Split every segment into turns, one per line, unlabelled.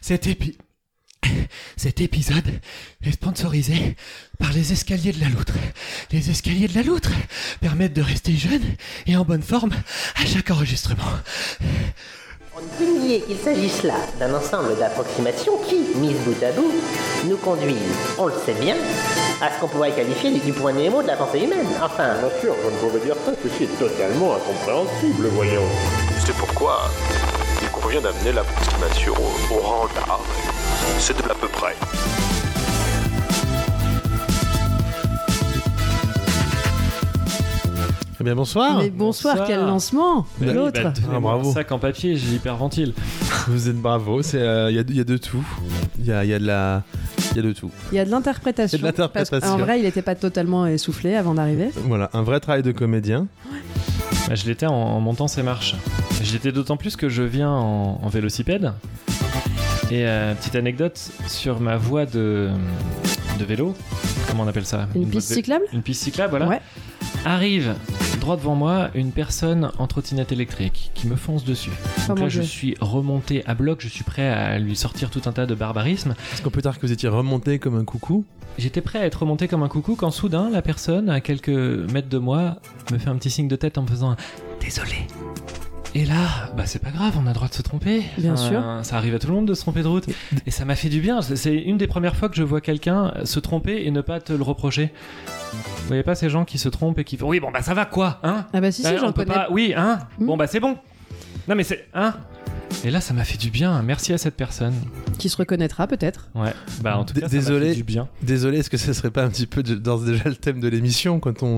Cet, épi- Cet épisode est sponsorisé par les escaliers de la loutre. Les escaliers de la loutre permettent de rester jeune et en bonne forme à chaque enregistrement.
On ne peut nier qu'il s'agisse là d'un ensemble d'approximations qui, mises bout à bout, nous conduisent, on le sait bien, à ce qu'on pourrait qualifier du point némo de la pensée humaine. Enfin,
Bien sûr, je ne pouvais dire ça, ceci est totalement incompréhensible, voyons.
C'est pourquoi il convient d'amener l'approximation au, au rang d'art. C'est de l'à peu près.
Eh bien bonsoir.
Mais bonsoir,
bonsoir.
quel lancement
Bah oui,
L'autre
Bah, donnez-moi
Ah, bravo.
Un sac en papier, j'ai hyperventile.
Vous êtes bravo. C'est euh, il y, a de- il y a de tout. Il y a, il y a de la il y a de tout.
Il y a de l'interprétation.
Il y a de l'interprétation.
parce qu'en vrai, il n'était pas totalement essoufflé avant d'arriver.
Voilà un vrai travail de comédien.
Bah, je l'étais en, en montant ces marches. Je l'étais d'autant plus que je viens en, en vélocipède. Et euh, petite anecdote sur ma voie de, de vélo. Comment on appelle ça
Une
voie
piste
de vé-
cyclable
Une piste cyclable, voilà.
Ouais.
Arrive droit devant moi une personne en trottinette électrique qui me fonce dessus.
Oh
Donc
mon
là, je
Dieu.
suis remonté à bloc, je suis prêt à lui sortir tout un tas de barbarismes.
Est-ce qu'on peut dire que vous étiez remonté comme un coucou
J'étais prêt à être remonté comme un coucou quand soudain la personne à quelques mètres de moi me fait un petit signe de tête en me faisant un désolé. Et là, bah c'est pas grave, on a le droit de se tromper.
Bien
Ça arrive à tout le monde de se tromper de route. Et ça m'a fait du bien. C'est- C'est une des premières fois que je vois quelqu'un se tromper et ne pas te le reprocher. Vous voyez pas ces gens qui se trompent et qui font oui bon bah ça va quoi hein
Ah bah si,
Bah,
si,
on
j'en
peut
connais.
pas- Oui hein.
Hmm.
Bon bah c'est bon. Non mais c'est hein. Et là ça m'a fait du bien. Merci à cette personne.
Qui se reconnaîtra peut-être.
Ouais. Bah en tout
D-
cas ça m'a
désolé.
fait du bien.
Désolé, est-ce que ce serait pas un petit peu de- d'ores et déjà le thème de l'émission quand on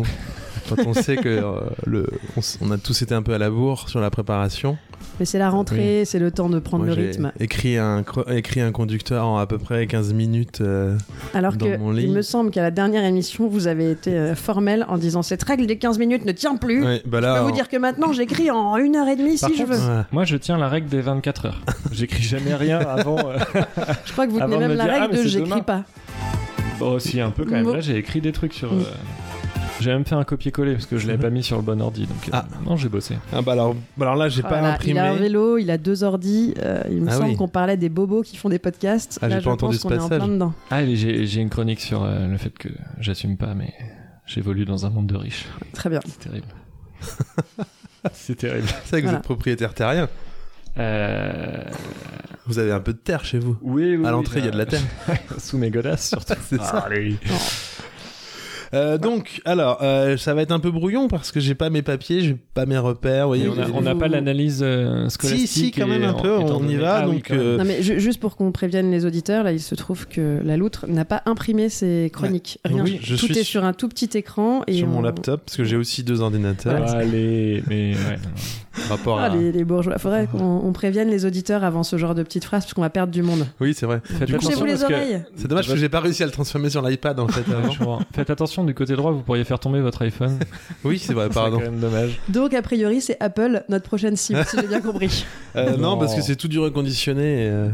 quand on sait que euh, le on, s- on a tous été un peu à la bourre sur la préparation.
Mais c'est la rentrée, c'est le temps de prendre
Moi,
le
j'ai
rythme.
Écrit un cro- écrit un conducteur en à peu près 15 minutes. euh,
Alors
dans
que
mon lit.
il me semble qu'à la dernière émission, vous avez été euh, formel en disant cette règle des 15 minutes ne tient plus.
ouais, bah
Je
là.
peux vous
on-
dire que maintenant, j'écris en une heure et demie
Par
si je
contre,
veux.
Voilà.
Moi, je tiens la règle des 24 heures. J'écris jamais rien avant. euh,
Je crois que vous tenez
Avant de
même
me
la
dire, ah,
règle
mais
de
c'est
j'écris
demain.
pas.
Bon, si, un peu quand même. Là, j'ai écrit des trucs sur. euh,
Mm.
J'ai même fait un copier-coller parce que je l'avais pas mis sur le bon ordi. Donc, euh,
Mhm. Ah.
non, j'ai bossé.
Ah bah alors bah alors là j'ai
Voilà,
pas imprimé.
Il a un vélo, il a deux ordi. euh, il me
Ah
semble
oui.
qu'on parlait des bobos qui font des podcasts.
Ah,
Là,
j'ai
je
pas entendu
pense
ce
qu'on est en
passage.
plein dedans.
Ah, et j'ai j'ai une chronique sur euh, le fait que j'assume pas, mais j'évolue dans un monde de riches.
Très bien.
C'est terrible. C'est terrible.
C'est vrai que vous
Voilà.
êtes propriétaire terrien.
Euh,
Vous avez un peu de terre chez vous.
Oui, oui.
À l'entrée, il y a de la terre. Ah,
terre. Sous mes godasses, surtout.
C'est ça.
Allez.
Euh, donc, alors, euh, ça va être un peu brouillon parce que j'ai pas mes papiers, j'ai pas mes repères. Vous
Et
voyez,
on a-
j'ai-
on n'a pas l'analyse euh,
Si,
scolastique.
si, quand
et
même un
en-
peu,
étant
on y
donné-
va.
Ah oui,
donc,
quand même.
euh,
Non mais ju- juste pour qu'on prévienne les auditeurs, là il se trouve que la loutre n'a pas imprimé ses chroniques.
Ouais.
Rien.
Oui, je
Tout
suis
est
sur-
sur un tout petit écran et
sur mon
on-
laptop, parce que j'ai aussi deux ordinateurs.
Allez, mais ouais.
par Rapport
Ah,
à...
les, les bourgeois. Faudrait qu'on on prévienne les auditeurs avant ce genre de petites phrases parce qu'on va perdre du monde.
Oui, c'est vrai.
Faites
Du coup,
Couchez-vous
attention
les
parce que-
oreilles.
C'est dommage que j'ai pas réussi à le transformer sur l'iPad en fait.
Ouais,
avant.
je comprends. Faites attention du côté droit, vous pourriez faire tomber votre iPhone.
oui, c'est vrai, pardon.
C'est quand même dommage.
Donc a priori c'est Apple notre prochaine cible si j'ai bien compris.
Euh, non,
Non.
parce que c'est tout du reconditionné. Et, euh,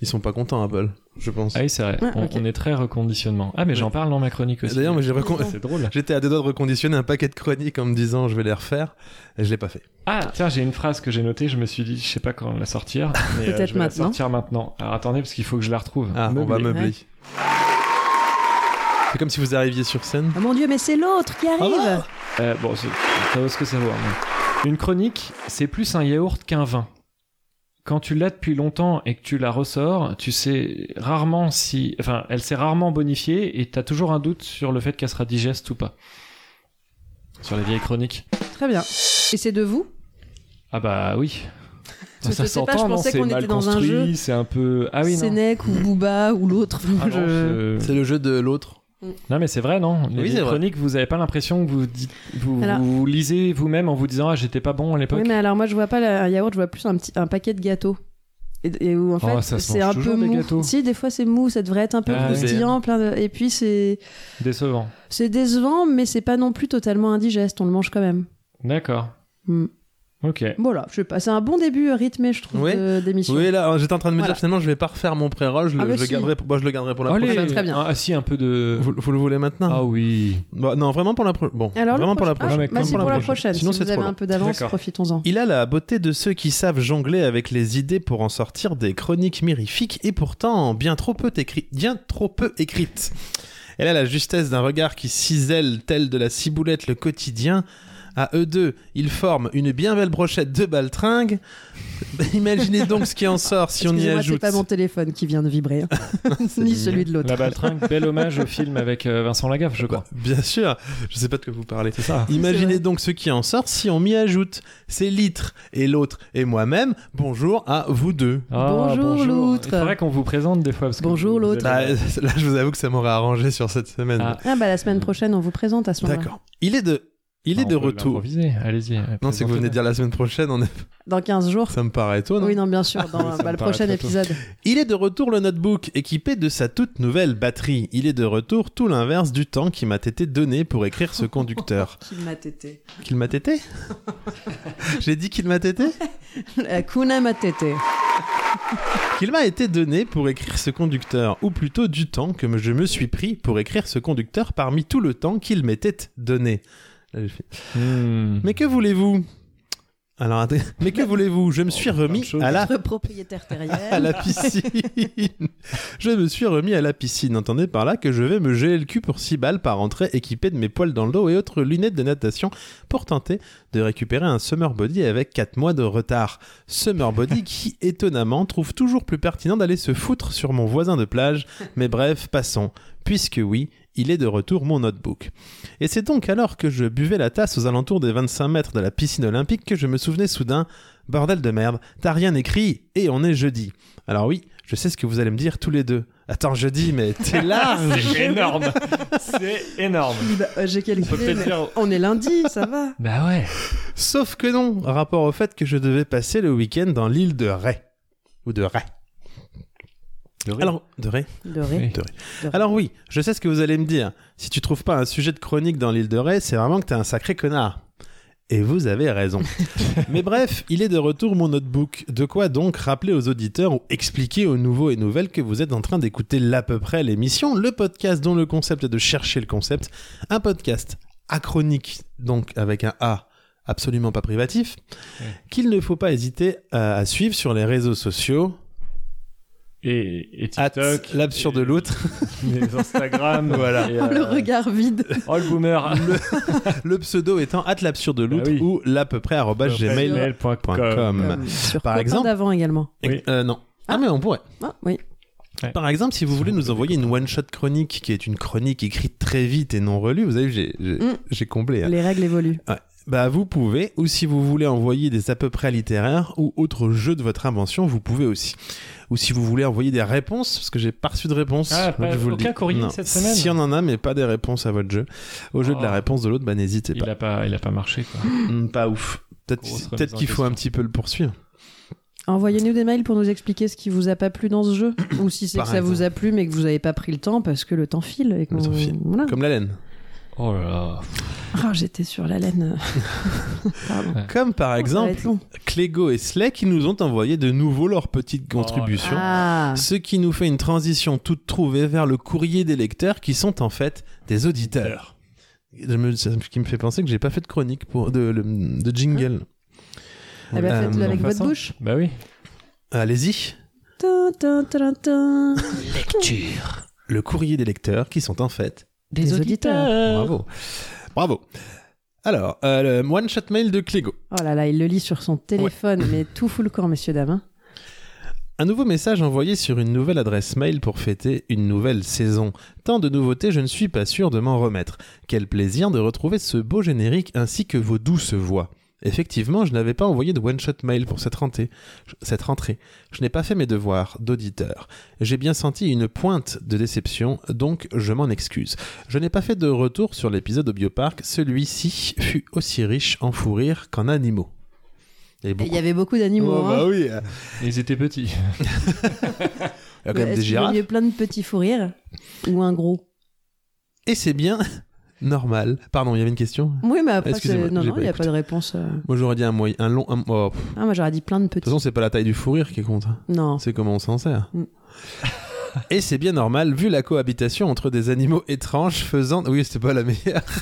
Ils sont pas contents, Apple, je pense.
Ah oui, c'est vrai.
Ah,
on,
ok.
on est très reconditionnement. Ah, mais j'en parle dans ma chronique aussi. Ah,
D'ailleurs, moi, j'ai recon-
c'est drôle.
J'étais à deux doigts de reconditionner un paquet de chroniques en me disant je vais les refaire et je l'ai pas fait.
Ah, tiens, j'ai une phrase que j'ai notée. Je me suis dit, je sais pas quand la sortir. mais, euh,
Peut-être
je vais La
maintenant.
sortir maintenant. Alors attendez, parce qu'il faut que je la retrouve.
Ah, on
Meublé.
va meubler. C'est comme si vous arriviez sur scène.
Ah, mon Dieu mais c'est l'autre
Ah
qui
Oh,
arrive.
Euh, bon, c'est- ça vaut ce que ça vaut. hein. Une chronique, c'est plus un yaourt qu'un vin. Quand tu l'as depuis longtemps et que tu la ressors, tu sais rarement si. Enfin, elle s'est rarement bonifiée et t'as toujours un doute sur le fait qu'elle sera digeste ou pas. Sur les vieilles chroniques.
Très bien. Et c'est de vous
Ah bah oui.
Parce que je sais pas, je
non
pensais
C'est
qu'on
mal
était dans un
construit,
jeu.
c'est un peu. Ah oui, non.
Sénèque ou Booba ou l'autre.
Ah non,
Je-
c'est-
C'est le jeu de l'autre.
non, mais c'est vrai, non Les
Oui,
vieilles
c'est vrai.
chroniques, vous avez pas l'impression que vous, dites- vous,
Alors-
vous lisez vous-même en vous disant Ah, j'étais pas bon à l'époque.
Oui mais alors moi je vois pas la- un yaourt, je vois plus un petit un paquet de gâteaux. Et, et où en fait
Oh, ça se
c'est
mange
un
toujours,
peu
des
mou.
gâteaux.
Si des fois c'est mou, ça devrait être un peu
Ah, oui.
croustillant, plein de... et puis c'est
Décevant.
C'est décevant, mais c'est pas non plus totalement indigeste. On le mange quand même.
D'accord.
Mm.
Ok.
Voilà, je sais pas, c'est un bon début euh, rythmé, je trouve,
Oui.
de- d'émission.
Oui, là, hein, j'étais en train de me
Voilà.
dire finalement, je vais pas refaire mon pré-roll, je, le-
Ah, bah
je le
si.
garderai pour- moi, je le garderai pour la
Allez,
prochaine.
Très bien.
un- Ah, si, un peu de.
Vous, vous le voulez maintenant
Ah oui.
Bah, Non, vraiment pour la prochaine. Bon,
Alors, le
vraiment pour la
prochain-
prochaine.
Ah,
Ah,
mais
bah,
comme
si, pour la prochaine,
Sinon,
si
c'est
vous
trop
avez
long.
un peu d'avance,
D'accord.
profitons-en.
Il a la beauté de ceux qui savent jongler avec les idées pour en sortir des chroniques mirifiques et pourtant bien trop peu, écri- bien trop peu écrites. Elle a la justesse d'un regard qui cisèle tel de la ciboulette le quotidien. À eux deux, ils forment une bien belle brochette de baltringue. Imaginez donc ce qui en sort si on y
Excusez-moi, c'est
ajoute.
pas mon téléphone qui vient de vibrer, ni
mignon.
celui de l'autre.
La baltringue, bel hommage au film avec euh, Vincent Lagaffe, je crois.
Bah, bien sûr, je sais pas de quoi vous parlez.
C'est ça.
C'est
Imaginez
vrai.
donc ce qui en sort si on m'y ajoute. C'est Litre et l'autre et moi-même. Bonjour à vous deux.
Bonjour, l'autre.
Ah, Il faudrait qu'on vous présente des fois. parce que
Bonjour,
vous- vous
l'autre.
Bah,
avez-
là, je vous avoue que ça m'aurait arrangé sur cette semaine.
Ah,
Ah bah la semaine prochaine, on vous présente à ce moment-là.
D'accord. Il est de, il est
Ah, on
de
peut
retour.
l'improviser, Allez-y.
Non, c'est que vous venez de dire la semaine prochaine. On est-
Dans 15 jours.
Ça me paraît étonnant.
Oui, non, bien sûr, dans
hein. Ça
bah,
me
le
paraît
prochain
très tôt.
épisode.
Il est de retour le notebook, équipé de sa toute nouvelle batterie. Il est de retour tout l'inverse du temps qui m'a été donné pour écrire ce conducteur.
Qui m'a tété.
qu'il m'a tété J'ai dit qu'il m'a tété
Euh, Kuna m'a tété.
qu'il m'a été donné pour écrire ce conducteur, ou plutôt du temps que je me suis pris pour écrire ce conducteur parmi tout le temps qu'il m'était donné. Là, j'ai fait,
Hmm.
Mais que voulez-vous Alors, attendez, mais que voulez-vous Je me suis remis à la
Le propriétaire
à
terrien.
la piscine. je me suis remis à la piscine. Entendez par là que je vais me geler le cul pour 6 balles par entrée équipé de mes poils dans le dos et autres lunettes de natation pour tenter de récupérer un summer body avec 4 mois de retard. Summer body qui, étonnamment, trouve toujours plus pertinent d'aller se foutre sur mon voisin de plage. Mais bref, passons. Puisque oui, il est de retour mon notebook. Et c'est donc alors que je buvais la tasse aux alentours des 25 mètres de la piscine olympique que je me souvenais soudain Bordel de merde, t'as rien écrit et on est jeudi. Alors oui, je sais ce que vous allez me dire tous les deux. Attends, jeudi, mais t'es large
C'est énorme. C'est énorme.
Bah, euh, J'ai
On peut
calculé.
peut-être
mais
dire-
On est lundi, ça va.
Bah ouais.
Sauf que non, rapport au fait que je devais passer le week-end dans l'île de Ré. Ou de Ré. Alors, de Ré
De ré.
Oui.
Alors oui, je sais ce que vous allez me dire. Si tu trouves pas un sujet de chronique dans l'île de Ré, c'est vraiment que t'es un sacré connard. Et vous avez raison. Mais bref, il est de retour mon notebook. De quoi donc rappeler aux auditeurs ou expliquer aux nouveaux et nouvelles que vous êtes en train d'écouter l'à peu près l'émission, le podcast dont le concept est de chercher le concept, un podcast achronique, donc avec un A absolument pas privatif, qu'il ne faut pas hésiter à à suivre sur les réseaux sociaux,
Et, et
at
TikTok.
l'absurde
et-
l'autre,
Les Instagram.
Voilà.
et, euh,
Le regard vide.
Oh, le boomer.
Le pseudo étant at l'absurde l'outre
Bah oui. euh,
ou l'à peu près arobase gmail.com.
Comme Ah, sur
Par
Copain
exemple-
d'avant également.
Oui.
Euh, non. Ah,
Ah.
mais on pourrait.
Ah oui.
Par exemple, si vous voulez nous envoyer une one-shot chronique qui est une chronique écrite très vite et non relue, vous avez, vu, j'ai- j'ai
Mm.
j'ai comblé. hein.
Les règles évoluent.
Bah, vous pouvez, ou si vous voulez envoyer des à peu près littéraires ou autres jeux de votre invention, vous pouvez aussi. Ou si vous voulez envoyer des réponses, parce que j'ai pas reçu de réponses.
Ah, pas-
je vous le
aucun
dis.
courrier
Non.
cette semaine
Si on en a, mais pas des réponses à votre jeu. Au jeu de la
Oh.
réponse de l'autre, bah n'hésitez
Il
pas.
a pas, il a pas marché quoi.
Mm, pas ouf. Peut-être
Grosse
peut-être
remise en
qu'il faut un
question.
petit peu le poursuivre.
Envoyez-nous des mails pour nous expliquer ce qui vous a pas plu dans ce jeu. Ou si c'est que
Par
ça vous a plu mais que vous avez pas pris le temps parce que le temps file. Et qu'on-
temps file.
Voilà.
Comme la laine.
Oh là là.
Ah, J'étais sur la laine. Pardon.
Comme par
Ça va
exemple
être long.
Clégo et Slay qui nous ont envoyé de nouveau leur
Oh,
petite contribution.
Ah.
Ce qui nous fait une transition toute trouvée vers le courrier des lecteurs qui sont en fait des auditeurs. Je me- ça- ce qui me fait penser que j'ai pas fait de chronique pour, de, le- de jingle.
Eh ben,
Euh,
faites-le avec
en
votre
façon.
bouche.
Bah oui.
Allez-y.
Tin, tin, tin, tin.
Lecture. Le courrier des lecteurs qui sont en fait.
Des, auditeurs.
Bravo. Bravo. Alors, euh, le one shot mail de Clégo.
Oh là là, il le lit sur son téléphone, mais tout fout le camp, messieurs, dames. hein.
Un nouveau message envoyé sur une nouvelle adresse mail pour fêter une nouvelle saison. Tant de nouveautés, je ne suis pas sûr de m'en remettre. Quel plaisir de retrouver ce beau générique ainsi que vos douces voix. Effectivement, je n'avais pas envoyé de one-shot mail pour cette rentrée. Cette rentrée. Je n'ai pas fait mes devoirs d'auditeur. J'ai bien senti une pointe de déception, donc je m'en excuse. Je n'ai pas fait de retour sur l'épisode au Bioparc. Celui-ci fut aussi riche en fou rire qu'en animaux. Et
Et Il
beaucoup-
y avait beaucoup d'animaux.
Oh,
hein.
bah oui.
Ils étaient petits.
Il y a quand même
Est-ce
des
qu'il vaut
girafes.
mieux plein de petits fous rires ou un gros
Et c'est bien, normal. Pardon, il y avait une question
Oui, mais après,
Ah, Excusez-moi,
c'est- non,
j'ai
non,
pas
il n'y a
écouté.
pas de réponse. euh.
Moi j'aurais dit un moyen, un long. un- oh, pff. De
Ah, moi, j'aurais dit plein de
toute
petits.
façon, c'est pas la taille du fou rire qui compte. hein.
Non.
C'est comment on s'en sert.
Mm.
Et c'est bien normal vu la cohabitation entre des animaux étranges faisant. Oui, c'était pas la meilleure.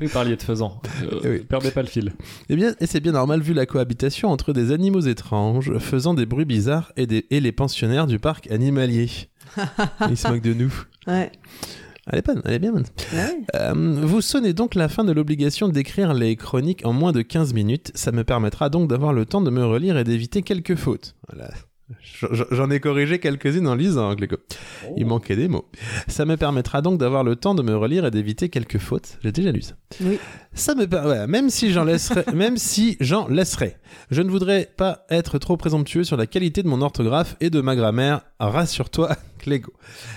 Oui, parliez de faisant. Euh,
Eh oui.
Perdez pas le fil.
Eh bien, et c'est bien normal vu la cohabitation entre des animaux étranges faisant des bruits bizarres et, des, et les pensionnaires du parc animalier. Ils se moquent de nous.
Ouais.
Elle est, pas, elle est bien bonne.
Ouais.
Euh, vous sonnez donc la fin de l'obligation d'écrire les chroniques en moins de 15 minutes. Ça me permettra donc d'avoir le temps de me relire et d'éviter quelques fautes. Voilà. J- j- J'en ai corrigé quelques-unes en lisant, hein, Glégo. Il manquait des mots. Ça me permettra donc d'avoir le temps de me relire et d'éviter quelques fautes. J'ai déjà lu ça.
Oui.
Ça me per- voilà, même si j'en laisserai, même si j'en laisserai, je ne voudrais pas être trop présomptueux sur la qualité de mon orthographe et de ma grammaire. Rassure-toi, Clégo.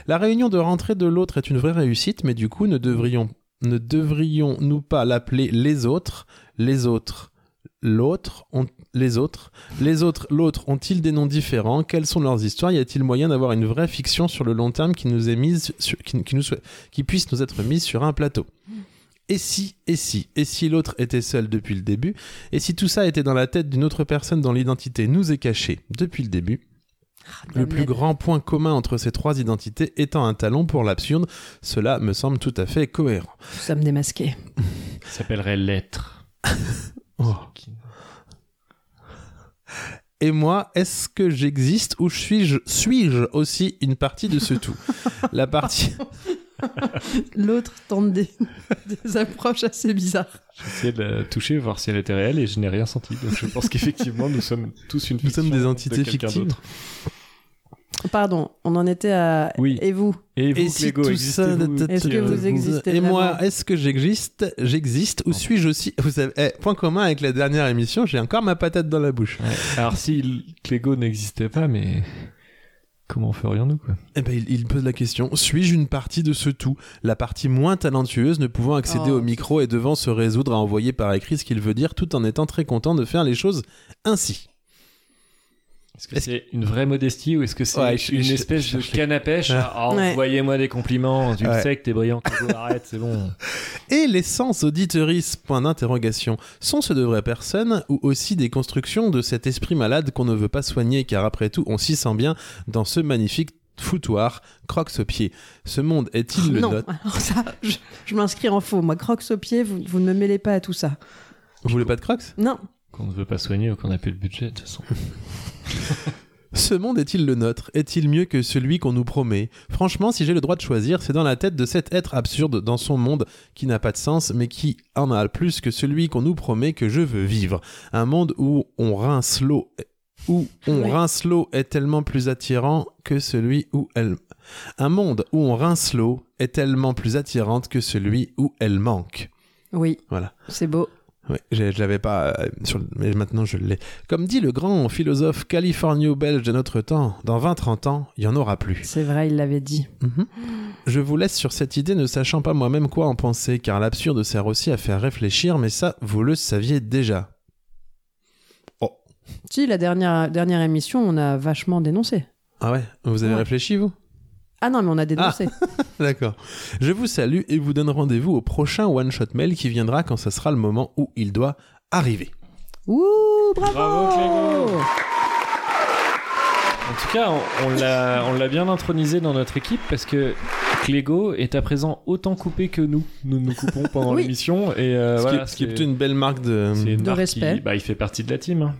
La réunion de rentrée de l'autre est une vraie réussite, mais du coup, ne devrions, ne devrions-nous pas l'appeler les autres, les autres, l'autre, ont- les autres, les autres, l'autre ont-ils des noms différents Quelles sont leurs histoires Y a-t-il moyen d'avoir une vraie fiction sur le long terme qui nous est mise, sur- qui, qui nous soit- qui puisse nous être mise sur un plateau et si, et si, et si l'autre était seul depuis le début, et si tout ça était dans la tête d'une autre personne dont l'identité nous est cachée depuis le début,
Ah,
le plus grand point commun entre ces trois identités étant un talon pour l'absurde, cela me semble tout à fait cohérent.
Nous sommes démasqués.
Ça s'appellerait l'être. Qui-
Et moi, est-ce que j'existe ou suis-je suis-je aussi une partie de ce tout La partie
L'autre tente des... des approches assez bizarres.
J'ai essayé de la toucher, voir si elle était réelle et je n'ai rien senti. Donc je pense qu'effectivement, nous sommes tous une
nous sommes
fiction
des
de
entités
quelqu'un
fictives.
d'autre.
Pardon, on en était à.
Oui.
Et vous
Et vous,
Euh, Et si
Clégo,
tout ça
existez-vous
n'était-
Est-ce que vous existez
Et moi,
vraiment
est-ce que j'existe J'existe ou suis-je aussi Vous savez, eh, point commun avec la dernière émission, j'ai encore ma patate dans la bouche.
Ouais. Alors si l- Clégo n'existait pas, mais comment ferions-nous quoi
Eh ben, il, il pose la question suis-je une partie de ce tout La partie moins talentueuse ne pouvant accéder
Oh.
au micro et devant se résoudre à envoyer par écrit ce qu'il veut dire tout en étant très content de faire les choses ainsi.
Est-ce que
Est-ce-
c'est une vraie modestie ou est-ce que c'est
Ouais, je-
une
je-
espèce
je
de
cherchais.
canne à pêche à, Ah,
Ouais.
Envoyez-moi des compliments, tu
Ouais.
le sais que t'es brillant, Clégo, arrête, c'est bon.
Et l'essence auditeurice point d'interrogation sont ce de vraies personnes ou aussi des constructions de cet esprit malade qu'on ne veut pas soigner car après tout on s'y sent bien dans ce magnifique foutoir crocs aux pieds. Ce monde est-il le
Non,
nôtre
alors ça, je, je m'inscris en faux. Moi, crocs aux pieds, vous, vous ne me mêlez pas à tout ça.
Vous voulez pas de crocs
Non,
Qu'on ne veut pas soigner ou qu'on n'a plus le budget, de toute façon.
Ce monde est-il le nôtre Est-il mieux que celui qu'on nous promet Franchement, si j'ai le droit de choisir, c'est dans la tête de cet être absurde dans son monde qui n'a pas de sens mais qui en a plus que celui qu'on nous promet que je veux vivre. Un monde où on rince l'eau où on
Oui.
rince l'eau est tellement plus attirant que celui où elle un monde où on rince l'eau est tellement plus attirante que celui où elle manque.
oui.
Voilà.
C'est beau.
Ouais, j'ai- je l'avais pas, euh, sur le- mais maintenant je l'ai. Comme dit le grand philosophe californio-belge de notre temps, dans 20-30 ans, il y en aura plus.
C'est vrai, il l'avait dit.
Mhm. Je vous laisse sur cette idée, ne sachant pas moi-même quoi en penser, car l'absurde sert aussi à faire réfléchir, mais ça, vous le saviez déjà.
Si, la dernière, dernière émission, on a vachement dénoncé.
Ah ouais Vous avez
Ouais.
réfléchi, vous
Ah non, mais on a dénoncé.
D'accord. Je vous salue et vous donne rendez-vous au prochain One Shot Mail qui viendra quand ce sera le moment où il doit arriver.
Ouh, bravo,
Bravo, Clément. En tout cas, on, on l'a- on l'a bien intronisé dans notre équipe parce que Clégo est à présent autant coupé que nous. Nous nous coupons pendant
Oui.
l'émission et euh,
Ce, qui,
voilà.
est- ce qui est
c'est-
plutôt une belle marque de.
c'est une
De
marque
respect.
qui- bah, il fait partie de la team. hein.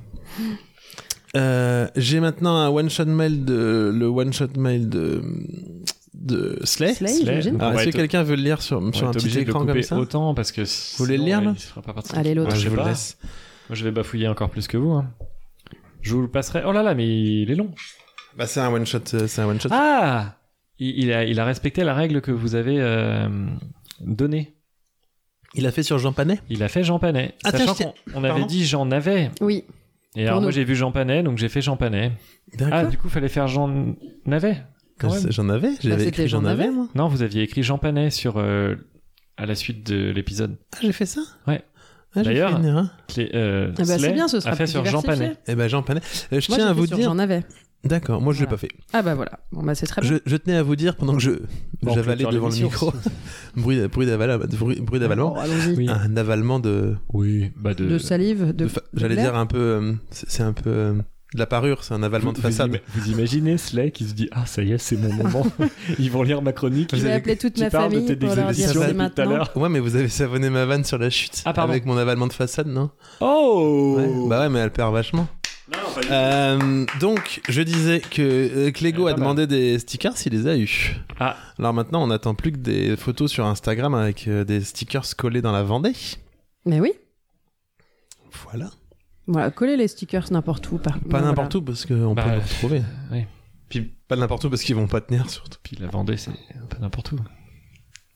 Euh, j'ai maintenant un one shot mail de le one shot mail de de Slay.
Eh, Slay,
Slay.
j'imagine.
Alors,
On va
est-ce que
être-
quelqu'un veut le lire sur,
On
sur
va
un
être
petit
obligé de le
écran
couper
comme ça
autant parce que
voulez le
sinon,
lire, là
il fera pas partie.
Allez, l'autre.
Moi,
Ouais, Je
Ah, je, sais
vous le
pas.
laisse.
Moi, je vais bafouiller encore plus que vous. hein. Je vous le passerai. Oh là là, mais il est long.
Bah, c'est un one shot, euh, c'est un one shot.
Ah il, il a, il a respecté la règle que vous avez euh, donnée.
Il a fait sur Jean Panet.
Il a fait Jean Panet.
Ah, tiens,
Sachant
je t'ai-
qu'on on avait
Pardon
dit j'en avais.
Oui,
Et alors
Pour
moi
nous.
j'ai vu Jean Panet, donc j'ai fait Jean Panet. Ah,
D'accord.
du coup, fallait faire Jean Navet Ah, quand même.
J'en avais,
Bah,
j'avais
c'était
écrit j'en
Jean
avais
Navet.
moi.
Non, vous aviez écrit Jean Panet sur, euh, à la suite de l'épisode.
Ah, j'ai fait ça.
Ouais.
Ah, j'ai fait
D'ailleurs-
une erreur.
Clé- euh,
Ah bah,
Slay
c'est bien, ce sera
a fait
plus
sur Jean
diversifié.
Panet.
Eh ben Jean Panet. Euh, je
Moi,
tiens
j'ai
à
fait
vous
sur
dire.
J'en avais.
D'accord, moi je l'ai
Voilà.
pas fait.
Ah bah voilà, bon bah c'est très bien.
Je, je tenais à vous dire pendant que je
Bon,
j'avalais
clôture
devant le
l'émission.
micro, bruit, d'a- bruit d'avala- bruit- bruit d'avalement,
Bon, allons-y.
Oui.
un avalement de,
Oui, bah de.
De salive, de,
de fa- j'allais
de l'air.
dire un peu, euh, c'est c'est un peu euh, de la parure, c'est un
Vous,
avalement de
vous
façade.
ima- vous imaginez Slay qui se dit Ah, ça y est, c'est mon moment. Ils vont lire ma chronique.
Je vais
avez-
appeler toute
qui
ma
parle de
famille
tes
pour leur dire
exhibitions
c'est
depuis tout à
maintenant.
l'heure.
Ouais, mais vous avez savonné ma vanne sur la chute
Ah, pardon.
avec mon avalement de façade, non
Oh
Ouais. Bah ouais, mais elle perd vachement. Euh, donc, je disais que euh, Clégo
Elle est
a
pas mal.
demandé des stickers, il les a eus.
Ah.
Alors maintenant, on n'attend plus que des photos sur Instagram avec euh, des stickers collés dans la Vendée.
Mais oui,
Voilà.
voilà, coller les stickers n'importe où. Par...
Pas
voilà.
n'importe où parce qu'on
Bah,
peut les retrouver.
oui.
Puis pas n'importe où parce qu'ils vont pas tenir surtout.
Puis la Vendée, c'est pas n'importe où.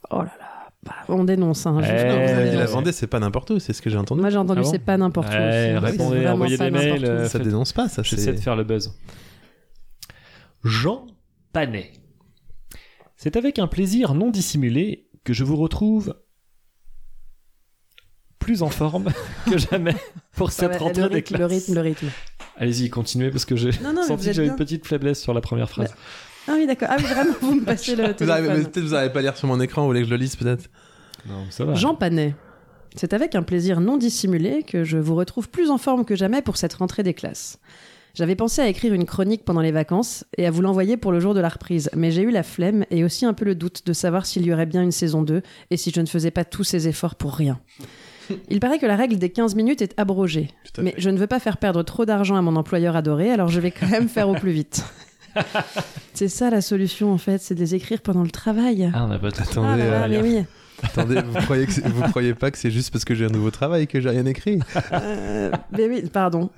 Oh là là, bah, on dénonce. Hein, je-
Eh,
non, vous avez
ouais.
Et la
raison.
Vendée, c'est pas n'importe où, c'est ce que j'ai entendu.
Moi j'ai entendu
Ah bon
c'est pas n'importe où.
Eh,
C'est
répondez,
vraiment
envoyez
pas
des mails.
n'importe où.
euh,
ça
faites-
dénonce pas, ça.
J'essaie de
C'est
faire le buzz. Jean Panet. C'est avec un plaisir non dissimulé que je vous retrouve plus en forme que jamais pour cette
Ouais,
rentrée
le,
des
rythme,
classes.
le rythme, le rythme.
Allez-y, continuez parce que j'ai
Non, non, mais
senti
vous
que
êtes
j'avais
bien.
une petite faiblesse sur la première phrase.
Ah oui, d'accord. Ah oui, vraiment, vous me passez le
Vous arrivez- mais
téléphone.
Peut-être vous n'arrivez pas à lire sur mon écran, vous voulez que je le lise peut-être
Non, ça va.
Jean Panet. C'est avec un plaisir non dissimulé que je vous retrouve plus en forme que jamais pour cette rentrée des classes. J'avais pensé à écrire une chronique pendant les vacances et à vous l'envoyer pour le jour de la reprise, mais j'ai eu la flemme et aussi un peu le doute de savoir s'il y aurait bien une saison 2 et si je ne faisais pas tous ces efforts pour rien. Il paraît que la règle des 15 minutes est abrogée,
Tout à
mais
fait.
je ne veux pas faire perdre trop d'argent à mon employeur adoré, alors je vais quand même faire au plus vite. c'est ça la solution en fait, c'est de les écrire pendant le travail.
Ah, on n'a pas tout.
Ah
Attendez,
là là,
euh,
mais oui.
attendez, vous croyez que c'est- vous croyez pas que c'est juste parce que j'ai un nouveau travail que j'ai rien écrit
Euh, mais oui, pardon.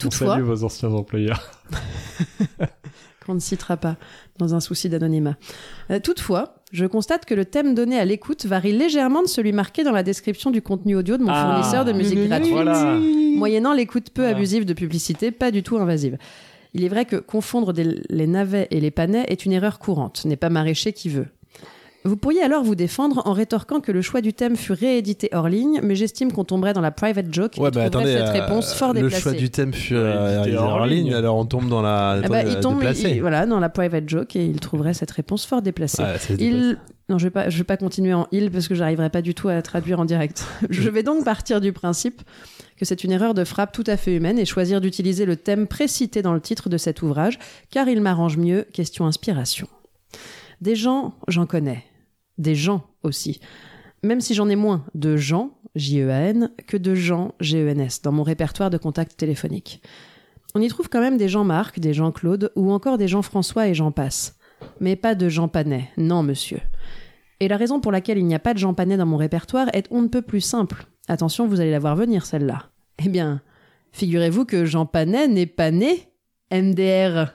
Toutefois,
Salut vos anciens employeurs.
qu'on ne citera pas, dans un souci d'anonymat. Euh, toutefois, je constate que le thème donné à l'écoute varie légèrement de celui marqué dans la description du contenu audio de mon
Ah.
fournisseur de musique gratuite,
Voilà.
moyennant l'écoute peu
Voilà.
abusive de publicité, pas du tout invasive. Il est vrai que confondre des- les navets et les panais est une erreur courante, n'est pas maraîcher qui veut. Vous pourriez alors vous défendre en rétorquant que le choix du thème fut réédité hors ligne, mais j'estime qu'on tomberait dans la private joke et
Ouais,
trouverait
bah attendez,
cette
euh,
réponse fort
le
déplacée.
choix du thème fut
Ouais,
euh,
il était
il est hors,
hors
ligne,
ligne.
alors on tombe dans la euh,
Ah bah, il tombe
déplacée.
il- voilà, dans la private joke et il trouverait cette réponse fort déplacée.
Ouais, c'est déplacé.
il... Non, je vais pas, je vais pas continuer en il parce que j'arriverai pas du tout à traduire en direct. je vais donc partir du principe que c'est une erreur de frappe tout à fait humaine et choisir d'utiliser le thème précité dans le titre de cet ouvrage car il m'arrange mieux, question inspiration. Des gens, j'en connais. Des gens aussi. Même si j'en ai moins de gens, J-E-A-N, que de gens, G-E-N-S, dans mon répertoire de contacts téléphoniques. On y trouve quand même des Jean-Marc, des Jean-Claude ou encore des Jean-François et j'en passe. Mais pas de Jean Panet, non monsieur. Et la raison pour laquelle il n'y a pas de Jean Panet dans mon répertoire est on ne peut plus simple. Attention, vous allez la voir venir celle-là. Eh bien, figurez-vous que Jean Panet n'est pas né MDR.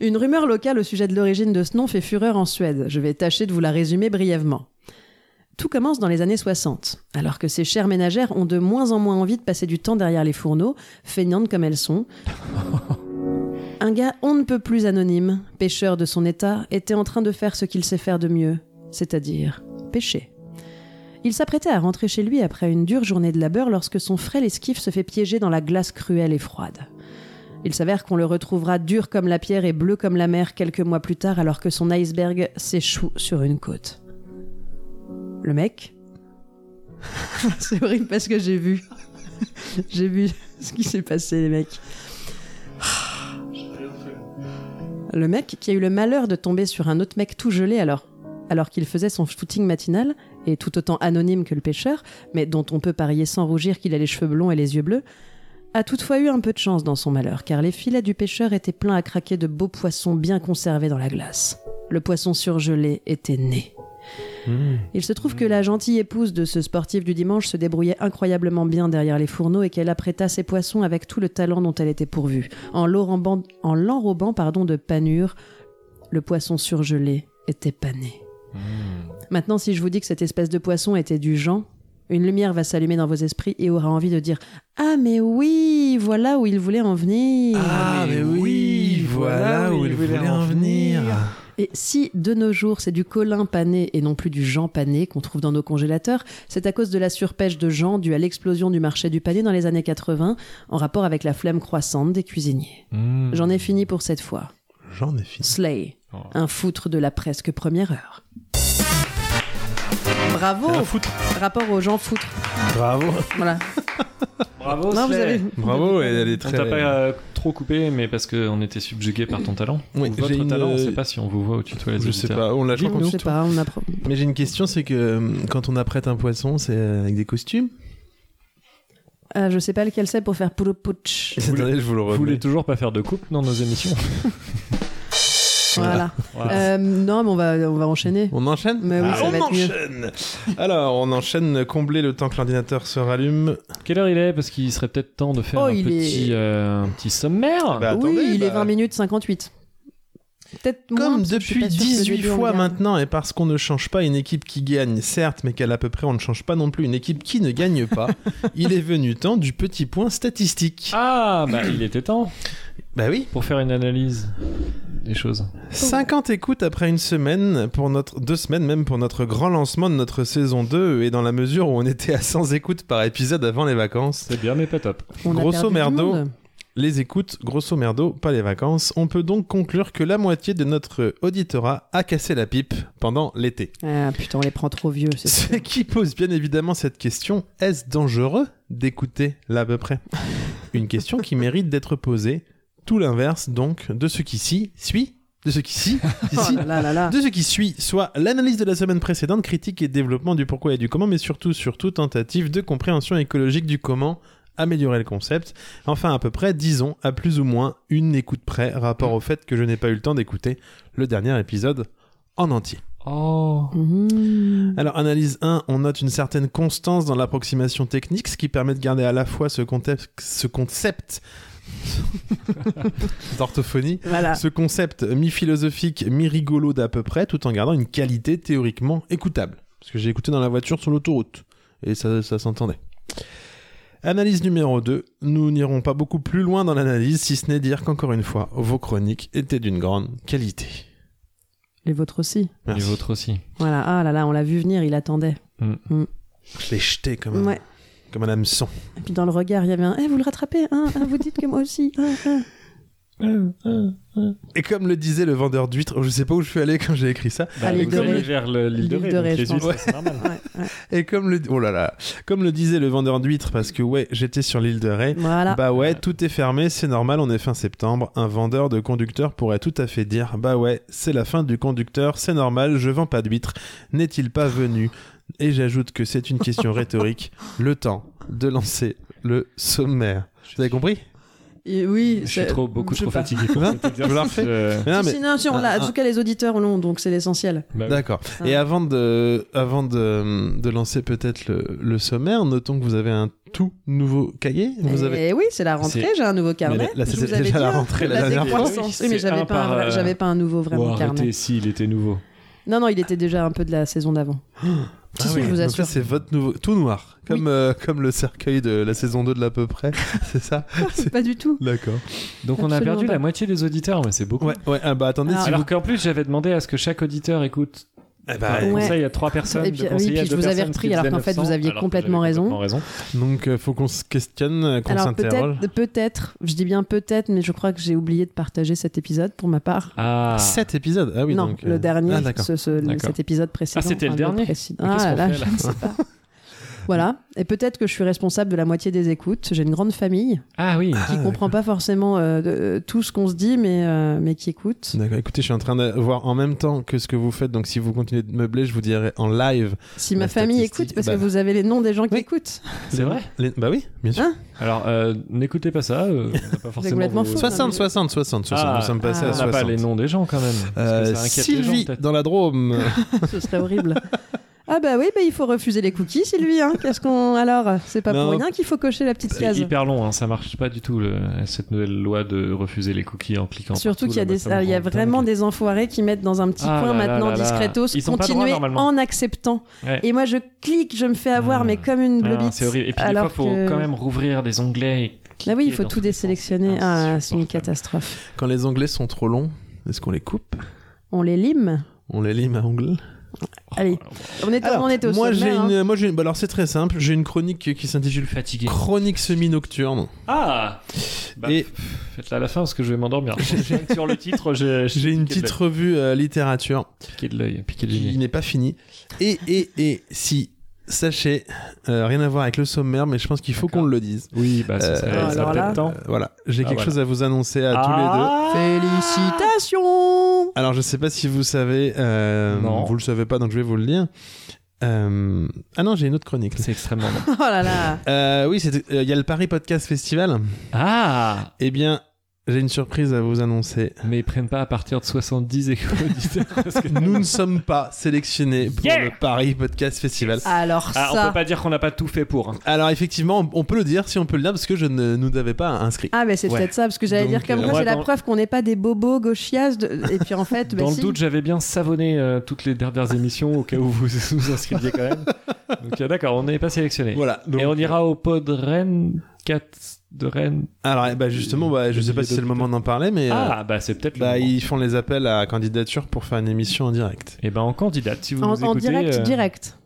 Une rumeur locale au sujet de l'origine de ce nom fait fureur en Suède. Je vais tâcher de vous la résumer brièvement. Tout commence dans les années 60, alors que ces chères ménagères ont de moins en moins envie de passer du temps derrière les fourneaux, feignantes comme elles sont. Un gars on ne peut plus anonyme, pêcheur de son état, était en train de faire ce qu'il sait faire de mieux, c'est-à-dire pêcher. Il s'apprêtait à rentrer chez lui après une dure journée de labeur lorsque son frêle esquif se fait piéger dans la glace cruelle et froide. Il s'avère qu'on le retrouvera dur comme la pierre et bleu comme la mer quelques mois plus tard alors que son iceberg s'échoue sur une côte. Le mec C'est horrible parce que j'ai vu. j'ai vu ce qui s'est passé les mecs. Le mec qui a eu le malheur de tomber sur un autre mec tout gelé alors, alors qu'il faisait son shooting matinal, et tout autant anonyme que le pêcheur, mais dont on peut parier sans rougir qu'il a les cheveux blonds et les yeux bleus, a toutefois eu un peu de chance dans son malheur, car les filets du pêcheur étaient pleins à craquer de beaux poissons bien conservés dans la glace. Le poisson surgelé était né. Il se trouve que la gentille épouse de ce sportif du dimanche se débrouillait incroyablement bien derrière les fourneaux et qu'elle apprêta ses poissons avec tout le talent dont elle était pourvue, en l'enrobant, en l'enrobant, pardon, de panure. Le poisson surgelé était pané. Maintenant, si je vous dis que cette espèce de poisson était du Jean, une lumière va s'allumer dans vos esprits et aura envie de dire Ah, mais oui, voilà où il voulait en venir.
Ah, mais oui, voilà où il voulait en venir.
Et si de nos jours c'est du colin pané et non plus du Jean pané qu'on trouve dans nos congélateurs, c'est à cause de la surpêche de Jean due à l'explosion du marché du pané dans les années 80 en rapport avec la flemme croissante des cuisiniers.
Mmh.
J'en ai fini pour cette fois.
J'en ai fini.
Slay,
Oh.
un foutre de la presque première heure. Bravo
Un foutre.
Rapport aux gens foutre.
Bravo.
Voilà.
Bravo,
Non, vous
Slay.
avez...
Bravo, elle, elle est
On
très.
t'a pas euh, trop coupé, mais parce qu'on était subjugué par ton talent.
Oui,
Ou
j'ai
votre
une,
talent, on
euh,
sait pas si on vous voit ou tu les
Je sais pas, on l'a je crois qu'on se
Je sais pas, on apprend.
Mais j'ai une question, c'est que euh, quand on apprête un poisson, c'est euh, avec des costumes
Ah, je sais pas lequel c'est pour faire pouloupouch.
Vous voulez-
Attendez, je vous le
Vous voulez
remets.
toujours pas faire de coupe dans nos émissions
Voilà.
Voilà.
Euh, non, mais on va, on va enchaîner.
On enchaîne
Mais Bah oui,
Ah,
ça
On
va être mieux.
enchaîne Alors, on enchaîne, combler le temps que l'ordinateur se rallume.
Quelle heure il est Parce qu'il serait peut-être temps de faire
Oh,
un,
il
petit,
est-
euh, un petit sommaire.
Bah,
oui,
attendez,
il est
bah.
20 minutes 58. Peut-être moins,
Comme
parce que je suis
depuis
pas sûre que le
18
début, on
fois
regarde.
maintenant, et parce qu'on ne change pas une équipe qui gagne, certes, mais qu'à l'à peu près on ne change pas non plus une équipe qui ne gagne pas, il est venu temps du petit point statistique.
Ah, bah il était temps
Bah oui
pour faire une analyse des choses.
50 écoutes après une semaine, pour notre, deux semaines même pour notre grand lancement de notre saison 2, et dans la mesure où on était à 100 écoutes par épisode avant les vacances,
C'est bien, mais pas top.
On a
Grosso
perdu du
merdo.
monde.
les écoutes, grosso merdo, pas les vacances, on peut donc conclure que la moitié de notre auditorat a cassé la pipe pendant l'été.
Ah putain, on les prend trop vieux. c'est
Ce
sûr.
qui pose bien évidemment cette question, est-ce dangereux d'écouter là à peu près Une question qui mérite d'être posée, tout l'inverse donc de ce qui s'y suit, de ce qui s'y,
Oh
ici,
là là là là.
de ce qui suit, soit l'analyse de la semaine précédente, critique et développement du pourquoi et du comment, mais surtout, surtout tentative de compréhension écologique du comment améliorer le concept. Enfin, à peu près, disons, à plus ou moins une écoute près, rapport au fait que je n'ai pas eu le temps d'écouter le dernier épisode en entier.
Oh.
Mhm.
Alors, analyse 1, on note une certaine constance dans l'approximation technique, ce qui permet de garder à la fois ce contexte, ce concept d'orthophonie
Voilà.
ce concept mi-philosophique, mi-rigolo d'à peu près, tout en gardant une qualité théoriquement écoutable. Parce que j'ai écouté dans la voiture sur l'autoroute. Et ça, ça s'entendait. Analyse numéro 2. Nous n'irons pas beaucoup plus loin dans l'analyse, si ce n'est dire qu'encore une fois, vos chroniques étaient d'une grande qualité.
Les vôtres aussi.
Et
Merci.
votre aussi.
Voilà. Ah là là, on l'a vu venir, il attendait.
Je l'ai jeté comme un,
Ouais.
comme un hameçon.
Et puis dans le regard, il y avait un. Eh, vous le rattrapez. hein, hein, vous dites que moi aussi. hein, hein.
Et comme le disait le vendeur d'huîtres, je sais pas où je suis allé quand j'ai écrit ça,
Bah,
l'île
vous
de
allez
Ré.
vers le- l'île de
L'île
Ré.
de
donc
Ré,
les
je pense.
huîtres, c'est normal.
Ouais, ouais.
et comme le, oh là là, comme le disait le vendeur d'huîtres, parce que ouais, j'étais sur l'île de Ré,
Voilà.
Bah ouais, tout est fermé, c'est normal, on est fin septembre. Un vendeur de conducteur pourrait tout à fait dire Bah ouais, c'est la fin du conducteur, c'est normal, je vends pas d'huîtres. N'est-il pas venu Et j'ajoute que c'est une question rhétorique. Le temps de lancer le sommaire. Vous avez compris
Et oui.
Je
c'est-
suis trop, beaucoup
je sais
trop
pas.
fatigué pour
Hein
cet exercice.
Je vous la refais
Euh,
Mais non,
Si,
mais-
si, non, si, on l'a.
Ah,
En tout cas, les auditeurs l'ont, donc c'est l'essentiel.
bah,
D'accord.
Ah.
Et avant de, avant de, de lancer peut-être le, le sommaire, notons que vous avez un tout nouveau cahier. Vous
Et
avez...
oui, c'est la rentrée. J'ai un nouveau carnet.
là,
Je
c'était
vous avais
déjà
dit,
la
hein,
rentrée la dernière fois.
décroissance.
Oui,
Oui, mais
c'est un
j'avais pas, un
par,
vrai-
euh,
j'avais pas un nouveau
ou
vraiment carnet.
arrêtez, si, il était nouveau.
Non, non, il était déjà un peu de la saison d'avant. Si, si,
Ah oui.
je vous
Donc
assure.
là, c'est votre nouveau. Tout noir. Comme, euh, comme le cercueil de la saison 2 de l'à peu près. c'est ça c'est-
Ah, Pas du tout.
D'accord.
Donc on a
Absolument
perdu
pas.
la moitié des auditeurs, mais c'est beaucoup.
Ouais, ouais, ah bah attendez,
Ah,
si
Alors
vous...
qu'en plus, j'avais demandé à ce que chaque auditeur écoute
Eh
Enfin,
bah,
de
Ouais.
conseil à trois personnes.
Et puis-
de
oui,
conseiller
puis
à
je
deux
vous avais
personnes
repris
qui
alors
faisaient
qu'en fait, vous
900,
aviez
alors que
complètement
j'avais
raison.
complètement raison.
Donc euh, faut qu'on se questionne, euh, qu'on
Alors
s'interroge.
peut-être, peut-être, je dis bien peut-être, mais je crois que j'ai oublié de partager cet épisode pour ma part.
Ah,
Sept épisodes. Ah oui,
non,
donc, euh,
le dernier,
Ah d'accord.
ce- ce- le-
D'accord.
cet épisode précédent.
Ah, c'était le
enfin,
dernier
précédent.
Mais qu'est-ce
Ah
qu'on
là,
fait, là
je ne sais pas. Voilà, et peut-être que je suis responsable de la moitié des écoutes. J'ai une grande famille
ah oui.
Ah,
qui ne comprend pas forcément euh, de- euh, tout ce qu'on se dit, mais, euh, mais qui écoute.
D'accord, écoutez, je suis en train de voir en même temps que ce que vous faites, donc si vous continuez de meubler, je vous dirai en live.
Si
La
ma famille
statistique,
écoute, parce
bah-
que vous avez les noms des gens qui
Oui.
écoutent.
C'est vrai
Les- Bah oui, bien sûr.
Hein
Alors, euh, n'écoutez pas ça. euh, on n'a pas forcément
complètement
vos-
fou. hein.
60, 60, 60, 60.
Ah,
Nous sommes passés
ah.
à
On n'a
60.
pas les noms des gens quand même. parce que
Euh,
ça inquiète les gens,
Sylvie,
peut-être.
dans la Drôme.
ce serait horrible. Ah bah oui, bah il faut refuser les cookies, Sylvie. Hein. Qu'est-ce qu'on alors C'est pas
Non.
pour rien qu'il faut cocher la petite
C'est
case.
hyper long, hein, ça marche pas du tout le- cette nouvelle loi de refuser les cookies en cliquant.
Surtout
partout,
qu'il y a,
là,
des,
ça me
ah, il y a
rend
vraiment
dingue.
des enfoirés qui mettent dans un petit
Ah
coin
là là
maintenant
là là.
discretos,
Ils ont pas le droit,
continuer
normalement.
en acceptant.
Ouais.
Et moi je clique, je me fais avoir,
Ah.
mais comme une
Ah,
blobite.
C'est horrible. Et puis
alors
des fois, faut
que-
quand même rouvrir des onglets. Et
Ah oui, il
cliquer
faut
dans
tout
tous les sens.
désélectionner.
Ah,
Ah, c'est une
insupportable.
catastrophe.
Quand les onglets sont trop longs, est-ce qu'on les coupe
On les lime
On les lime à ongles.
Allez, on est,
Alors,
on est au
moi, j'ai
sommaire, hein.
une, moi, j'ai une- bah, alors, c'est très simple. J'ai une chronique qui s'intitule
Fatigué.
Chronique semi-nocturne.
Ah Bah,
Et-
pff, Faites-la à la fin parce que je vais m'endormir. Sur le titre, j'ai
J'ai une petite revue euh, littérature
Piqué de l'œil, piqué de
qui
l'œil.
n'est pas finie. Et, et, et, si, sachez, euh, rien à voir avec le sommaire, mais je pense qu'il faut
D'accord.
qu'on le dise.
Oui, bah ça,
Euh,
ça,
alors
ça pète
là-
tant.
Euh, voilà, j'ai
Ah,
quelque
voilà. Ah
chose à vous annoncer à tous les deux.
Félicitations
Félicitations
Alors, je sais pas si vous savez, euh,
Non.
vous le savez pas, donc je vais vous le dire. Euh, ah non, j'ai une autre chronique.
C'est extrêmement bon.
Oh là là
Euh, oui, c'est- euh, il y a le Paris Podcast Festival.
Ah
Eh bien, j'ai une surprise à vous annoncer.
Mais ils prennent pas à partir de 70 échos auditeurs, parce que-
Nous ne sommes pas sélectionnés pour
Yeah
le Paris Podcast Festival.
Alors
Ah, on
ça
peut pas dire qu'on n'a pas tout fait pour. hein.
Alors effectivement, on- on peut le dire si on peut le dire parce que je ne nous avais pas inscrit.
Ah mais c'est
Ouais.
peut-être ça, parce que j'allais
Donc,
dire comme
euh,
quoi
moi,
c'est la
dans-
preuve qu'on n'est pas des bobos gauchias, de- et puis en fait, bah
Dans
si.
le doute, j'avais bien savonné euh, toutes les dernières émissions au cas où vous vous inscriviez quand même. Donc euh, d'accord, on n'est pas sélectionné.
Voilà. donc-
Et on ira au pod Rennes 4 de Rennes.
Alors eh ben, justement, bah, je sais pas si c'est le moment d'en parler, mais euh,
Ah bah c'est peut-être le
bah,
moment.
ils font les appels à candidature pour faire une émission en direct.
Eh ben en candidate, si vous
en,
nous
en
écoutez.
direct,
euh,
direct.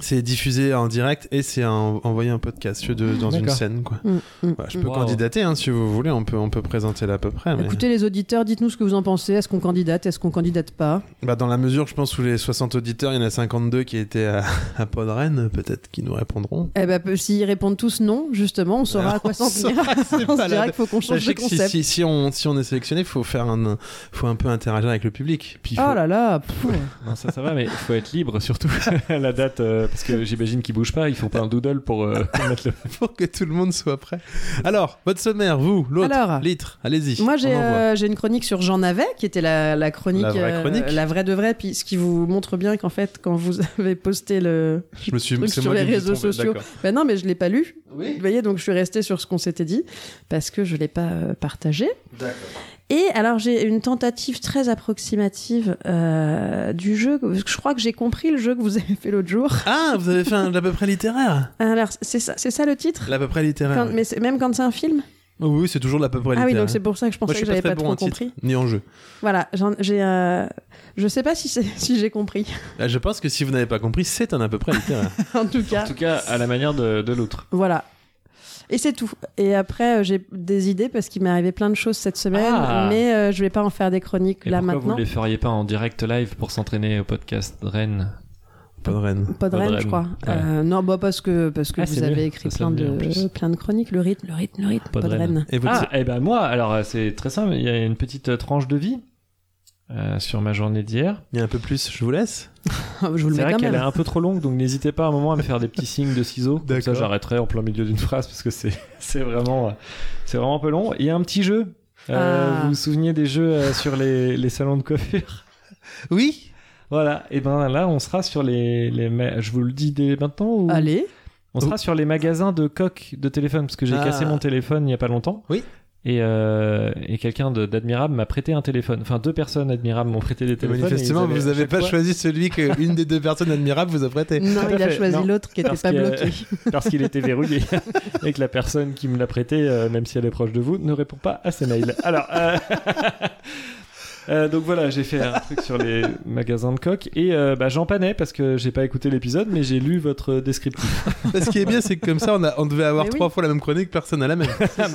C'est diffusé en direct et c'est en- envoyé un podcast sur deux- dans une
D'accord.
scène. Quoi.
Mm, mm,
Voilà, je
mm.
peux
Wow.
candidater hein, si vous voulez, on peut, on peut présenter là à peu près. mais-
Écoutez les auditeurs, dites-nous ce que vous en pensez, est-ce qu'on candidate, est-ce qu'on candidate pas
Bah, dans la mesure, je pense, où les 60 auditeurs, il y en a 52 qui étaient à, à Podren, peut-être qui nous répondront.
Eh ben, peu- s'ils répondent tous non, justement, on saura à quoi s'en
on
tenir.
saura que c'est
on
pas
se
la-
dira qu'il faut qu'on change de
Sachez que si,
concept.
si- si on, si on est sélectionné, il faut, faire un- faut un peu interagir avec le public. Puis il faut-
Oh là là pff.
Non, ça, ça va, mais il faut être libre surtout à la date, euh, parce que j'imagine qu'ils bougent pas, ils font pas un doodle pour euh, mettre le.
pour que tout le monde soit prêt. Alors, votre sommaire, vous, l'autre,
Alors.
litre, allez-y.
Moi,
on
j'ai
envoie.
euh, j'ai une chronique sur Jean Navet, qui était la, la chronique, euh,
La vraie chronique.
la vraie de vraie, puis ce qui vous montre bien qu'en fait, quand vous avez posté le,
je me suis
truc
c'est
sur
moi qui
les
me
réseaux
suis trompé,
sociaux.
d'accord.
Ben non, mais je l'ai pas lu. Vous voyez, donc je suis restée sur ce qu'on s'était dit parce que je l'ai pas euh, partagé. Et alors j'ai une tentative très approximative euh, du jeu. parce que Je crois que j'ai compris le jeu que vous avez fait l'autre jour.
Ah, vous avez fait un à peu près littéraire.
Alors c'est ça, c'est ça le titre.
L'à peu près littéraire.
Quand-
oui. Oh
mais c'est- même quand c'est un film.
Oui, oui, c'est toujours l'à peu près
Ah oui,
littéraire.
donc c'est pour ça que je pensais
Moi, je
que
suis pas très
j'avais pas,
bon
trop
en titre,
compris.
ni en jeu.
Voilà, j'en- j'ai, euh, je sais pas si c'est- si j'ai compris.
Ah, Je pense que si vous n'avez pas compris, c'est un à peu près littéraire.
en tout cas,
En tout cas, à la manière de, de l'autre.
Voilà. Et c'est tout. Et après, euh, j'ai des idées parce qu'il m'est arrivé plein de choses cette semaine,
Ah.
mais euh, je vais pas en faire des chroniques
Et
là
pourquoi
maintenant.
vous les feriez pas en direct live pour s'entraîner au podcast Rennes
Podren.
Pas de
Pas de
reine,
reine.
je crois.
Ouais.
Euh, non, bah parce que parce que
Ah,
vous
c'est
avez
mieux.
écrit
Ça
plein
sonne mieux, en
de
plus.
plein de chroniques, le rythme, le rythme, le rythme, pas, de reine.
Et votre-
Ah, et ben moi, alors euh, c'est très simple, il y a une petite euh, tranche de vie euh, sur ma journée d'hier.
Il y a un peu plus, je vous laisse.
Ah, Je vous le
C'est
mets
vrai
quand
qu'elle est
même.
un peu trop longue, donc n'hésitez pas à un moment à me faire des petits signes de ciseaux. Comme ça,
D'accord.
j'arrêterai en plein milieu d'une phrase parce que c'est c'est vraiment, euh, c'est vraiment un peu long. Il y a un petit jeu. Euh,
Ah.
Vous vous souvenez des jeux euh, sur les, les salons de coiffure
Oui
Voilà, et ben là, on sera sur les. les ma- je vous le dis dès maintenant ou...
Allez,
On sera sur les magasins de coques de téléphone parce que j'ai
Ah.
cassé mon téléphone il y a pas longtemps.
Oui.
Et, euh, et quelqu'un de- d'admirable m'a prêté un téléphone. Enfin, deux personnes admirables m'ont prêté des téléphones. et
Manifestement,
ils avaient
vous
à
n'avez
chaque
pas
fois-
choisi celui que une des deux personnes admirables vous a prêté.
non,
à
il a
fait.
choisi
Non.
l'autre qui était
Parce
pas
que-
bloqué.
parce qu'il était verrouillé et que la personne qui me l'a prêté, euh, même si elle est proche de vous, ne répond pas à ses mails. Alors, euh, euh, donc voilà, j'ai fait un truc sur les magasins de coques et euh, bah, j'en panais parce que j'ai pas écouté l'épisode, mais j'ai lu votre descriptif.
Parce ce qui est bien, c'est que comme ça, on, a- on devait avoir
Mais oui.
trois fois la même chronique, personne n'a la même.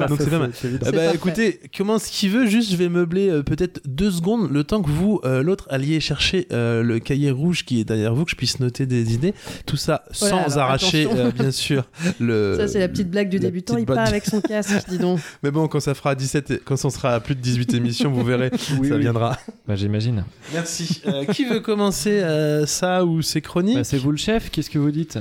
Donc c'est pas mal.
évident.
Ah bah
parfait.
écoutez, comment ce qu'il veut, juste je vais meubler euh, peut-être deux secondes le temps que vous, euh, l'autre, alliez chercher euh, le cahier rouge qui est derrière vous, que je puisse noter des idées. Tout ça
Voilà,
sans
alors,
arracher,
Oh attention.
euh, bien sûr,
euh,
le.
Ça c'est la petite blague du
la
débutant.
petite
Il part
botte.
avec son casque, dis donc.
Mais bon, quand ça fera 17, et- quand on sera à plus de 18 émissions, vous verrez,
Oui,
ça
oui.
viendra.
Bah, j'imagine.
Merci. Euh, qui veut commencer euh, ça ou ses chroniques
Bah, c'est vous le chef, qu'est-ce que vous dites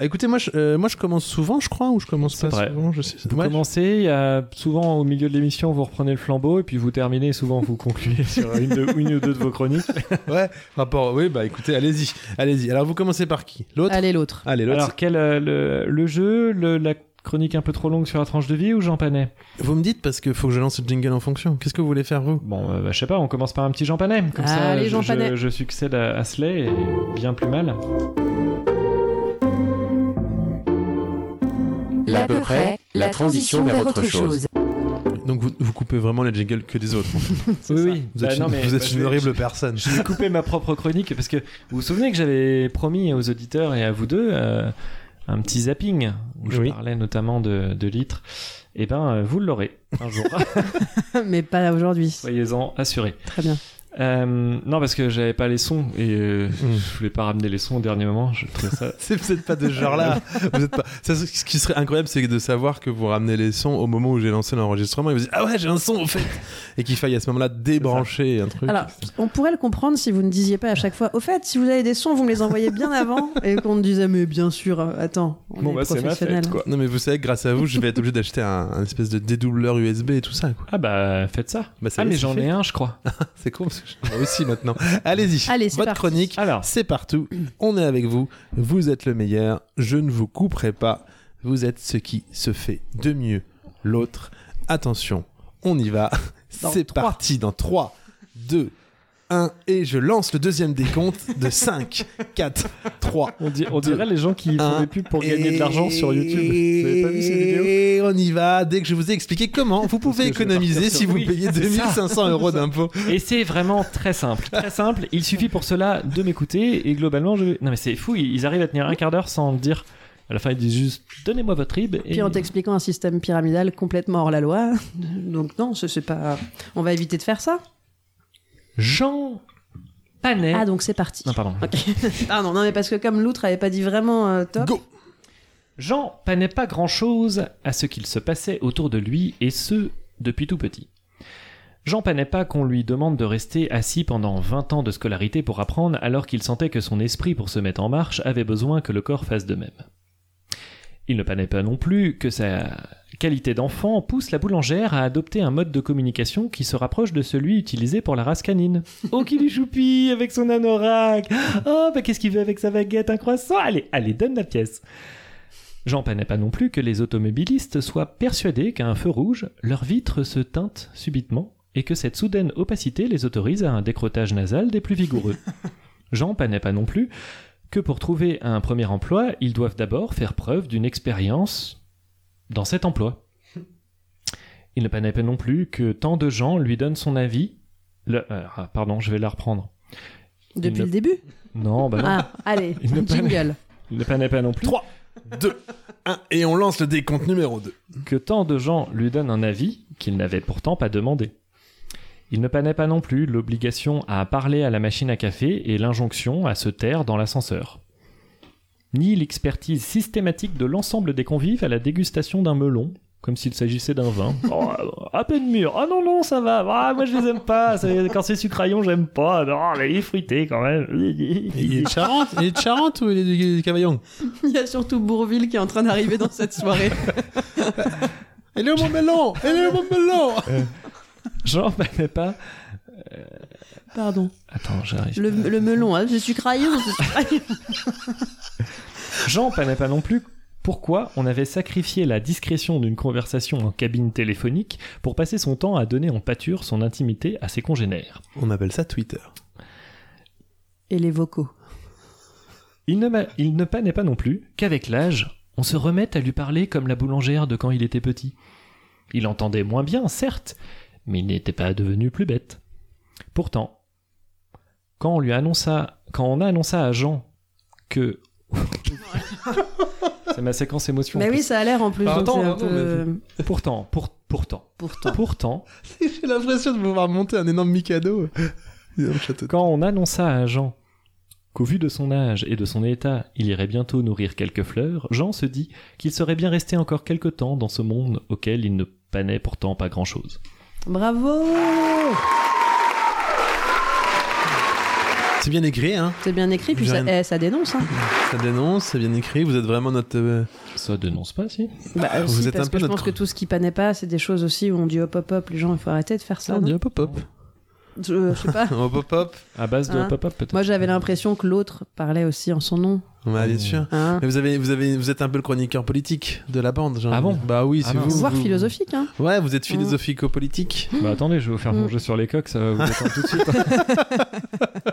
Écoutez, moi je, euh, moi je commence souvent, je crois, ou je commence
C'est
pas
vrai.
souvent, je sais.
Vous
Ouais,
commencez, il y a- souvent au milieu de l'émission, vous reprenez le flambeau et puis vous terminez, souvent vous concluez sur
euh,
une, de- une ou deux de vos chroniques.
ouais, rapport. Oui, bah écoutez, allez-y, allez-y. Alors vous commencez par qui L'autre
Allez l'autre.
Allez, l'autre.
Alors, quel, euh, le, le jeu, le- la chronique un peu trop longue sur la tranche de vie ou Jean Panet
Vous me dites parce que faut que je lance le jingle en fonction. Qu'est-ce que vous voulez faire vous
Bon, euh, bah, je sais pas, on commence par un petit Jean Panet. Comme ça,
Allez,
je-
Jean
je,
Panet.
je succède à, à Slay, et bien plus mal.
L'à peu près, la transition vers autre chose.
Donc vous, vous, coup- peut vraiment les jingles que des autres.
Oui, oui.
Vous êtes
Bah,
une,
non, mais-
vous êtes
bah, je
une
vais-
horrible personne.
Je vais couper ma propre chronique parce que vous vous souvenez que j'avais promis aux auditeurs et à vous deux euh, un petit zapping où je
Oui.
parlais notamment de, de litres. Eh ben, euh, vous l'aurez un jour.
mais pas aujourd'hui.
Soyez-en assurés.
Très bien.
Euh, non, parce que j'avais pas les sons et euh,
Hmm.
je voulais pas ramener les sons au dernier moment. Je trouvais ça.
C'est vous êtes pas de ce genre-là. vous êtes pas. Ça, ce ce qui serait incroyable, c'est de savoir que vous ramenez les sons au moment où j'ai lancé l'enregistrement et vous dites ah ouais j'ai un son au fait et qu'il faille à ce moment-là débrancher un truc.
Alors, on pourrait le comprendre si vous ne disiez pas à chaque fois. Au fait, si vous avez des sons, vous me les envoyez bien avant et qu'on ne disait mais bien sûr, euh, attends, on
Bon,
est
bah, c'est ma
professionnel.
fête, quoi.
Non mais vous savez que grâce à vous, je vais être obligé d'acheter un, un espèce de dédoubleur USB et tout ça. Quoi.
Ah bah faites ça.
Bah, ça
ah
y est,
mais
c'est
j'en
fait.
ai un, je crois.
C'est con parce que j'en ai aussi maintenant. Allez-y.
Allez, c'est
Votre
parti.
chronique.
Alors,
C'est partout. On est avec vous. Vous êtes le meilleur. Je ne vous couperai pas. Vous êtes ce qui se fait de mieux. L'autre. Attention. On y va.
Dans
C'est
trois.
parti dans 3, 2, 1. Et je lance le deuxième décompte de 5, 4, 3.
on, di- on dirait les gens qui font
Un.
des pubs pour gagner de l'argent sur YouTube. Vous avez pas vu ces vidéos
Et on y va. Dès que je vous ai expliqué comment vous pouvez
Parce que je vais
économiser
partir sur-
si vous
Oui,
payez 2500 euros d'impôts.
Et c'est vraiment très simple, très simple. Il suffit pour cela de m'écouter et globalement, je... non mais c'est fou, ils arrivent à tenir un quart d'heure sans le dire. À la fin, ils disent juste donnez-moi votre rib. Et...
Puis en t'expliquant un système pyramidal complètement hors la loi. Donc non, ce- c'est pas. On va éviter de faire ça.
Jean Panet.
Ah donc c'est parti.
Non pardon.
Ah non, non mais parce que comme l'outre avait pas dit vraiment euh, top.
Go.
Jean panait pas grand-chose à ce qu'il se passait autour de lui, et ce, depuis tout petit. Jean panait pas qu'on lui demande de rester assis pendant 20 ans de scolarité pour apprendre, alors qu'il sentait que son esprit, pour se mettre en marche, avait besoin que le corps fasse de même. Il ne panait pas non plus que sa qualité d'enfant pousse la boulangère à adopter un mode de communication qui se rapproche de celui utilisé pour la race canine. Oh, qu'il est choupi avec son anorak Oh, bah qu'est-ce qu'il veut avec sa baguette, un croissant Allez, allez, donne la pièce J'en peinais pas non plus que les automobilistes soient persuadés qu'à un feu rouge, leurs vitres se teintent subitement et que cette soudaine opacité les autorise à un décrotage nasal des plus vigoureux. J'en peinais pas non plus que pour trouver un premier emploi, ils doivent d'abord faire preuve d'une expérience dans cet emploi. Il ne peinait pas non plus que tant de gens lui donnent son avis. Le- euh, ah, pardon, je vais la reprendre.
Depuis
Il
le début.
Non, bah non.
Ah allez,
Il ne parlait-
jingle.
Il ne peinait pas non plus.
3, 2, 1. Et on lance le décompte numéro 2.
que tant de gens lui donnent un avis qu'ils n'avaient pourtant pas demandé. Il ne panait pas non plus l'obligation à parler à la machine à café et l'injonction à se taire dans l'ascenseur. Ni l'expertise systématique de l'ensemble des convives à la dégustation d'un melon, comme s'il s'agissait d'un vin. Oh, à peine mûr. Ah non, non, ça va. Ah, moi, je les aime pas. C'est- Quand c'est sucraillon, j'aime pas. Non, mais il est fruité quand même.
Il est de Charente, il est de Charente ou il est du- du Cavaillon
Il y a surtout Bourville qui est en train d'arriver dans cette soirée.
Il est au Mont-Bellon Il est au Mont-Bellon
J'en panais pas.
Pardon.
Attends, j'arrive.
Le, le melon, hein, c'est sucrailleux. c'est sucrailleux.
Jean panait pas non plus pourquoi on avait sacrifié la discrétion d'une conversation en cabine téléphonique pour passer son temps à donner en pâture son intimité à ses congénères.
On appelle ça Twitter.
Et les vocaux.
Il ne, ma- il ne panait pas non plus qu'avec l'âge, on se remette à lui parler comme la boulangère de quand il était petit. Il entendait moins bien, certes, mais il n'était pas devenu plus bête. Pourtant, quand on lui annonça, quand on annonça à Jean que... C'est ma séquence émotion. en
Mais
plus.
oui, ça a l'air en plus.
Bah,
donc
attends,
c'est un
attends,
peu-
Pourtant, pour, pourtant,
Pourtant.
Pourtant,
J'ai l'impression de pouvoir monter un énorme Mikado.
quand on annonça à Jean qu'au vu de son âge et de son état, il irait bientôt nourrir quelques fleurs, Jean se dit qu'il serait bien resté encore quelque temps dans ce monde auquel il ne panait pourtant pas grand-chose.
Bravo
C'est bien écrit, hein
C'est bien écrit, puis
J'ai
ça,
rien-
eh, ça dénonce. Hein.
Ça dénonce, c'est bien écrit. Vous êtes vraiment notre. euh,
Ça dénonce pas, si
Bah, euh,
Vous
si,
êtes
parce
un
que
peu
je
notre-
pense que tout ce qui panait pas, c'est des choses aussi où on dit hop hop hop, les gens, il faut arrêter de faire ça.
on Oh,
non
dit hop hop hop.
je, je sais pas.
Hop hop hop.
À base de
Hein
pop-up, peut-être.
Moi, j'avais l'impression que l'autre parlait aussi en son nom.
Ouais, bien sûr.
Hein.
Mais vous, avez, vous, avez, vous êtes un peu le chroniqueur politique de la bande, genre.
Ah bon
Bah oui,
Ah
c'est
mince.
vous.
Voire
vous-
philosophique. Hein.
Ouais, vous êtes philosophico-politique.
Bah attendez, je vais vous faire
Mm.
mon jeu sur les coques, ça va vous détendre tout de suite. hein.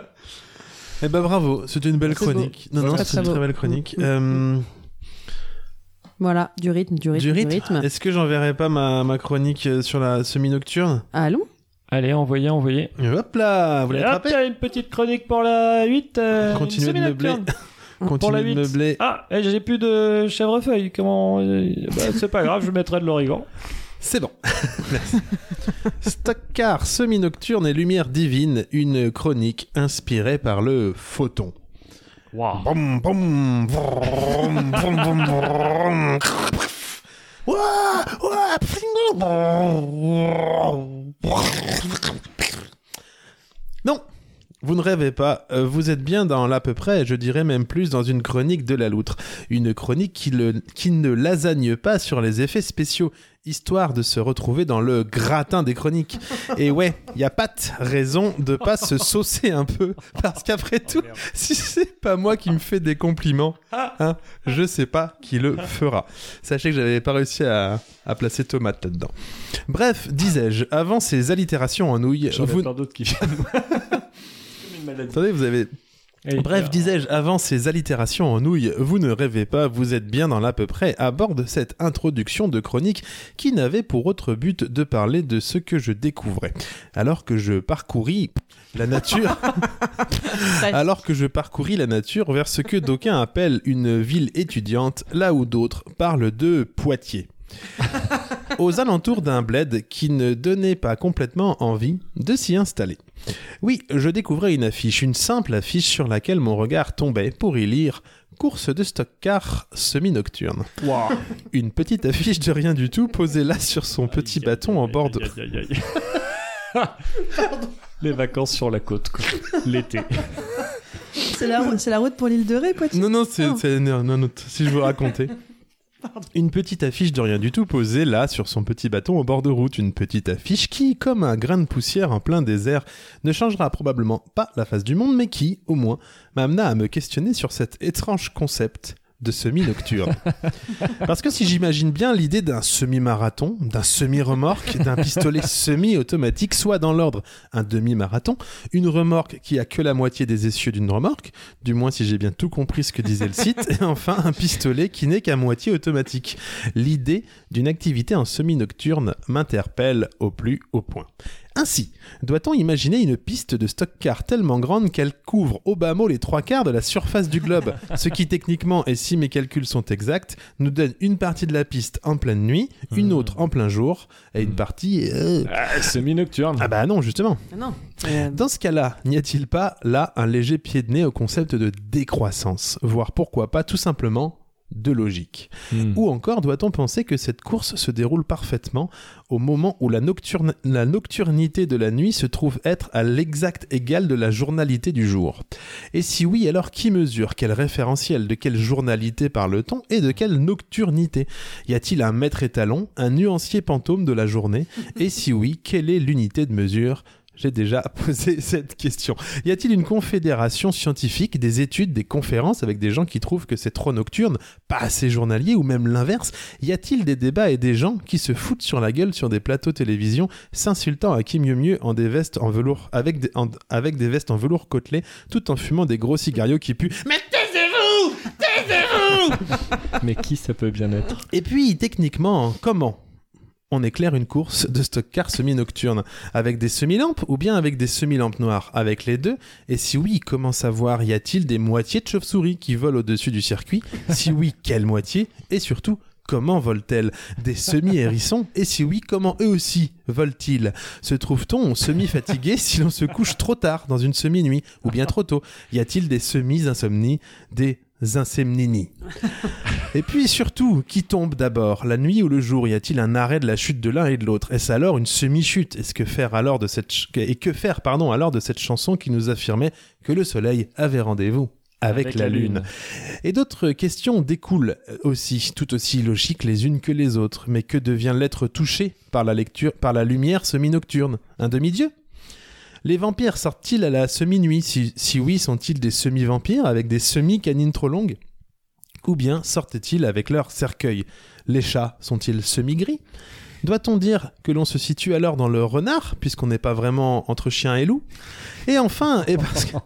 Eh ben bravo, c'était une belle
C'est beau.
chronique. Non, non,
Très,
c'était
très
Mm.
une très
beau.
belle chronique. Euh,
Voilà, du rythme, du rythme,
du rythme.
rythme.
Est-ce que j'enverrai pas ma, ma chronique euh, sur la semi-nocturne
Ah, Allons
Allez, envoyez, envoyez.
Et Hop là, vous l'avez
Hop,
attrapé
t'as une petite chronique pour la 8. euh, une
Continuez de meubler.
semi-nocturne. Pour la
Continuez de
huit.
meubler.
Ah, eh, j'ai plus de chèvrefeuille. Comment euh, bah, C'est pas grave, je mettrai de l'origan.
C'est bon. Merci. Stockcar, semi-nocturne et lumière divine, une chronique inspirée par le photon.
Waouh.
Brum, brum, brum, brum, brum, brum. Ouah, ouah, pfing, brum, brum. Non, vous ne rêvez pas, euh, vous êtes bien dans l'à peu près, je dirais même plus dans une chronique de la loutre. Une chronique qui, le- qui ne lasagne pas sur les effets spéciaux, histoire de se retrouver dans le gratin des chroniques. Et ouais, il y a pas de raison de pas se saucer un peu, parce qu'après tout, si c'est pas moi qui me fais des compliments, hein, je sais pas qui le fera. Sachez que j'avais pas réussi à, à placer tomate là-dedans. Bref, disais-je, avant ces allitérations en nouilles,
J'en ai
vous...
plein d'autres qui viennent. Comme une maladie.
Attendez, vous avez
Et-
Bref, disais-je, avant ces allitérations en nouilles, vous ne rêvez pas, vous êtes bien dans l'à peu près à bord de cette introduction de chronique qui n'avait pour autre but de parler de ce que je découvrais. Alors que je parcouris la nature, alors que je parcouris la nature vers ce que d'aucuns appellent une ville étudiante, là où d'autres parlent de Poitiers. Aux alentours d'un bled qui ne donnait pas complètement envie de s'y installer. Oui, je découvrais une affiche, une simple affiche sur laquelle mon regard tombait pour y lire Course de stock-car semi-nocturne.
Waouh.
Une petite affiche de rien du tout posée là sur son petit
Aïe,
bâton
aïe,
en
aïe,
bord de.
aïe, aïe, aïe, aïe. Les vacances sur la côte, quoi. L'été.
C'est la, c'est la route pour l'île de Ré, Poitiers
Non, non, c'est.
Ah.
c'est- Non, non, non, si je vous racontais. Une petite affiche de rien du tout posée là sur son petit bâton au bord de route. Une petite affiche qui, comme un grain de poussière en plein désert, ne changera probablement pas la face du monde, mais qui, au moins, m'amena à me questionner sur cet étrange concept de semi-nocturne. Parce que si j'imagine bien l'idée d'un semi-marathon, d'un semi-remorque, d'un pistolet semi-automatique, soit dans l'ordre un demi-marathon, une remorque qui a que la moitié des essieux d'une remorque, du moins si j'ai bien tout compris ce que disait le site, et enfin un pistolet qui n'est qu'à moitié automatique. L'idée d'une activité en semi-nocturne m'interpelle au plus haut point. Ainsi, doit-on imaginer une piste de stock-car tellement grande qu'elle couvre au bas mot les trois quarts de la surface du globe Ce qui techniquement, et si mes calculs sont exacts, nous donne une partie de la piste en pleine nuit, une autre en plein jour, et une partie... euh,
Ah, Semi-nocturne.
Ah bah non, justement
Ah Non. Euh,
dans ce cas-là, n'y a-t-il pas là un léger pied de nez au concept de décroissance, voire pourquoi pas tout simplement de logique
Hmm.
Ou encore doit-on penser que cette course se déroule parfaitement au moment où la, nocturne- la nocturnité de la nuit se trouve être à l'exact égal de la journalité du jour Et si oui, alors qui mesure Quel référentiel De quelle journalité parle-t-on Et de quelle nocturnité Y a-t-il un maître étalon Un nuancier pantôme de la journée Et si oui, quelle est l'unité de mesure j'ai déjà posé cette question. Y a-t-il une confédération scientifique, des études, des conférences avec des gens qui trouvent que c'est trop nocturne, pas assez journalier ou même l'inverse Y a-t-il des débats et des gens qui se foutent sur la gueule sur des plateaux télévision, s'insultant à qui mieux mieux en des vestes en velours avec des, en- avec des vestes en velours côtelé, tout en fumant des gros cigarios qui puent
Mais qui ça peut bien être
Et puis, techniquement, comment on éclaire une course de stock-car semi-nocturne Avec des semi-lampes ou bien avec des semi-lampes noires Avec les deux Et si oui, comment savoir Y a-t-il des moitiés de chauves-souris qui volent au-dessus du circuit Si oui, quelle moitié Et surtout, comment volent-elles Des semi-hérissons Et si oui, comment eux aussi volent-ils Se trouve-t-on semi-fatigué si l'on se couche trop tard dans une semi-nuit Ou bien trop tôt Y a-t-il des semi-insomnies Des insomnies et puis surtout, qui tombe d'abord La nuit ou le jour Y a-t-il un arrêt de la chute de l'un et de l'autre Est-ce alors une semi-chute Est-ce que faire alors de cette ch- et que faire pardon alors de cette chanson qui nous affirmait que le soleil avait rendez-vous avec, la, lune. Et d'autres questions découlent euh, aussi, tout aussi logiques les unes que les autres. Mais que devient l'être touché par la lecture, par la lumière semi-nocturne Un demi-dieu les vampires sortent-ils à la semi-nuit si, si oui, sont-ils des semi-vampires avec des semi-canines trop longues Ou bien sortent-ils avec leur cercueil Les chats sont-ils semi-gris Doit-on dire que l'on se situe alors dans le renard, puisqu'on n'est pas vraiment entre chien et loup Et enfin, et parce que...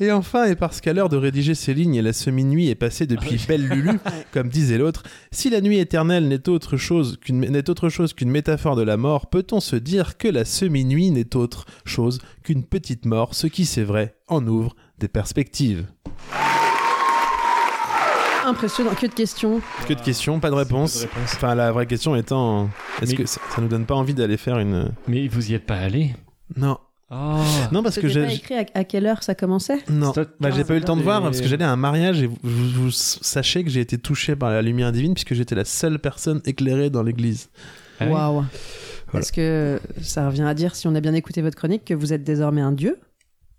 Et enfin, et parce qu'à l'heure de rédiger ces lignes, la semi-nuit est passée depuis Belle Lulu, comme disait l'autre, si la nuit éternelle n'est autre chose qu'une n'est autre chose qu'une métaphore de la mort, peut-on se dire que la semi-nuit n'est autre chose qu'une petite mort, ce qui, c'est vrai, en ouvre des perspectives.
Impressionnant, que de questions.
Que de questions, pas de réponse. Enfin, la vraie question étant, est-ce
Mais-
que ça, ça nous donne pas envie d'aller faire une
Mais vous y êtes pas allé.
Non, non parce que
C'était
j'ai
pas écrit à, à quelle heure ça commençait
non.
Toi,
Bah, j'ai pas eu le temps de voir
Et-
parce que j'allais à un mariage et vous, vous- vous sachez que j'ai été touché par la lumière divine puisque j'étais la seule personne éclairée dans l'église.
Ah oui.
Waouh. Parce que ça revient à dire, si on a bien écouté votre chronique, que vous êtes désormais un dieu.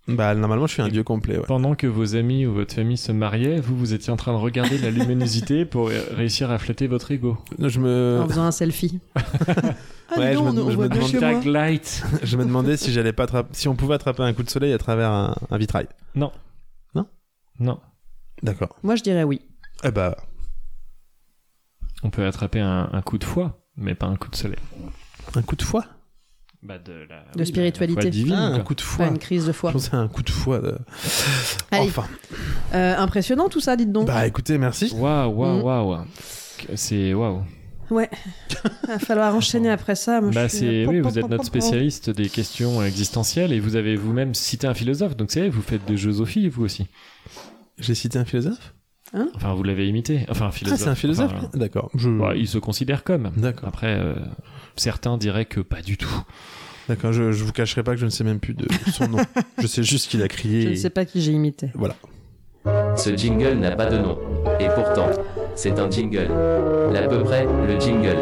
Bah normalement je suis un dieu complet. Ouais.
Pendant que vos amis ou votre famille se mariaient, vous, vous étiez en train de regarder la luminosité pour euh, réussir à flatter votre ego.
Je me
En faisant un selfie. ah,
Ouais,
dis donc,
je me-
on- on
je
voit
me
bien
demande
chez moi.
Tag light.
je me demandais si j'allais pas attraper- si on pouvait attraper un coup de soleil à travers un, un vitrail.
Non.
D'accord.
Moi, je dirais oui.
Eh bah
On peut attraper un, un coup de foi, mais pas un coup de soleil.
un coup de foi.
Bah de la,
De spiritualité.
la foi divine,
Ah, un
quoi.
coup de foi.
Pas une crise de
Je
foi.
pensais à un coup de foi. de-
Allez.
Enfin,
Euh, impressionnant tout ça, dites donc.
bah écoutez, merci.
Waouh, waouh,
Mm.
waouh. Que- C'est waouh.
Il va falloir enchaîner après ça. Moi,
Bah
Oh, je suis-
c'est
Pom,
oui,
pom,
vous êtes
pom,
notre
pom, pom.
spécialiste des questions existentielles et vous avez vous-même cité un philosophe, donc c'est vrai, vous faites de géosophie vous aussi.
J'ai cité un philosophe.
Enfin, vous l'avez imité. Enfin, un
Ah
philosophe.
c'est un philosophe.
Enfin,
D'accord. Je...
Mm.
bah, il se considère comme.
D'accord.
Après, euh, certains diraient que pas du
Ah,
tout.
D'accord, je, je vous cacherai pas que je ne sais même plus de son nom. je sais juste qu'il a crié.
Je ne sais pas qui j'ai imité.
Voilà.
Ce jingle n'a pas de nom. Et pourtant, c'est un jingle. L'à peu près, le jingle.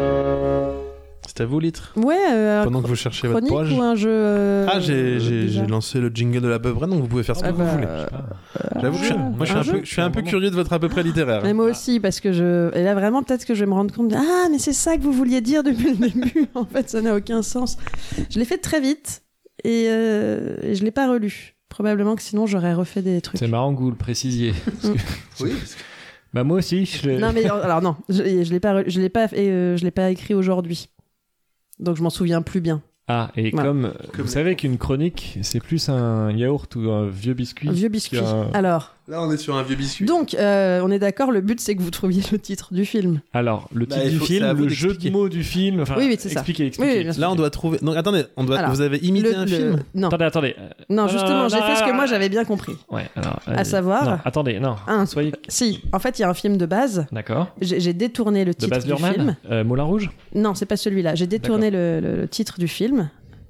C'est à vous, Litre.
Ouais, euh,
Pendant que vous cherchez votre
chronique
proche.
ou un jeu. euh,
Ah, j'ai- j'ai
bizarre
j'ai lancé le jingle de l'à peu près, donc vous pouvez faire ce que
Ah
vous
bah,
voulez.
euh,
J'avoue que je suis,
un
moi, je suis un,
jeu
peu, je suis un peu
Vraiment.
curieux de votre à peu près littéraire.
Mais moi aussi, parce que je. Et là, vraiment, peut-être que je vais me rendre compte. de- Ah, mais c'est ça que vous vouliez dire depuis le début. en fait, ça n'a aucun sens. Je l'ai fait très vite et, euh, et je ne l'ai pas relu. Probablement que sinon, j'aurais refait des trucs.
C'est marrant que vous le précisiez. Parce que- Bah moi aussi, je le-
Non, mais alors, non, je ne l'ai pas, re- je l'ai pas, et, euh, je l'ai pas écrit aujourd'hui. Donc, je m'en souviens plus bien.
Ah, et
Voilà.
comme vous savez qu'une chronique, c'est plus un yaourt ou un vieux biscuit.
Un vieux biscuit.
qu'un-
Alors,
Là, on est sur un vieux biscuit.
donc, euh, on est d'accord, le but, c'est que vous trouviez le titre du film.
Alors, le
Bah,
titre
il
du
faut- c'est à
film,
vous
le jeu de
d'expliquer.
mots du film. Enfin,
Oui, oui, c'est ça.
Expliquez,
Oui,
expliquez.
oui, bien sûr.
Là, on doit trouver. Donc, attendez, on doit...
Alors,
vous avez imité
Le-
un
le-
film
Non,
Attendez, attendez. euh,
non,
non,
justement,
non,
j'ai
non,
fait ce que
non,
moi
non.
j'avez bien compris.
Ouais, alors. euh,
À savoir-
non, attendez, non.
Un.
Soyez.
Si, en fait, il y a un film de base.
D'accord.
J'ai j'ai détourné le
De
titre
Baz
du film.
Luhrmann, euh, Moulin Rouge.
Non, c'est pas celui-là. J'ai détourné le, le- le titre du film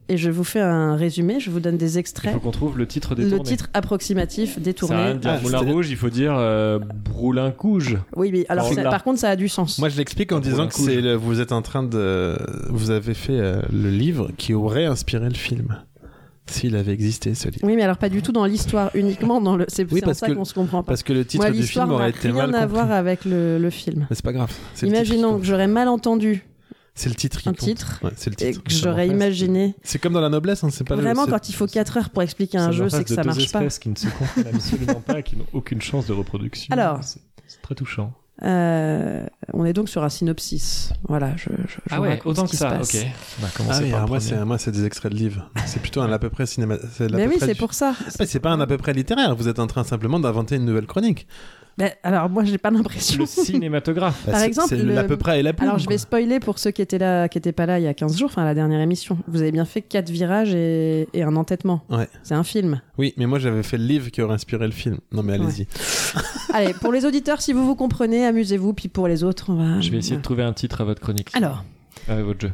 et je vous fais un résumé. Je vous donne des
Il
extraits.
faut qu'on trouve le titre des
Le titre approximatitif
Ça a rien
détourné.
de dire
Ah,
Moulin
c'était-
Rouge, il faut dire euh, Broulin Couge.
Oui, mais alors
Oh
ça-
là.
par contre, ça a du sens.
Moi, je l'explique en
Ah, pour
disant
le
que
coup,
c'est
je-
le- vous êtes en train de. Vous avez fait euh, le livre qui aurait inspiré le film. S'il avait existé, ce livre.
Oui, mais alors pas du tout dans l'histoire, uniquement dans le. C'est
Oui,
c'est en
parce
ça
que-
qu'on se comprend pas.
Parce que le titre
Moi,
du
l'histoire
film
n'a
aurait été mal
rien à
compris.
voir avec le, le film.
Mais c'est pas grave. c'est le titre qui
Imaginons
compte.
que j'aurais mal entendu
C'est le titre qui
un
compte.
titre
Ouais, c'est le
et
titre.
que j'aurais
Ça m'en reste.
imaginé.
C'est comme dans la noblesse, hein, c'est pas le-
Vraiment,
c'est-
quand il faut 4 heures pour expliquer
Ça
un jeu,
en face
c'est que
de
ça
deux
marche pas.
espèces qui ne se comprennent absolument pas, qui n'ont aucune chance de reproduction.
Alors.
C'est c'est très touchant.
Euh, on est donc sur un synopsis. Voilà, je, je- je
Ah
vous raconte ce qui se passe.
On va
Ah
commencer
oui,
par
alors
le
moi
premier.
c'est moi c'est des extraits de livres. C'est plutôt un à peu près cinéma. c'est l'à
Mais
peu
oui,
près
c'est
du-
pour ça.
Ah, mais c'est pas un à peu près littéraire. Vous êtes en train simplement d'inventer une nouvelle chronique.
Mais alors moi, j'ai pas l'impression.
le cinématographe.
Bah,
Par
c'est-
exemple,
c'est
le-
l'à peu près et la plume.
Alors je vais
quoi.
spoiler pour ceux qui étaient là, qui étaient pas là il y a 15 jours, enfin la dernière émission. Vous avez bien fait quatre virages et, et un entêtement.
Ouais.
C'est un film.
Oui, mais moi j'avais fait le livre qui aurait inspiré le film. Non mais allez-y.
Allez, pour les auditeurs, si vous vous comprenez, amusez-vous. Puis pour les autres, on va.
Je vais essayer de trouver un titre à votre chronique.
Alors,
À votre jeu.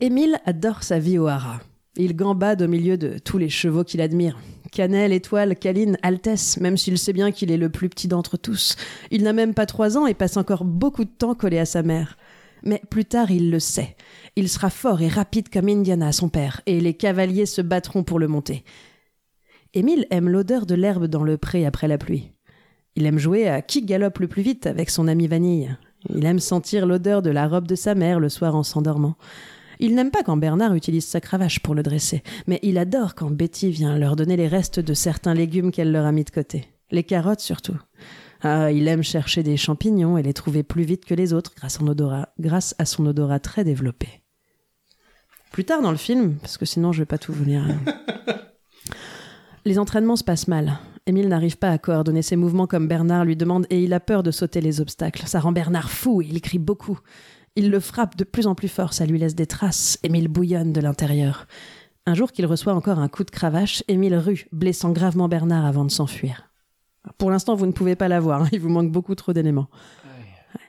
Émile adore sa vie au haras. Il gambade au milieu de tous les chevaux qu'il admire. Cannelle, Étoile, Caline, Altesse, même s'il sait bien qu'il est le plus petit d'entre tous. Il n'a même pas trois ans et passe encore beaucoup de temps collé à sa mère. Mais plus tard, il le sait. Il sera fort et rapide comme Indiana, son père, et les cavaliers se battront pour le monter. Émile aime l'odeur de l'herbe dans le pré après la pluie. Il aime jouer à qui galope le plus vite avec son ami Vanille. Il aime sentir l'odeur de la robe de sa mère le soir en s'endormant. Il n'aime pas quand Bernard utilise sa cravache pour le dresser, mais il adore quand Betty vient leur donner les restes de certains légumes qu'elle leur a mis de côté. Les carottes surtout. Ah, il aime chercher des champignons et les trouver plus vite que les autres grâce, à son odorat- grâce à son odorat très développé. Plus tard dans le film, parce que sinon je vais pas tout vous lire. hein. les entraînements se passent mal. Émile n'arrive pas à coordonner ses mouvements comme Bernard lui demande et il a peur de sauter les obstacles. Ça rend Bernard fou et il crie beaucoup. Il le frappe de plus en plus fort, ça lui laisse des traces. Émile bouillonne de l'intérieur. Un jour qu'il reçoit encore un coup de cravache, Émile rue, blessant gravement Bernard avant de s'enfuir. Pour l'instant, vous ne pouvez pas la voir, hein, il vous manque beaucoup trop d'éléments. Ouais.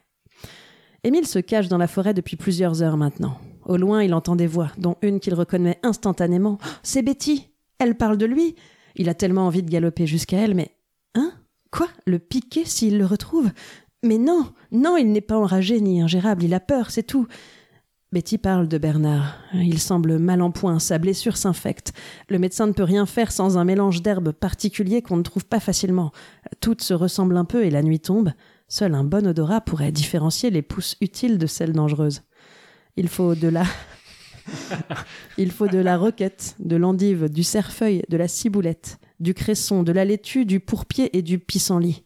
Émile se cache dans la forêt depuis plusieurs heures maintenant. Au loin, il entend des voix, dont une qu'il reconnaît instantanément. C'est Betty Elle parle de lui Il a tellement envie de galoper jusqu'à elle, mais. Hein Quoi Le piquer s'il le retrouve Mais non Non, il n'est pas enragé ni ingérable, il a peur, c'est tout. Betty parle de Bernard. Il semble mal en point, sa blessure s'infecte. Le médecin ne peut rien faire sans un mélange d'herbes particulier qu'on ne trouve pas facilement. Toutes se ressemblent un peu et la nuit tombe. Seul un bon odorat pourrait différencier les pousses utiles de celles dangereuses. Il faut de la... Il faut de la roquette, de l'endive, du cerfeuil, de la ciboulette, du cresson, de la laitue, du pourpier et du pissenlit.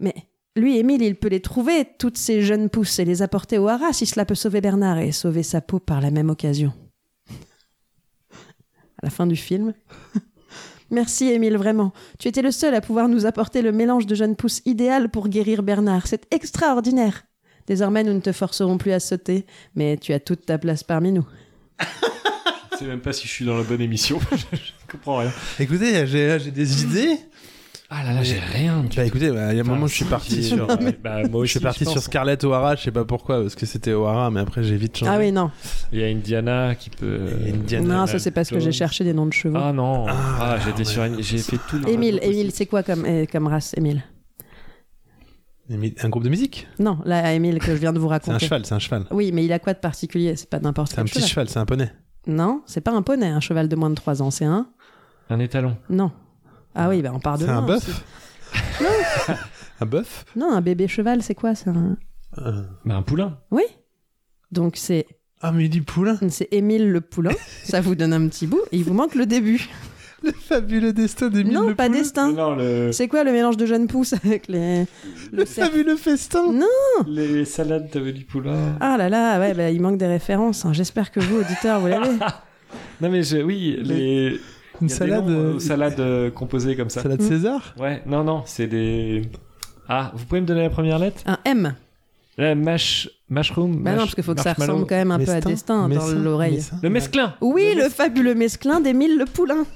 Mais lui, Émile, il peut les trouver, toutes ces jeunes pousses, et les apporter au haras si cela peut sauver Bernard et sauver sa peau par la même occasion. À la fin du film. Merci, Émile, vraiment. Tu étais le seul à pouvoir nous apporter le mélange de jeunes pousses idéal pour guérir Bernard. C'est extraordinaire. Désormais, nous ne te forcerons plus à sauter, mais tu as toute ta place parmi nous.
Je sais même pas si je suis dans la bonne émission. je, je comprends rien.
Écoutez, j'ai j'ai des idées.
Ah là là, j'ai rien.
Bah écoutez, bah, il y a un moment, je suis parti sur. euh,
Bah, moi
Je
aussi,
suis parti
pense.
sur Scarlett O'Hara, je sais pas pourquoi, parce que c'était O'Hara, mais après j'ai vite changé. Euh,
Ah oui, non.
Il y a Indiana qui peut.
Et Indiana
Non, ça c'est parce que j'ai
Jones.
cherché des noms de chevaux.
Ah non. Ah,
Ah,
j'étais
ouais.
sur. une- J'ai fait tout. le-
Émile, Émile, c'est quoi comme, eh, comme race, Émile
Mais Un groupe de musique
Non, là, Émile que je viens de vous
C'est un
raconter.
cheval, c'est un cheval.
Oui, mais il a quoi de particulier C'est pas n'importe
C'est
quel
un petit
cheval.
cheval, c'est un poney.
Non, c'est pas un poney, un cheval de moins de 3 ans, c'est un
Un étalon.
Non. Ah oui, bah on part de
C'est un
loin aussi.
bœuf Un bœuf
Non, un bébé cheval, c'est quoi c'est un-
Euh,
Bah, un poulain.
Donc c'est
Ah, mais du poulain
c'est Émile le poulain, ça vous donne un petit bout, et il vous manque le début.
Le fabuleux destin d'Émile
non,
le
pas
poulain.
destin.
Non, le-
C'est quoi le mélange de jeunes pousses avec les...
Le
cerf Mm.
fabuleux festin
les salades t'avais du poulain.
Ah là là, ouais, bah, il manque des références. hein. J'espère que vous, auditeurs, vous l'avez.
Non mais je- oui, les
Une
il y a des
salade.
noms, euh,
euh,
aux salades euh, composées comme ça.
Salade
Mm.
César
Ouais, non non, c'est des Ah, vous pouvez me donner la première lettre
Un M.
La mash mushroom.
Bah non,
mash-
parce qu'il faut que ça
marshmallow.
ressemble quand même un peu à destin dans
Messin,
l'oreille.
Messin.
Le mesclin.
Oui, le fabuleux mesclin d'Émile le poulain.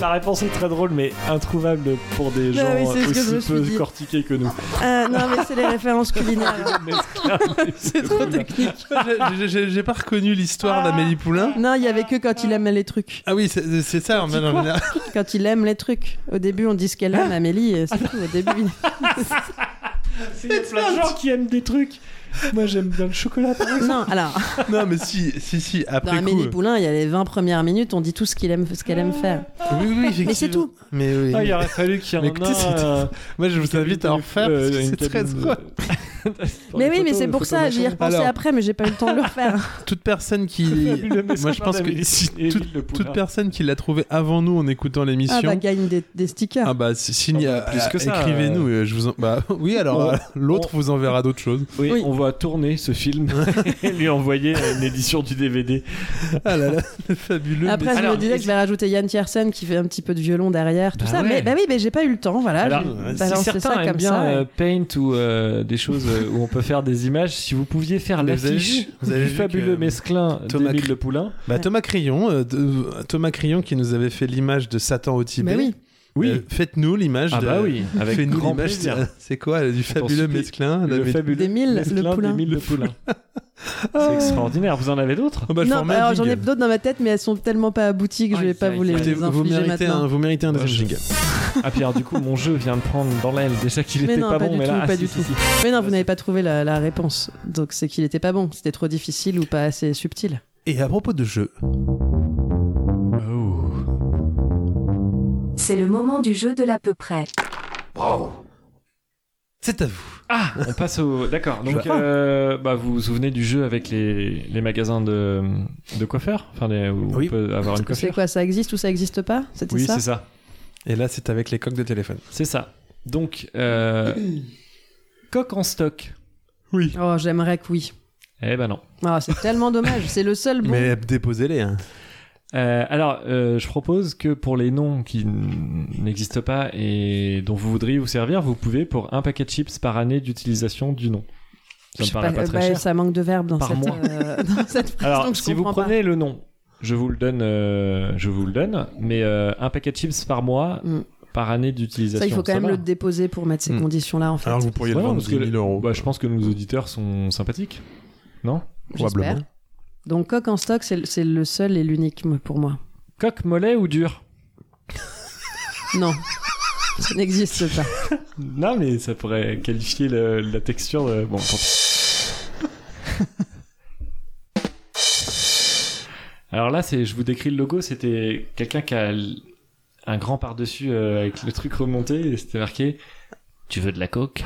La réponse est très drôle mais introuvable pour des
Bah
gens
oui, c'est ce que je me
aussi
suis dit.
peu cortiqués que nous.
Euh, non, mais c'est les références culinaires.
Mesclin.
C'est trop technique.
J'ai- j'ai- J'ai j'ai pas reconnu l'histoire
Ah.
d'Amélie Poulain.
Non, il y avait que quand il aime les trucs.
Ah oui, c'est c'est ça. en même-
Quand il aime les trucs. Au début, on dit ce qu'elle aime,
Hein
Amélie, et c'est tout. Au début,
Il y a plein de gens qui aiment des trucs. Moi j'aime bien le chocolat. par exemple.
non. Alors,
Non, mais si, si, si,
dans
après coup.
Amélie Poulain, il y a les 20 premières minutes, on dit tout ce qu'il aime, ce qu'elle aime faire.
euh, Oui, oui, effectivement.
Mais c'est tout.
Mais oui.
Ah, il aurait fallu qu'il y en
Mais
ait
écoutez, c'est-
un.
Moi, je vous invite à en faire parce que
Euh, une
c'est très
cabine,
drôle.
euh, pour
Mais
les
oui, mais
photos, euh,
c'est
les
pour
photos
ça,
machin.
j'y ai repensé
Alors-
après, mais j'ai pas eu le temps de le refaire.
Toute personne qui.
Le message
Moi, je pense
d'Amélie
que
Poulain.
toute, toute personne qui l'a trouvé avant nous en écoutant
Ah bah,
l'émission.
gagne des, des stickers.
Ah bah, si- si-
Ah bah,
euh,
plus que ça,
écrivez-nous. euh, Je vous en... bah, oui, alors
On-
euh, l'autre
on-
vous enverra d'autres choses.
Oui,
Oui.
on va tourner ce film et lui envoyer une édition du DVD.
Bah
Ah là là, le fabuleux.
Après, je me
bah, Alors,
disais que je vais rajouter Yann Tiersen qui fait un petit peu de violon derrière, tout
Bah
ça.
ouais.
Mais bah oui, mais j'ai pas eu le temps, voilà.
Alors,
j'ai
euh,
si
balancé
certains
ça
aiment
comme
bien
ça. Bah
euh, Paint ou euh, des choses euh, où on peut faire des images, si vous pouviez faire
Mais vous avez
l'affiche
vu- vous avez
du
vu
fabuleux
que
mesclin
Thomas
d'Émile
Cr-
Le Poulain.
Bah, Thomas Crayon, euh, de- Thomas Crayon qui nous avait fait l'image de Satan au Tibet.
Bah oui.
Euh, Faites-nous l'image.
ah
de-
bah oui, avec
Fais-nous
grand
l'image.
plaisir.
de- C'est quoi euh, du fabuleux
souper.
mesclin
Le
d'Amélie-
fabuleux
d'Émile Le
mesclin
Poulain.
d'Émile Le Poulain. C'est extraordinaire. Vous en avez d'autres
Ah bah, je
non,
formais
bah,
un
alors j'en ai
jingle.
d'autres dans ma tête, mais elles sont tellement pas abouties que
Ah,
je vais
aïe,
pas
aïe,
vous les
aïe.
Écoutez,
infliger
vous, vous méritez
maintenant.
un, vous méritez un deuxième
je-
jingle.
Ah Pierre, du coup, mon jeu vient de prendre dans l'aile. Déjà qu'il
Mais
était
non,
pas,
pas
bon,
du
mais
tout,
là, ah,
pas
si,
du
si,
tout.
si.
Mais non, vous
Vas-y.
n'avez pas trouvé la, la réponse. Donc c'est qu'il était pas bon. C'était trop difficile ou pas assez subtil.
Et à propos de jeu,
C'est le moment du jeu de l'à peu près.
c'est à vous.
Ah, on passe au. D'accord. Donc,
Je-
euh, bah, vous vous souvenez du jeu avec les, les magasins de, de coiffeurs Enfin, les- où
Oui.
on peut avoir une
C'est
coiffure
quoi Ça existe ou ça existe pas C'était
Oui,
ça
c'est ça.
Et là, c'est avec les coques de téléphone.
C'est ça. Donc, euh, coq en stock.
Oh, j'aimerais que oui.
Eh ben non.
Ah, c'est tellement dommage, c'est le seul bon.
Mais déposez-les. hein.
Euh, alors, euh, je propose que pour les noms qui n- n'existent pas et dont vous voudriez vous servir, vous pouvez pour un paquet de chips par année d'utilisation du nom. Ça
Je
me
sais
paraît pas,
euh,
très
bah,
cher.
ça manque de verbe dans,
Par
cette,
mois.
euh, dans cette phrase.
Alors,
donc je
si vous
comprends pas.
prenez le nom, je vous le donne, euh, je vous le donne, mais euh, un paquet de chips par mois,
Mm.
par année d'utilisation.
ça, il faut quand
ça
même
va.
le déposer pour mettre ces
Hmm.
conditions-là en fait.
Alors, vous pourriez
Ouais,
le vendre
parce que
10 000 euros.
Bah, je pense que nos auditeurs sont sympathiques. Non
J'espère.
probablement.
Donc coq en stock, c'est le- c'est le seul et l'unique moi, pour moi.
Coq mollet ou dur
Non, ça n'existe pas.
Euh, Non, mais ça pourrait qualifier le- la texture de. Bon, tant pis. Alors là, c'est, je vous décris le logo, c'était quelqu'un qui a l- un grand par-dessus euh, avec le truc remonté et c'était marqué Tu veux de la coke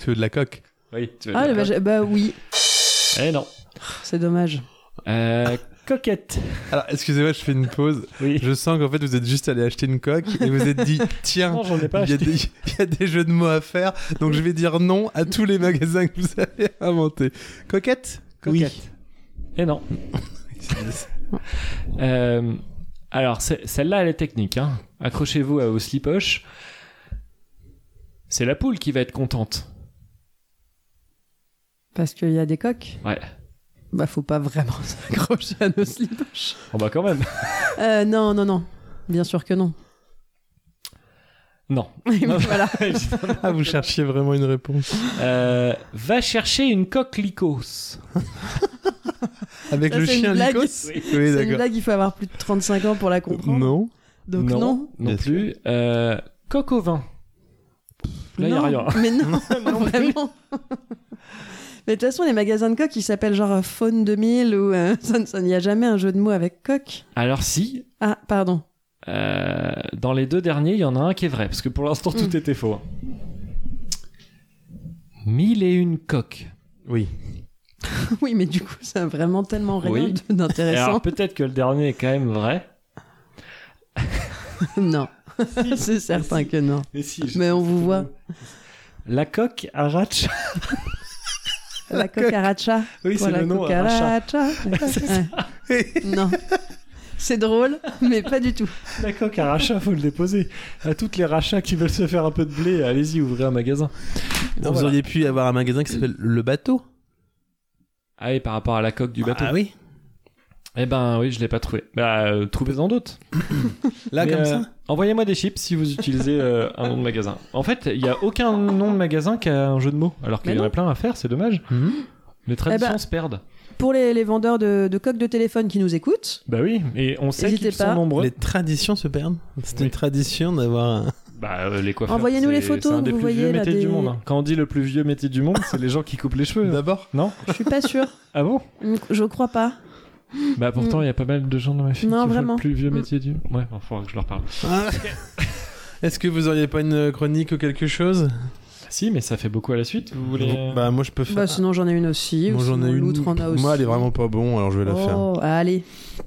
Tu veux de la coque
Oui, tu veux de
Ah
la
bah,
coke.
j'ai- bah oui,
Eh non.
c'est dommage.
Euh, coquette.
Alors, excusez-moi, je fais une pause.
Oui.
Je sens qu'en fait, vous êtes juste allé acheter une coque et vous êtes dit tiens,
Non, j'en ai pas
il y, a
acheté.
des, il y a des jeux de mots à faire, donc je vais dire non à tous les magasins que vous avez inventés. Coquette
Coquette. Eh non. Euh, alors, c'est- celle-là, elle est technique. hein. Accrochez-vous à vos slipoches. C'est la poule qui va être contente.
Parce qu'il y a des coques.
Ouais.
Bah faut pas vraiment s'accrocher à nos slipages.
On va Oh bah, quand même.
Euh, non, non, non. Bien sûr que non.
Non.
voilà.
Ah, vous cherchiez vraiment une réponse.
Euh, va chercher une coque lycos.
Avec
Ça,
le
c'est une
chien
blague.
Lycos
Oui.
Oui,
C'est une
d'accord.
blague, il faut avoir plus de 35 ans pour la comprendre.
Non.
Donc non.
Non
Bien
plus. Euh, coque au vin. Là, il n'y a
Non.
rien.
Mais non, vraiment. Mais de toute façon, les magasins de coques, ils s'appellent genre euh, Faune 2000 ou euh, ça ne- ça n'y a jamais un jeu de mots avec coque.
Alors, si,
Ah, pardon.
euh, dans les deux derniers, il y en a un qui est vrai. Parce que pour l'instant, tout était faux. hein. Mille et une coques.
Oui.
Oui, mais du coup, ça a vraiment tellement rien
Oui.
de-
Et
d'intéressant.
Alors peut-être que le dernier est quand même vrai.
Non, c'est certain que non.
Mais si.
Mais on vous voit.
La coque arrache.
La cucaracha.
Oui,
Voilà, cucaracha. non. C'est drôle, mais pas du tout.
La coque à rachat, faut le déposer. À toutes les rachats qui veulent se faire un peu de blé, allez-y, ouvrez un magasin. Bon,
vous
voilà.
auriez pu avoir un magasin qui s'appelle Le Bateau. Ah,
Ah oui, par rapport à la coque du bateau.
oui.
Eh ben oui, je l'ai pas trouvé. Bah, euh, trouvez-en d'autres.
Là,
Mais,
comme
euh,
ça
Envoyez-moi des chips si vous utilisez euh, un nom de magasin. En fait, il y a aucun nom de magasin qui a un jeu de mots, alors qu'il
Mais
y en a
non.
plein à faire, c'est dommage.
Mhm.
Les traditions
ben-
se perdent.
Pour les, les vendeurs de, de coques de téléphone qui nous écoutent,
Bah oui, et on sait
N'hésitez
qu'ils sont
pas.
nombreux.
Les traditions se perdent. C'est
Oui.
une tradition d'avoir un...
Bah, euh, les coiffeurs.
Envoyez-nous
c'est-
les photos,
C'est un des
vous
plus
voyez,
vieux
là,
métiers
des-
du monde. hein. Quand on dit le plus vieux métier du monde, c'est les gens qui coupent les cheveux. hein.
D'abord
Non
je suis pas sûre.
Ah bon
Je crois pas.
Bah pourtant, il y a pas mal de gens dans ma fille
Mm. Non,
qui font
vraiment. Mm.
le plus vieux métier du monde. Ouais, il faudra que je leur parle.
Ah. Est-ce que vous auriez pas une chronique ou quelque chose
Si, mais ça fait beaucoup à la suite. Vous voulez
Bah moi je peux faire.
Bah, sinon, j'en ai une aussi. ou
moi j'en ai
sinon,
une.
L'autre en a aussi.
Moi elle est vraiment pas bon alors je vais la faire.
Oh, allez.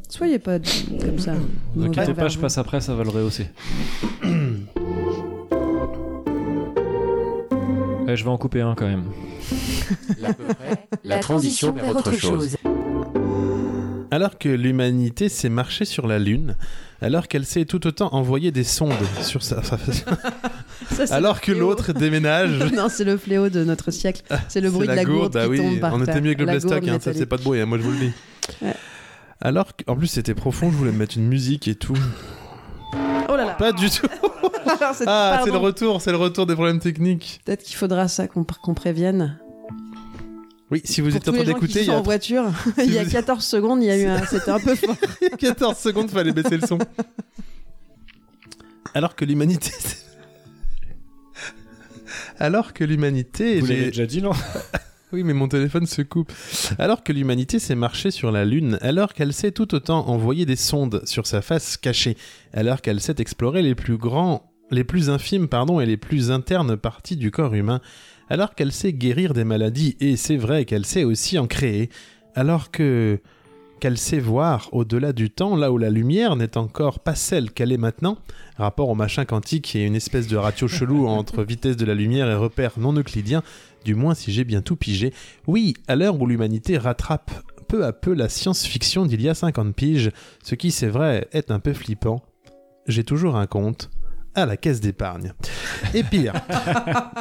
Soyez pas d- comme ça.
Ne vous
mauvais
inquiétez pas,
vers
je
vous.
passe après, ça va le rehausser. Ouais, Eh, je vais en couper un quand même.
L'à peu près, la transition vers autre chose.
Alors que l'humanité s'est marchée sur la Lune, alors qu'elle s'est tout autant envoyé des sondes sur sa.
Ça, c'est
alors
le
que
fléau.
l'autre déménage.
non, c'est le fléau de notre siècle. C'est le
C'est
bruit de la gourde,
ah
qui
oui.
tombe par
On
terre.
était mieux que le
La
plastoc,
gourde
hein, ça c'est
métallique.
pas de bruit, hein, moi je vous le dis.
Ouais.
Alors qu'en plus c'était profond, je voulais mettre une musique et tout.
Oh là là.
Pas du tout.
Alors, c'est-
Ah, c'est le
pardon.
retour, c'est le retour des problèmes techniques.
Peut-être qu'il faudra ça qu'on qu'on prévienne.
Oui, si vous
Pour
êtes
tous
en
les
train
gens qui
d'écouter, il y
sont
a
en voiture, il y a
vous-
14 secondes, il y a eu un... C'était un peu fort.
14 secondes, fallait baisser le son. Alors que l'humanité. Alors que l'humanité.
Vous
j'ai-
l'avez déjà dit, non
Oui, mais mon téléphone se coupe. Alors que l'humanité s'est marchée sur la Lune, alors qu'elle s'est tout autant envoyé des sondes sur sa face cachée, alors qu'elle s'est explorée les plus grands, les plus infimes, pardon, et les plus internes parties du corps humain, alors qu'elle sait guérir des maladies, et c'est vrai qu'elle sait aussi en créer, alors que qu'elle sait voir au-delà du temps, là où la lumière n'est encore pas celle qu'elle est maintenant, rapport au machin quantique qui est une espèce de ratio chelou entre vitesse de la lumière et repère non euclidien, du moins si j'ai bien tout pigé. Oui, à l'heure où l'humanité rattrape peu à peu la science-fiction d'il y a 50 piges, ce qui, c'est vrai, est un peu flippant, j'ai toujours un compte à la caisse d'épargne. Et pire,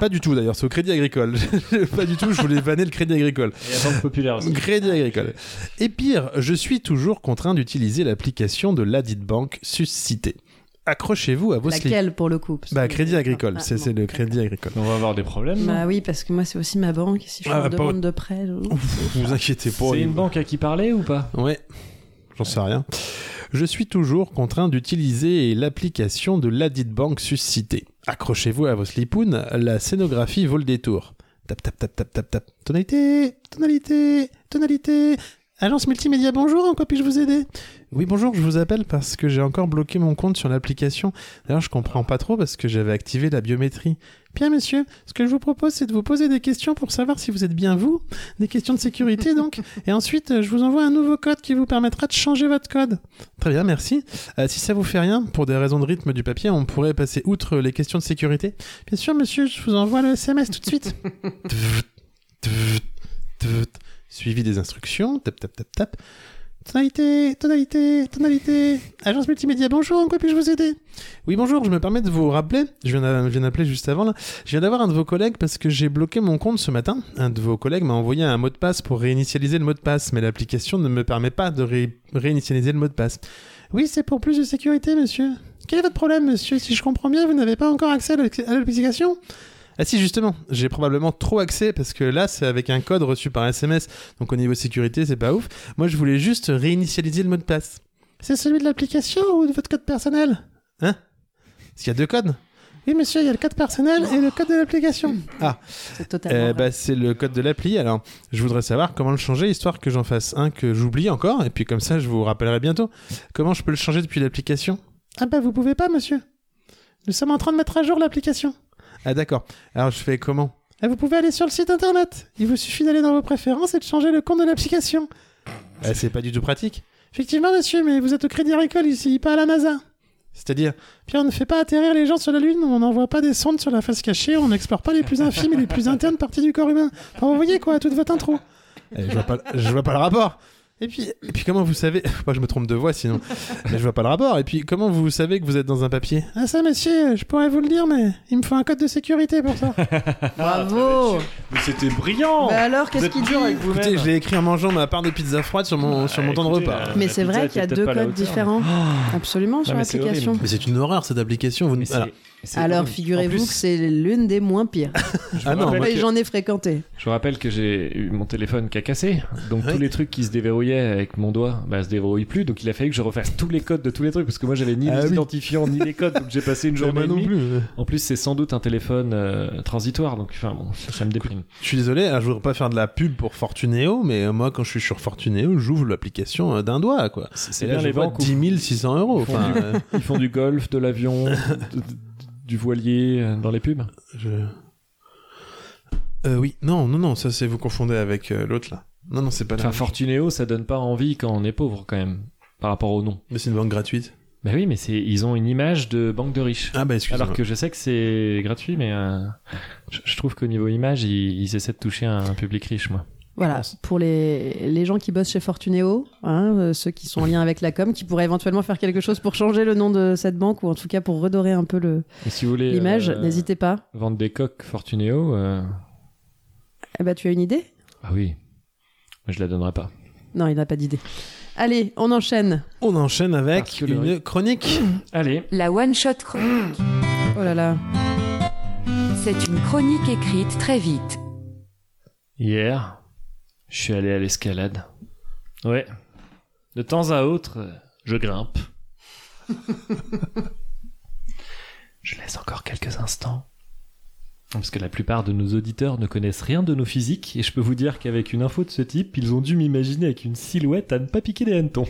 pas du tout d'ailleurs, c'est au Crédit Agricole. pas du tout, je voulais vanner le Crédit Agricole.
Et la Banque Populaire aussi.
Crédit Agricole. Et pire, je suis toujours contraint d'utiliser l'application de ladite banque suscitée. Accrochez-vous à vos slips.
Laquelle pour le coup parce que-
Bah, Crédit Agricole,
Ah,
c'est
bon,
c'est le
d'accord.
Crédit Agricole.
On va avoir des problèmes. non
Bah oui, parce que moi c'est aussi ma banque. Si je fais
Ah,
une
bah,
demande de prêt, je-
Vous inquiétez pas.
C'est
il-
une banque à qui parler ou pas
Ouais, j'en sais rien. Je suis toujours contraint d'utiliser l'application de ladite banque suscitée. Accrochez-vous à vos slipounes, la scénographie vaut le détour. Tap, tap, tap, tap, tap, tap. Tonalité, tonalité, tonalité. Agence multimédia, bonjour, en quoi puis-je vous aider Oui, bonjour, je vous appelle parce que j'ai encore bloqué mon compte sur l'application. D'ailleurs, je comprends pas trop parce que j'avais activé la biométrie. Bien, monsieur, ce que je vous propose, c'est de vous poser des questions pour savoir si vous êtes bien vous. Des questions de sécurité, donc. Et ensuite, euh, je vous envoie un nouveau code qui vous permettra de changer votre code. Très bien, merci. Euh, si ça vous fait rien, pour des raisons de rythme du papier, on pourrait passer outre les questions de sécurité. Bien sûr, monsieur, je vous envoie le SMS tout de suite. Tvout, tvout, tvout. Suivi des instructions. Tap, tap, tap, tap. Tonalité, tonalité, tonalité. Agence multimédia, bonjour, en quoi puis-je vous aider Oui, bonjour, je me permets de vous rappeler, je viens d'a- je viens d'appeler juste avant là, je viens d'avoir un de vos collègues parce que j'ai bloqué mon compte ce matin. Un de vos collègues m'a envoyé un mot de passe pour réinitialiser le mot de passe, mais l'application ne me permet pas de ré- réinitialiser le mot de passe. Oui, c'est pour plus de sécurité, monsieur. Quel est votre problème, monsieur Si je comprends bien, vous n'avez pas encore accès à l'applic- à l'application ah si justement, j'ai probablement trop accès parce que là c'est avec un code reçu par SMS, donc au niveau sécurité c'est pas ouf. Moi je voulais juste réinitialiser le mot de passe. C'est celui de l'application ou de votre code personnel Hein Parce qu'il y a deux codes Oui monsieur, il y a le code personnel et le code de l'application. Ah,
c'est totalement.
euh,
vrai.
bah, c'est le code de l'appli. Alors, je voudrais savoir comment le changer, histoire que j'en fasse un que j'oublie encore, et puis comme ça, je vous rappellerai bientôt. Comment je peux le changer depuis l'application Ah bah, vous pouvez pas, monsieur. Nous sommes en train de mettre à jour l'application. Ah d'accord. Alors, je fais comment ah, Vous pouvez aller sur le site internet. Il vous suffit d'aller dans vos préférences et de changer le compte de l'application. Ah, c'est pas du tout pratique. Effectivement, monsieur, mais vous êtes au Crédit Agricole ici, pas à la NASA. C'est-à-dire, puis on ne fait pas atterrir les gens sur la Lune, on n'envoie pas des sondes sur la face cachée, on n'explore pas les plus infimes et les plus internes parties du corps humain. Enfin, vous voyez quoi, toute votre intro. Eh, je, vois pas, je vois pas le rapport. Et puis, et puis comment vous savez Moi, je me trompe de voix sinon. Mais je vois pas le rapport. Et puis, comment vous savez que vous êtes dans un papier Ah ça, monsieur, je pourrais vous le dire, mais il me faut un code de sécurité pour ça.
Ah,
Bravo.
Mais c'était brillant
Bah alors, qu'est-ce
êtes
qu'il dit
dur avec vous-même.
Écoutez, je l'ai écrit en mangeant ma part de pizza froide sur mon, sur mon temps de
euh, Ah, Écoutez, euh,
repas.
la-
Mais
la
c'est
pizza
vrai qu'il
était
y a
peut-être
deux
pas hein. à la
codes
hauteur.
différents, absolument, sur
mais c'est
l'application.
horrible.
Ah. Mais c'est une horreur cette application. Vous...
Mais c'est-
Alors-
c'est
Alors
horrible.
figurez-vous
En plus,
que c'est l'une des moins pires.
je
Ah
me
non,
rappelle
moi,
Et
que-
j'en ai fréquenté.
Je vous rappelle que j'ai eu mon téléphone qui a cassé, donc
Ouais.
tous les trucs qui se déverrouillaient avec mon doigt, bah se déverrouillent plus, donc il a fallu que je refasse tous les codes de tous les trucs, parce que moi j'avais ni
Ah
les
oui.
identifiants ni les codes, donc j'ai passé une
Eh
journée
ben
et
non
demie.
plus.
En plus c'est sans doute un téléphone euh, transitoire, donc enfin bon, ça, ça me déprime.
Je suis désolé, alors je voudrais pas faire de la pub pour Fortuneo, mais euh, moi quand je suis sur Fortuneo, j'ouvre l'application euh, d'un doigt, quoi.
C'est
Et
c'est
là,
Eh bien
je
les
vois
banques, où
10 600 euros.
Ils font
Enfin,
du-
euh,
ils font du golf, de l'avion, de- de- du voilier euh, dans les pubs.
je... Euh, oui, non, non, non, ça c'est vous confondez avec euh, l'autre là. Non, non, c'est pas là.
Enfin Fortunéo ça donne pas envie quand on est pauvre quand même, par rapport au nom.
Mais c'est une banque gratuite.
Bah oui mais c'est ils ont une image de banque de riches.
Ah bah excusez-moi.
Alors que je sais que c'est gratuit, mais euh, je, je trouve qu'au niveau image, ils, ils essaient de toucher un, un public riche, moi.
Voilà, pour les, les gens qui bossent chez Fortuneo, hein, euh, ceux qui sont en lien avec la com, qui pourraient éventuellement faire quelque chose pour changer le nom de cette banque ou en tout cas pour redorer un peu le-
Et si vous voulez euh,
l'image, n'hésitez pas.
vendre des coques Fortunéo, euh,
Eh ben, tu as une idée
ah oui, je la donnerai pas.
Non, il n'a pas d'idée. Allez, on enchaîne.
On enchaîne
Parce
avec
que le
une
riz-
chronique.
Allez,
La One Shot Chronique.
Oh là là.
C'est une chronique écrite très vite.
hier, je suis allé à l'escalade. Ouais, de temps à autre, euh, je grimpe. je laisse encore quelques instants. Parce que la plupart de nos auditeurs ne connaissent rien de nos physiques, et je peux vous dire qu'avec une info de ce type, ils ont dû m'imaginer avec une silhouette à ne pas piquer des hannetons.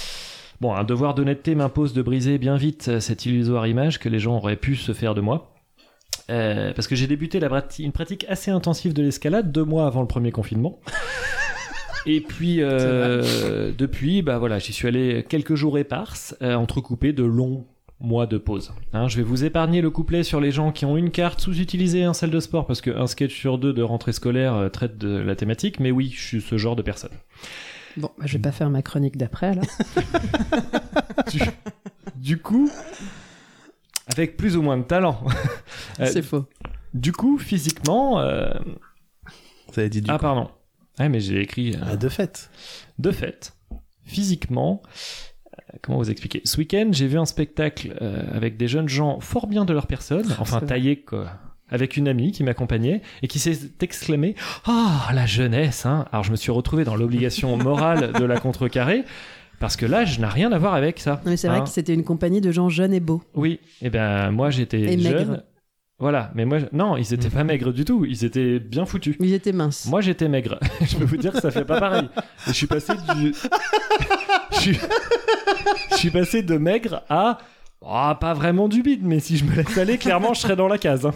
bon, un devoir d'honnêteté m'impose de briser bien vite euh, cette illusoire image que les gens auraient pu se faire de moi. Euh, parce que j'ai débuté la prati- une pratique assez intensive de l'escalade deux mois avant le premier confinement. Et puis, euh, depuis, bah voilà, j'y suis allé quelques jours éparses, euh, entrecoupés de longs mois de pause. Hein, je vais vous épargner le couplet sur les gens qui ont une carte sous-utilisée en salle de sport, parce qu'un sketch sur deux de rentrée scolaire euh, traite de la thématique, mais oui, je suis ce genre de personne.
Bon, bah, je vais pas faire ma chronique d'après, là.
Du coup, avec plus ou moins de talent. Euh,
C'est faux.
du coup, physiquement... euh,
Ça a dit du
Ah,
coup.
pardon. Ouais, mais j'ai écrit... euh,
Ah, de fait.
De fait, physiquement, euh, comment vous expliquer Ce week-end, j'ai vu un spectacle euh, avec des jeunes gens fort bien de leur personne, enfin
Ah, c'est vrai.
taillés quoi, avec une amie qui m'accompagnait et qui s'est exclamée Ah, la jeunesse hein. Alors je me suis retrouvé dans l'obligation morale de la contrecarrer. Parce que l'âge n'a rien à voir avec ça.
Non, mais c'est
hein.
vrai que c'était une compagnie de gens jeunes et beaux.
Oui, et ben moi j'étais
Et Mm. maigres.
jeune. Voilà, mais moi je- non, ils étaient pas maigres du tout, ils étaient bien foutus.
Ils étaient minces.
Moi j'étais maigre. je peux vous dire que ça fait pas pareil. Et je suis passé du. je, suis... je suis passé de maigre à. Ah, pas vraiment du bide, mais si je me laisse aller, clairement je serais dans la case. hein.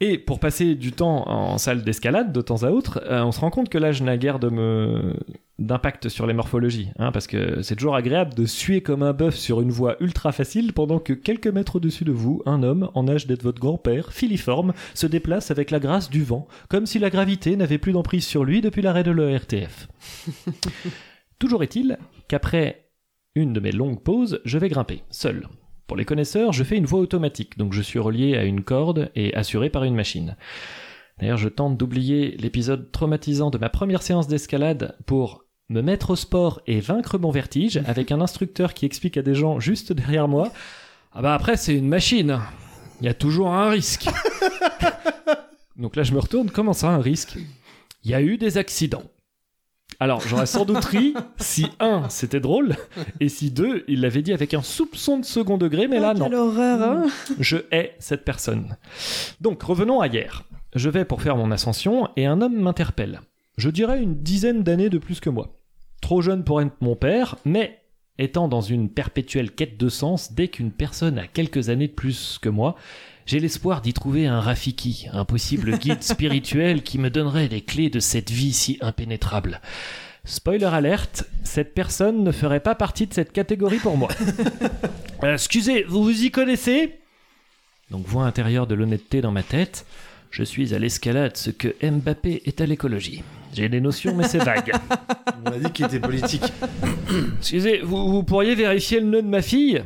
Et pour passer du temps en salle d'escalade de temps à autre, euh, on se rend compte que l'âge n'a guère de me... d'impact sur les morphologies, hein, parce que c'est toujours agréable de suer comme un bœuf sur une voie ultra facile pendant que quelques mètres au-dessus de vous, un homme, en âge d'être votre grand-père, filiforme, se déplace avec la grâce du vent, comme si la gravité n'avait plus d'emprise sur lui depuis l'arrêt de l'ERTF. toujours est-il qu'après une de mes longues pauses, je vais grimper, seul. Pour les connaisseurs, je fais une voie automatique, donc je suis relié à une corde et assuré par une machine. D'ailleurs, je tente d'oublier l'épisode traumatisant de ma première séance d'escalade pour me mettre au sport et vaincre mon vertige avec un instructeur qui explique à des gens juste derrière moi Ah bah après, c'est une machine. Il y a toujours un risque. donc là, je me retourne Comment ça, un risque Il y a eu des accidents. Alors, j'aurais sans doute ri si, un, c'était drôle, et si, deux, il l'avait dit avec un soupçon de second degré, mais là,
Oh,
non.
quelle horreur, hein
Je hais cette personne. Donc revenons à hier. Je vais pour faire mon ascension et un homme m'interpelle. Je dirais une dizaine d'années de plus que moi. Trop jeune pour être mon père, mais étant dans une perpétuelle quête de sens, dès qu'une personne a quelques années de plus que moi, j'ai l'espoir d'y trouver un Rafiki, un possible guide spirituel qui me donnerait les clés de cette vie si impénétrable. Spoiler alerte, cette personne ne ferait pas partie de cette catégorie pour moi. Euh, excusez, vous vous y connaissez donc voix intérieure de l'honnêteté dans ma tête. Je suis à l'escalade ce que Mbappé est à l'écologie. J'ai des notions mais c'est vague.
On a dit qu'il était politique.
Excusez, vous, vous pourriez vérifier le nœud de ma fille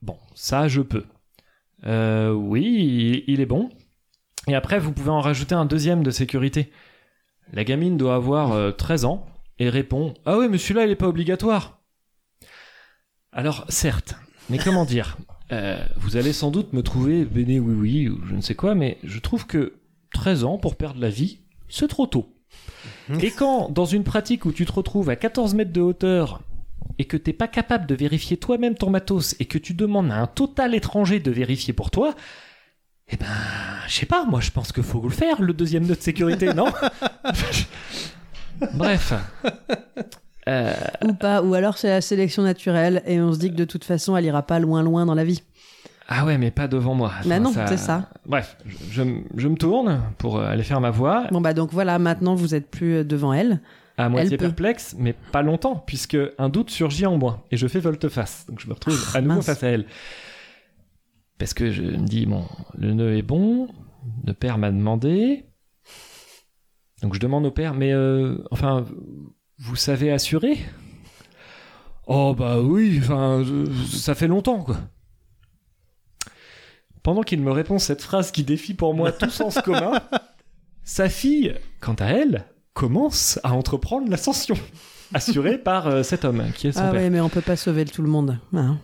Bon, ça je peux. Euh, oui, il, il est bon. Et après, vous pouvez en rajouter un deuxième de sécurité. La gamine doit avoir euh, 13 ans et répond Ah oui, mais celui-là, il n'est pas obligatoire. Alors, certes, mais comment dire Euh, Vous allez sans doute me trouver béné oui oui ou je ne sais quoi, mais je trouve que 13 ans pour perdre la vie, c'est trop tôt. Et quand, dans une pratique où tu te retrouves à 14 mètres de hauteur et que t'es pas capable de vérifier toi-même ton matos et que tu demandes à un total étranger de vérifier pour toi, eh ben, je sais pas, moi je pense que faut le faire, le deuxième nœud de sécurité, non Bref. Euh,
Ou pas, ou alors c'est la sélection naturelle et on se dit que de toute façon elle ira pas loin loin dans la vie.
ah ouais, mais pas devant moi.
Bah
Attends,
non, c'est ça.
Bref, je, je m- je me tourne pour euh, aller faire ma voix,
Bon bah donc voilà, maintenant vous êtes plus euh, devant elle.
à moitié
elle peut.
perplexe, mais pas longtemps, puisque un doute surgit en moi, et je fais volte-face. Donc je me retrouve à nouveau
Ah, mince.
face à elle. Parce que je me dis, bon, le nœud est bon, le père m'a demandé. Donc je demande au père, mais euh, enfin, vous savez assurer Oh bah oui, enfin, je- ça fait longtemps quoi. Pendant qu'il me répond cette phrase qui défie pour moi tout sens commun, sa fille, quant à elle, commence à entreprendre l'ascension, assurée par euh, cet homme qui est son
Ah
père.
ouais, mais on peut pas sauver tout le monde. hein.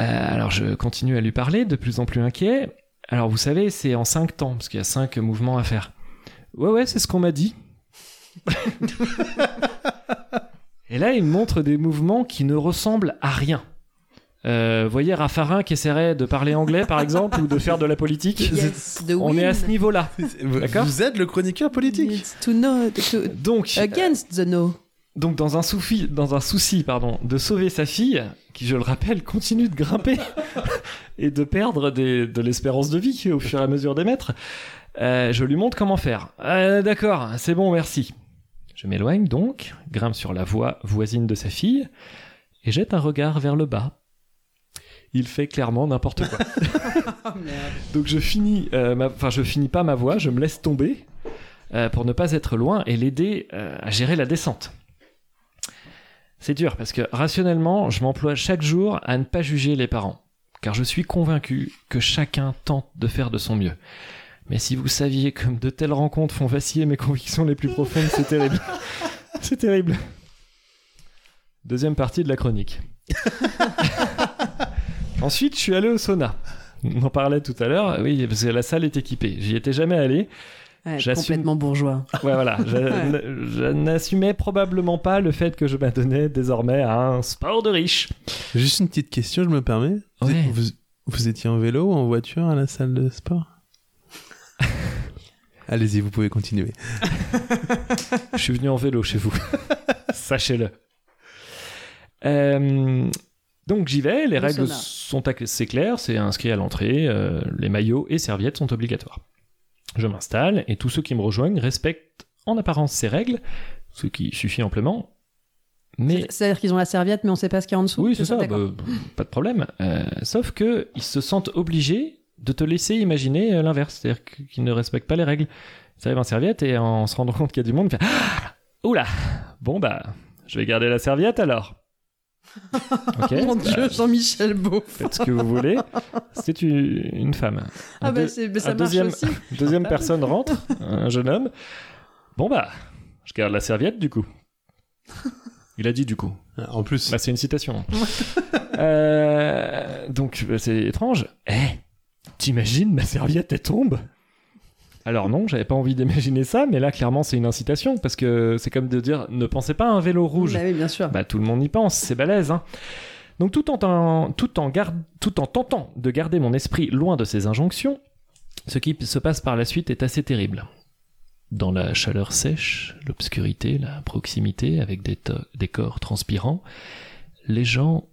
Euh, alors je continue à lui parler, de plus en plus inquiet. Alors vous savez, c'est en cinq temps, parce qu'il y a cinq mouvements à faire. Ouais, ouais, c'est ce qu'on m'a dit. Et là, il me montre des mouvements qui ne ressemblent à rien. Euh, voyez Raffarin qui essaierait de parler anglais, par exemple, ou de faire de la politique.
Yes, the
On est à ce
win
niveau-là. D'accord.
Vous êtes le chroniqueur politique.
needs to know- to-
Donc,
against the no.
donc dans un souci, dans un souci pardon, de sauver sa fille, qui je le rappelle continue de grimper et de perdre des- de l'espérance de vie au fur et à mesure des mètres, euh, je lui montre comment faire. Euh, D'accord, c'est bon, merci. Je m'éloigne donc, grimpe sur la voie voisine de sa fille, et jette un regard vers le bas. Il fait clairement n'importe quoi. donc je finis, euh, ma- enfin je finis pas ma voie, je me laisse tomber euh, pour ne pas être loin et l'aider euh, à gérer la descente. C'est dur parce que rationnellement, je m'emploie chaque jour à ne pas juger les parents, car je suis convaincu que chacun tente de faire de son mieux. Mais si vous saviez comme de telles rencontres font vaciller mes convictions les plus profondes, c'est terrible. C'est terrible. Deuxième partie de la chronique. Ensuite, je suis allé au sauna. On en parlait tout à l'heure. Oui, parce que la salle est équipée. J'y étais jamais allé.
Ouais,
J'assume-
complètement bourgeois.
Ouais, voilà. Je, n- je n'assumais probablement pas le fait que je m'adonnais désormais à un sport de riche.
Juste une petite question, je me permets. Vous,
Ouais.
êtes- vous- vous étiez en vélo ou en voiture à la salle de sport Allez-y, vous pouvez continuer.
Je suis venu en vélo chez vous. Sachez-le. Euh, donc j'y vais, les
Au
règles
sauna.
sont assez claires, c'est inscrit à l'entrée, euh, les maillots et serviettes sont obligatoires. Je m'installe et tous ceux qui me rejoignent respectent en apparence ces règles, ce qui suffit amplement. Mais
C'est-à-dire qu'ils ont la serviette, mais on sait pas ce qu'il y a en dessous.
oui, c'est ça,
d'accord.
bah, pas de problème. Euh, sauf que ils se sentent obligés de te laisser imaginer euh, l'inverse, c'est-à-dire qu- qu'ils ne respectent pas les règles. Ils arrivent en serviette et en se rendant compte qu'il y a du monde, ils font, Ah oula, bon bah, je vais garder la serviette alors. Ok,
Mon
bah,
Dieu, Jean-Michel Beau.
faites ce que vous voulez. C'est une, une femme.
Ah
Un
bah,
deux-
c'est- bah, ça
un
marche
deuxième-
aussi.
Deuxième personne rentre, un jeune homme. Bon bah, je garde la serviette du coup. Il a dit du coup.
En plus,
Bah, c'est une citation. Euh, donc, euh, c'est étrange. Eh, t'imagines, ma serviette, elle tombe Alors non, j'avais pas envie d'imaginer ça, mais là, clairement, c'est une incitation, parce que c'est comme de dire, ne pensez pas à un vélo rouge.
Bah oui, bien sûr.
Bah, tout le monde y pense, c'est balèze. hein. Donc tout en, ten- tout, en garde- tout en tentant de garder mon esprit loin de ces injonctions, ce qui se passe par la suite est assez terrible. Dans la chaleur sèche, l'obscurité, la proximité avec des, to- des corps transpirants, les gens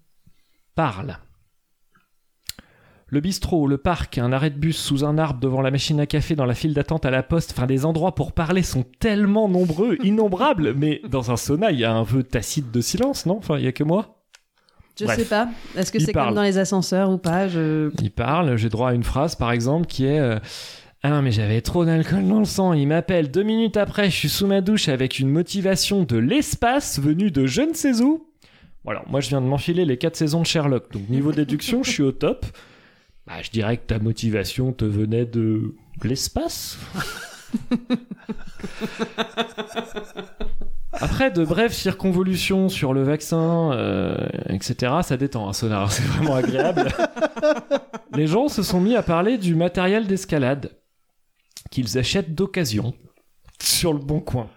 parlent. Le bistrot, le parc, un arrêt de bus sous un arbre devant la machine à café dans la file d'attente à la poste, enfin les endroits pour parler sont tellement nombreux, innombrables, mais dans un sauna il y a un vœu tacite de silence, non Enfin il y a que moi.
Je
bref.
sais pas. Est-ce que
Il
c'est
parle.
comme dans les ascenseurs ou pas Je.
Il parle, j'ai droit à une phrase par exemple qui est euh, Ah non mais j'avais trop d'alcool dans le sang, il m'appelle deux minutes après, je suis sous ma douche avec une motivation de l'espace venue de je ne sais où. Bon, alors moi je viens de m'enfiler les quatre saisons de Sherlock, donc niveau déduction je suis au top. Bah, je dirais que ta motivation te venait de l'espace. Après de brèves circonvolutions sur le vaccin, euh, etc., ça détend un sonar, c'est vraiment agréable. Les gens se sont mis à parler du matériel d'escalade qu'ils achètent d'occasion sur le bon coin.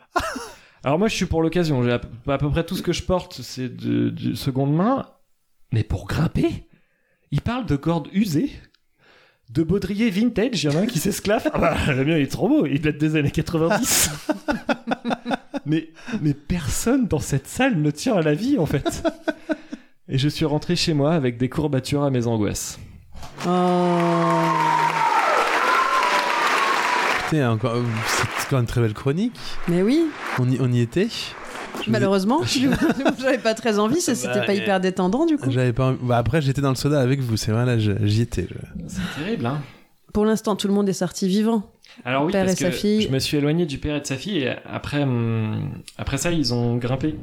Alors moi je suis pour l'occasion, j'ai à, peu- à peu près tout ce que je porte c'est de, de seconde main, mais pour grimper, ils parlent de cordes usées, de baudriers vintage, il y en a un qui s'esclaffe, ah bah le mien il est trop beau, il date des années 90. mais, mais personne dans cette salle ne tient à la vie en fait. Et je suis rentré chez moi avec des courbatures à mes angoisses.
Oh.
c'était encore, euh, c'est encore une très belle chronique.
Mais oui.
On y, on y était. Je vous ai-
Malheureusement, j'avais pas très envie, ça c'était pas hyper détendant du coup.
J'avais pas. envie- bah, après, j'étais dans le soda avec vous. C'est vrai, là, je- j'y étais. je-
C'est terrible, hein
Pour l'instant, tout le monde est sorti vivant.
Alors oui,
Père
parce
et sa
que
fille.
je me suis éloigné du père et de sa fille, et après, hum, après ça, ils ont grimpé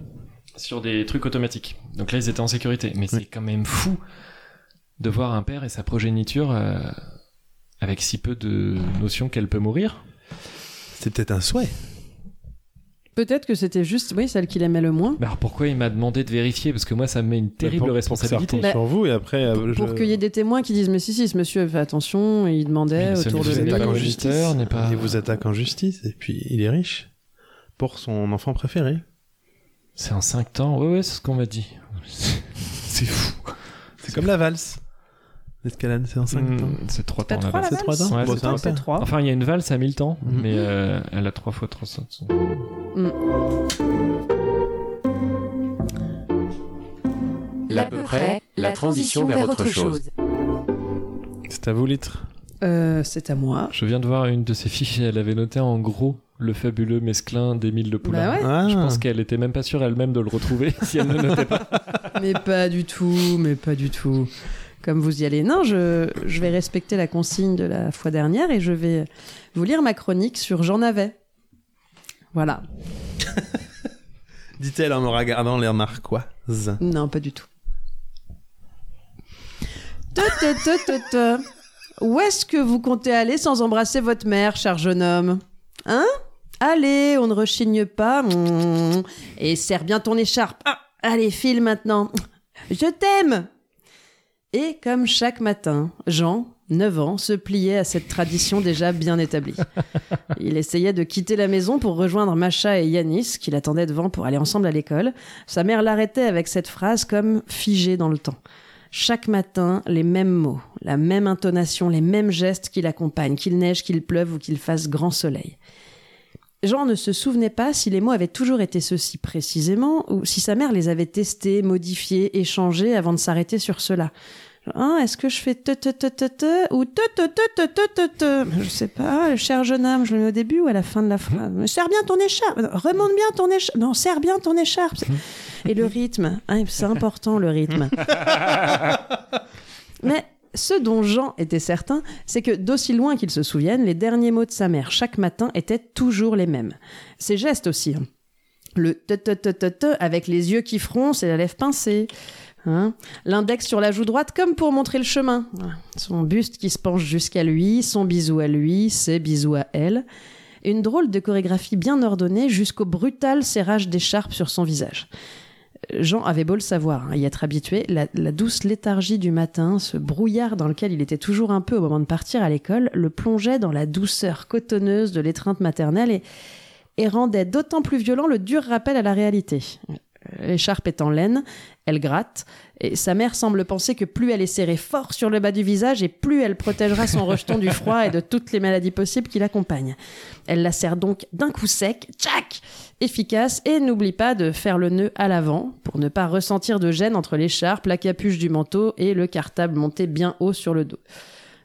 sur des trucs automatiques. Donc là, ils étaient en sécurité. Mais c'est quand même fou de voir un père et sa progéniture euh, avec si peu de notion qu'elle peut mourir.
C'était peut-être un souhait.
Peut-être que c'était juste, oui, celle qu'il aimait le moins.
Bah alors pourquoi il m'a demandé de vérifier Parce que moi, ça me met une terrible
Pour- pour que ça
responsabilité.
retombe sur vous et après. euh, je-
Bah, Pour qu'il y ait des témoins qui disent, mais si, si, ce monsieur fait attention, et il demandait
Oui, mais
autour
ça
de
nous
vous
lui.
aide
attaque
pas
en
quand
justice.
Twitter n'est pas-
Il vous attaque en justice et puis il est riche pour son enfant préféré.
C'est en 5 temps. Ouais, ouais, c'est ce qu'on m'a dit. c'est fou.
C'est comme la valse. L'escalade, c'est en 5
Hmm,
temps.
C'est 3
T'as
temps la
trois,
valse.
C'est 3 temps
Ouais,
Bon,
c'est
un
C'est
père.
trois.
Enfin, il y a une valse à 1000 temps,
Mhm.
mais euh, elle a 3 fois 300.
L'à peu près, la transition vers autre chose.
C'est à vous, litre.
Euh, c'est à moi.
Je viens de voir une de ses fiches et elle avait noté en gros le fabuleux mesclin d'Émile Le Poulain.
Bah ouais,
Ah.
Je pense qu'elle était même pas sûre elle-même de le retrouver si elle ne notait pas.
mais pas du tout, mais pas du tout. Comme vous y allez. Non, je, je vais respecter la consigne de la fois dernière et je vais vous lire ma chronique sur Jean Navet. Voilà.
Dit-elle en me regardant l'air narquoise.
Non, pas du tout. Te, te, te, te, te. Où est-ce que vous comptez aller sans embrasser votre mère, cher jeune homme Hein Allez, on ne rechigne pas. Mm. Et serre bien ton écharpe. Ah, allez, file maintenant. Je t'aime Et comme chaque matin, Jean, 9 ans, se pliait à cette tradition déjà bien établie. Il essayait de quitter la maison pour rejoindre Macha et Yanis, qui l'attendaient devant pour aller ensemble à l'école. Sa mère l'arrêtait avec cette phrase comme figée dans le temps. Chaque matin, les mêmes mots, la même intonation, les mêmes gestes qui l'accompagnent, qu'il neige, qu'il pleuve ou qu'il fasse grand soleil. Jean ne se souvenait pas si les mots avaient toujours été ceux-ci précisément ou si sa mère les avait testés, modifiés, échangés avant de s'arrêter sur cela. Hein, est-ce que je fais te te te te te ou te te te te te te te Je sais pas, cher jeune homme, je le mets au début ou à la fin de la phrase. Serre bien ton écharpe, Non, remonte bien ton écharpe, non, serre bien ton écharpe. Et le rythme, hein, c'est important le rythme. Mais ce dont Jean était certain, c'est que d'aussi loin qu'il se souvienne, les derniers mots de sa mère chaque matin étaient toujours les mêmes. Ses gestes aussi. hein. Le te te te te te avec les yeux qui froncent et la lèvre pincée. Hein L'index sur la joue droite comme pour montrer le chemin. Son buste qui se penche jusqu'à lui, son bisou à lui, ses bisous à elle. Une drôle de chorégraphie bien ordonnée jusqu'au brutal serrage d'écharpe sur son visage. Jean avait beau le savoir, hein, y être habitué, la, la douce léthargie du matin, ce brouillard dans lequel il était toujours un peu au moment de partir à l'école, le plongeait dans la douceur cotonneuse de l'étreinte maternelle et, et rendait d'autant plus violent le dur rappel à la réalité. Euh, L'écharpe est en laine, elle gratte, et sa mère semble penser que plus elle est serrée fort sur le bas du visage et plus elle protégera son rejeton du froid et de toutes les maladies possibles qui l'accompagnent. Elle la serre donc d'un coup sec, tchac efficace et n'oublie pas de faire le nœud à l'avant pour ne pas ressentir de gêne entre l'écharpe, la capuche du manteau et le cartable monté bien haut sur le dos.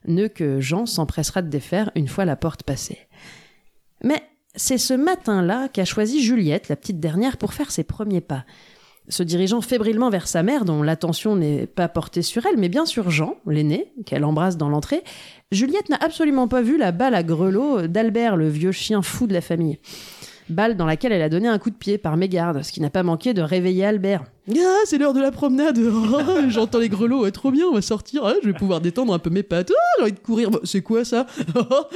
Nœud que Jean s'empressera de défaire une fois la porte passée. Mais c'est ce matin-là qu'a choisi Juliette, la petite dernière, pour faire ses premiers pas. Se dirigeant fébrilement vers sa mère, dont l'attention n'est pas portée sur elle, mais bien sur Jean, l'aîné, qu'elle embrasse dans l'entrée, Juliette n'a absolument pas vu la balle à grelot d'Albert, le vieux chien fou de la famille balle dans laquelle elle a donné un coup de pied par mégarde, ce qui n'a pas manqué de réveiller Albert. Ah, c'est l'heure de la promenade. Ah, J'entends les grelots, Ah, trop bien, on va sortir. Ah, je vais pouvoir détendre un peu mes pattes. Ah, j'ai envie de courir. Bah, c'est quoi ça Ah,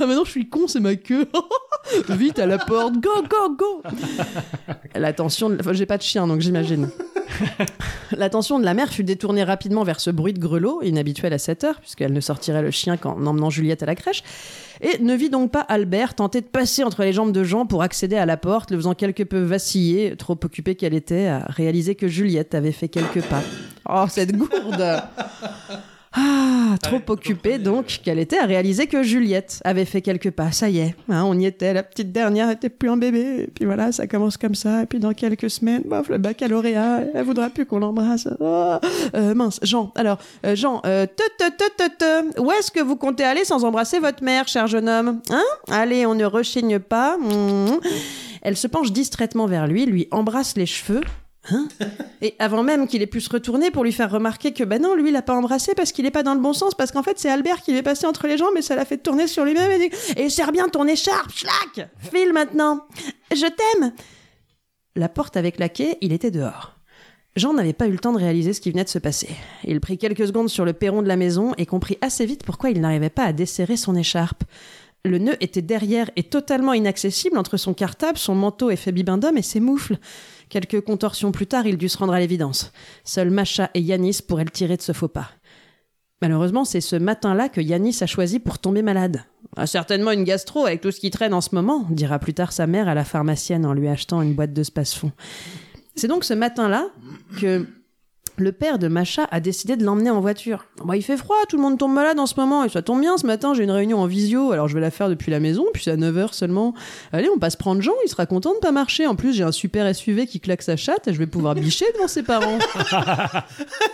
maintenant je suis con, c'est ma queue. Vite à la porte. Go, go, go. La tension, de... enfin, j'ai pas de chien donc j'imagine. L'attention de la mère fut détournée rapidement vers ce bruit de grelot, inhabituel à cette heure, puisqu'elle ne sortirait le chien qu'en emmenant Juliette à la crèche, et ne vit donc pas Albert tenter de passer entre les jambes de Jean pour accéder à la porte, le faisant quelque peu vaciller, trop occupée qu'elle était à réaliser que Juliette avait fait quelques pas. Oh, cette gourde Ah, trop occupée donc qu'elle était à réaliser que Juliette avait fait quelques pas. Ça y est, hein, on y était. La petite dernière n'était plus un bébé. Et puis voilà, ça commence comme ça. Et puis dans quelques semaines, bof, le baccalauréat, elle voudra plus qu'on l'embrasse. Ah, euh, mince, Jean. Alors, euh, Jean, euh, te, te, te, te, te, où est-ce que vous comptez aller sans embrasser votre mère, cher jeune homme Hein Allez, on ne rechigne pas. Mmh. Elle se penche distraitement vers lui, lui embrasse les cheveux. Hein et avant même qu'il ait pu se retourner pour lui faire remarquer que, bah non, lui, il l'a pas embrassé parce qu'il est pas dans le bon sens, parce qu'en fait, c'est Albert qui lui est passé entre les jambes et ça l'a fait tourner sur lui-même et dit Et serre bien ton écharpe, schlac File maintenant Je t'aime La porte avec laquais, il était dehors. Jean n'avait pas eu le temps de réaliser ce qui venait de se passer. Il prit quelques secondes sur le perron de la maison et comprit assez vite pourquoi il n'arrivait pas à desserrer son écharpe. Le nœud était derrière et totalement inaccessible entre son cartable, son manteau effet bibendum et ses moufles. Quelques contorsions plus tard, il dut se rendre à l'évidence. Seuls Macha et Yanis pourraient le tirer de ce faux pas. Malheureusement, c'est ce matin-là que Yanis a choisi pour tomber malade. Ah, certainement une gastro avec tout ce qui traîne en ce moment, dira plus tard sa mère à la pharmacienne en lui achetant une boîte de space-fond. C'est donc ce matin-là que le père de Macha a décidé de l'emmener en voiture. Bah, il fait froid, tout le monde tombe malade en ce moment, et ça tombe bien, ce matin j'ai une réunion en visio, alors je vais la faire depuis la maison, puis c'est à 9h seulement. Allez, on passe prendre Jean, il sera content de pas marcher. En plus, j'ai un super SUV qui claque sa chatte, et je vais pouvoir bicher devant ses parents.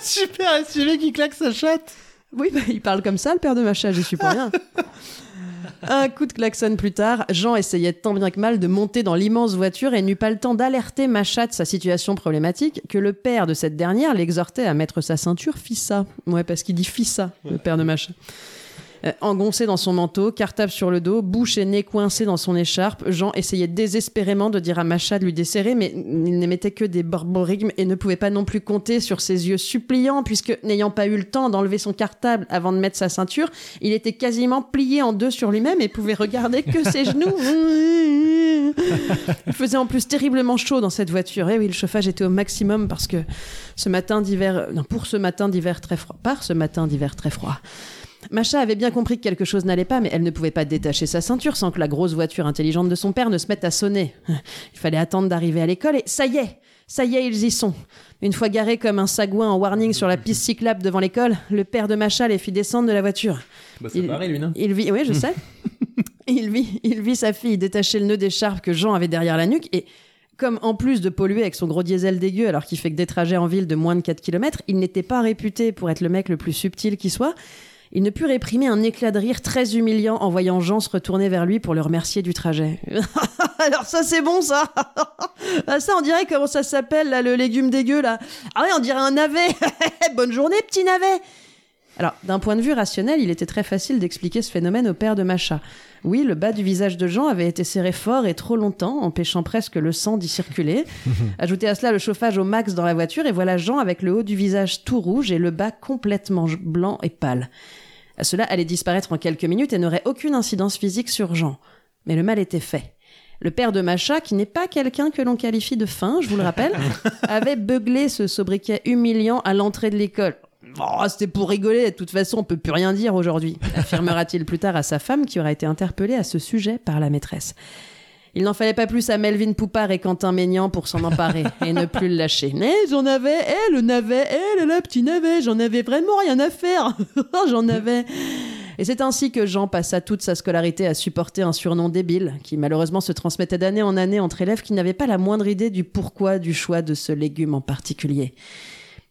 Super SUV qui claque sa chatte
Oui, bah, il parle comme ça, le père de Macha, j'y suis pour rien. Un coup de klaxon plus tard, Jean essayait tant bien que mal de monter dans l'immense voiture et n'eut pas le temps d'alerter Machat de sa situation problématique que le père de cette dernière l'exhortait à mettre sa ceinture fissa. Ouais, parce qu'il dit fissa, le père de Machat. Euh, engoncé dans son manteau, cartable sur le dos, bouche et nez coincés dans son écharpe, Jean essayait désespérément de dire à Macha de lui desserrer, mais il n'émettait que des borborigmes et ne pouvait pas non plus compter sur ses yeux suppliants, puisque, n'ayant pas eu le temps d'enlever son cartable avant de mettre sa ceinture, il était quasiment plié en deux sur lui-même et pouvait regarder que ses genoux. Il faisait en plus terriblement chaud dans cette voiture. Et oui, le chauffage était au maximum parce que ce matin d'hiver, non, pour ce matin d'hiver très froid, par ce matin d'hiver très froid. Macha avait bien compris que quelque chose n'allait pas, mais elle ne pouvait pas détacher sa ceinture sans que la grosse voiture intelligente de son père ne se mette à sonner. Il fallait attendre d'arriver à l'école et ça y est, ça y est, ils y sont. Une fois garés comme un sagouin en warning sur la piste cyclable devant l'école, le père de Macha les fit descendre de la voiture.
Bah,
Il-
lui, non Hmm.
Il vit, oui, je sais. il vit, il vit sa fille détacher le nœud d'écharpe que Jean avait derrière la nuque et comme en plus de polluer avec son gros diesel dégueu alors qu'il fait que des trajets en ville de moins de 4 km, il n'était pas réputé pour être le mec le plus subtil qui soit, il ne put réprimer un éclat de rire très humiliant en voyant Jean se retourner vers lui pour le remercier du trajet. alors ça c'est bon ça Ah, Ça on dirait comment ça s'appelle là, le légume dégueu là Ah ouais on dirait un navet Bonne journée petit navet alors, d'un point de vue rationnel, il était très facile d'expliquer ce phénomène au père de Macha. Oui, le bas du visage de Jean avait été serré fort et trop longtemps, empêchant presque le sang d'y circuler. Ajoutez à cela le chauffage au max dans la voiture, et voilà Jean avec le haut du visage tout rouge et le bas complètement j- blanc et pâle. Cela allait disparaître en quelques minutes et n'aurait aucune incidence physique sur Jean. Mais le mal était fait. Le père de Macha, qui n'est pas quelqu'un que l'on qualifie de fin, je vous le rappelle, avait beuglé ce sobriquet humiliant à l'entrée de l'école. Oh, c'était pour rigoler, de toute façon, on peut plus rien dire aujourd'hui, affirmera-t-il plus tard à sa femme qui aura été interpellée à ce sujet par la maîtresse. Il n'en fallait pas plus à Melvin Poupard et Quentin Ménian pour s'en emparer et ne plus le lâcher. Mais j'en avais, eh, le navet, eh, le, le petit navet, j'en avais vraiment rien à faire, Oh, j'en avais. Et c'est ainsi que Jean passa toute sa scolarité à supporter un surnom débile, qui malheureusement se transmettait d'année en année entre élèves qui n'avaient pas la moindre idée du pourquoi du choix de ce légume en particulier.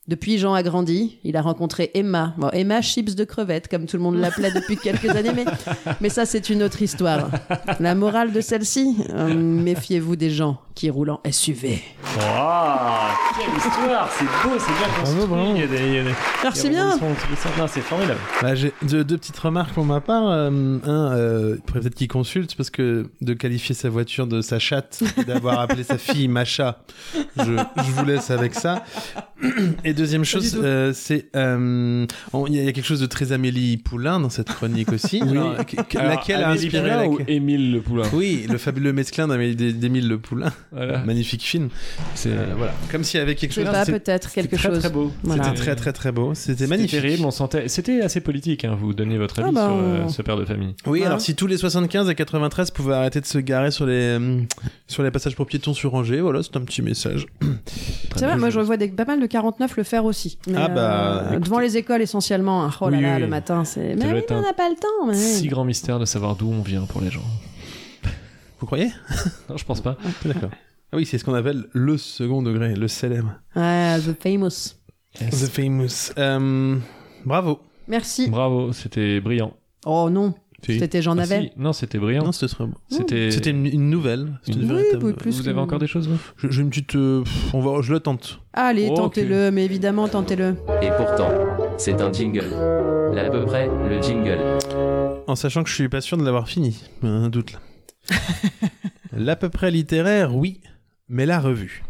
Depuis, Jean a grandi. Il a rencontré Emma. Bon, Emma Chips de crevettes, comme tout le monde l'appelait depuis quelques années, mais, mais ça, c'est une autre histoire. La morale de celle-ci euh, Méfiez-vous des gens qui roulent en SUV.
Waouh Quelle histoire C'est beau, c'est bien construit. Il y a des, il y a des-
Merci
des
bien
rebondissements dans tous les sens. Non, c'est formidable.
Bah, j'ai deux, deux petites remarques pour ma part. Euh, un, euh, il faudrait peut-être qu'il consulte parce que de qualifier sa voiture de sa chatte, et d'avoir appelé sa fille Macha, je, je vous laisse avec ça. Et deuxième chose, euh, c'est euh, on- il y, a- il y a quelque chose de très Amélie Poulain dans cette chronique aussi. Alors, que- que-
Alors,
laquelle a
Amélie
inspiré
Poulain ou
laquelle
Émile le poulain
Oui, le fabuleux mesclin d'Amélie d'É- d'Émile Le Poulain,
Voilà.
magnifique film. C'est euh, voilà, comme s'il y avait quelque
Je sais
chose.
pas,
c'est-
peut-être quelque
C'était très,
chose.
très beau.
Voilà.
C'était très très très beau. C'était
Ah C'était
magnifique.
terrible, on sentait. C'était assez politique, hein, vous donnez votre avis
Ah bah,
sur euh,
on-
ce père de famille.
Oui,
Voilà.
alors si tous les 75 et 93 pouvaient arrêter de se garer sur les, hum, sur les passages pour piétons sur Angers, voilà, c'est un petit message.
C'est vrai, moi, je vois des, pas mal de 49 le faire aussi. Mais,
Ah bah,
euh,
écoutez.
devant les écoles, essentiellement. hein. Oh là
Oui,
là,
oui.
le matin, c'est... Mais
doit
oui,
être
mais on
un
n'a pas le temps. mais-
Si grand mystère de savoir d'où on vient pour les gens.
Vous croyez
Non, je pense pas.
D'accord. Ah oui, c'est ce qu'on appelle le second degré, le célèbre.
Ah, the famous.
The famous. Hum, bravo.
Merci.
Bravo, c'était brillant.
Oh non,
Si.
c'était Jean
Ah, si,
Navel.
Non, c'était brillant.
Non, c'était très bon.
C'était.
C'était une, une nouvelle. C'était
Une-
une
Oui,
véritable-
oui, plus
Vous
que-
avez encore des choses vous
Je- J'ai une petite. euh, pff, on va, je le tente.
Allez,
Oh,
tentez-le, mais évidemment, tentez-le.
Et pourtant, c'est un jingle. L'à peu près, le jingle.
En sachant que je suis pas sûr de l'avoir fini. Il y a Un doute là. L'à peu près littéraire, oui, mais la revue.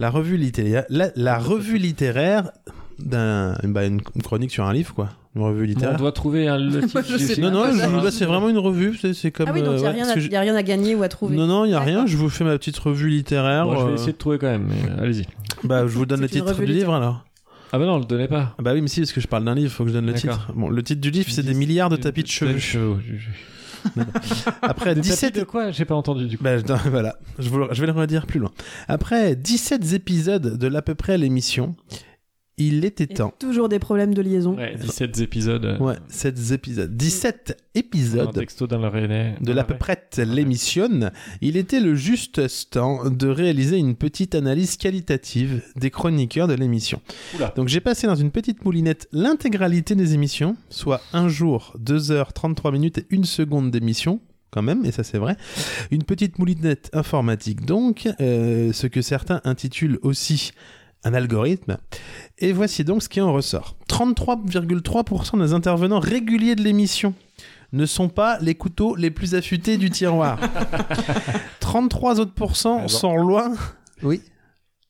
La revue littéraire, la, la revue littéraire d'un, bah, une chronique sur un livre quoi. Une revue
On
littéraire.
doit trouver un. le
Moi,
titre
je
du-
sais
non
pas.
non,
Ah,
je-
ça.
bah, c'est vraiment une revue. C'est, c'est comme.
Ah oui, donc
euh,
il n'y a,
ouais,
rien
parce
à-
que
y a rien à gagner ou à
j'ai-
trouver.
Non non, il y a rien.
D'accord.
Je vous fais ma petite revue littéraire.
Bon, je vais
euh,
essayer de trouver quand même. mais, euh, Allez-y.
Bah je vous donne
C'est
le
une
titre
revue
du livre alors.
Ah bah non, le donnez pas.
Ah Bah oui mais si parce que je parle d'un livre, faut que je donne le
D'accord.
titre. Bon, le titre du livre c'est des milliards de tapis de cheveux. Après
Des
17
tapis de quoi J'ai pas entendu du coup.
Bah, attends, voilà, je, vous le- je vais le redire plus loin. Après 17 épisodes de l'à peu près l'émission, Il était
Et
temps.
Toujours des problèmes de liaison.
Ouais, 17 épisodes. euh,
Bah, Ouais, 7 épisodes. 17
Un
épisodes
texto dans Ah le René.
de l'à peu près l'émission, il était le juste temps de réaliser une petite analyse qualitative des chroniqueurs de l'émission.
Oula.
Donc j'ai passé dans une petite moulinette l'intégralité des émissions, soit un jour, 2 heures, 33 minutes et une seconde d'émission. Quand même, et ça c'est vrai. Une petite moulinette informatique donc, euh, ce que certains intitulent aussi un algorithme. Et voici donc ce qui en ressort. 33,3% des intervenants réguliers de l'émission ne sont pas les couteaux les plus affûtés du tiroir. 33 autres pourcents sont loin. Oui.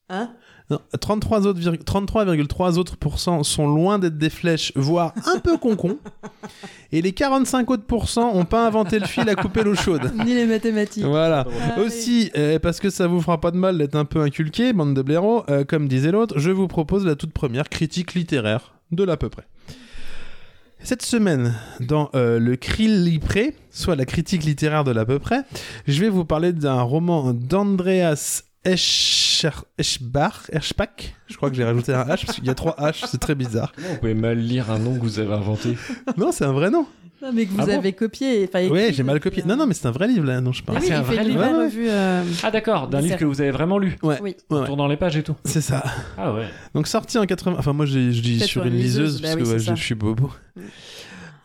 Hein
Non, 33 autres virg- 33,3 autres pourcents sont loin d'être des flèches, voire un peu concons. Et les 45 autres pourcents ont pas inventé le fil à couper l'eau chaude.
Ni les mathématiques.
Voilà.
Ah,
Aussi, euh, parce que ça vous fera pas de mal d'être un peu inculqué, bande de blaireaux, euh, comme disait l'autre, je vous propose la toute première critique littéraire de l'à peu près. Cette semaine, dans euh, le Krillipré, soit la critique littéraire de l'à peu près, je vais vous parler d'un roman d'Andreas Escher- Eschbach, Eschbach, je crois que j'ai rajouté un H parce qu'il y a trois H, c'est très bizarre.
Vous pouvez mal lire un nom que vous avez inventé.
Non, c'est un vrai nom.
Non, mais que vous
Ah bon
avez copié. enfin, écrit
Ouais, j'ai mal
depuis
copié.
un-
Non, non, mais c'est un vrai livre là dont je
Ah
parle.
oui,
c'est un
il fait
vrai
une
livre.
nouvelle
Ouais, ouais.
revue, euh,
Ah d'accord, d'un
C'est
livre
ça.
que vous avez vraiment lu.
Ouais,
Oui.
ouais, ouais.
Tournant les pages et tout.
c'est ça.
Ah ouais.
Donc sorti en 80... Enfin moi je, je dis
Peut-être
sur
sur
une
une
liseuse,
liseuse,
parce
bah
que
oui,
ouais,
c'est
je,
ça. Mm.
je suis bobo.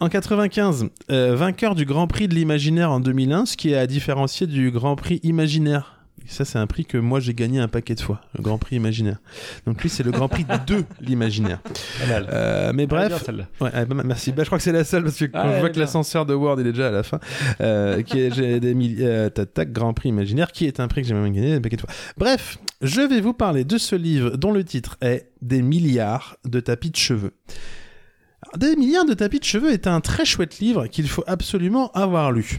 En 95, euh, vainqueur du Grand Prix de l'Imaginaire en 2001, ce qui est à différencier du Grand Prix Imaginaire. Ça c'est un prix que moi j'ai gagné un paquet de fois, le Grand Prix Imaginaire. Donc lui c'est le Grand Prix de l'Imaginaire.
Pas mal.
Euh, mais
Ah,
bref,
bien, celle-là.
Ouais, ouais, pas mal, merci. Bah, je crois que c'est la seule parce que quand
Ah,
je
ouais,
vois que
bien.
l'ascenseur de Word il est déjà à la fin, euh, qui est j'ai des milli- euh, tac, tac, Grand Prix imaginaire, qui est un prix que j'ai même gagné un paquet de fois. Bref, je vais vous parler de ce livre dont le titre est Des milliards de tapis de cheveux. Alors, Des milliards de tapis de cheveux est un très chouette livre qu'il faut absolument avoir lu.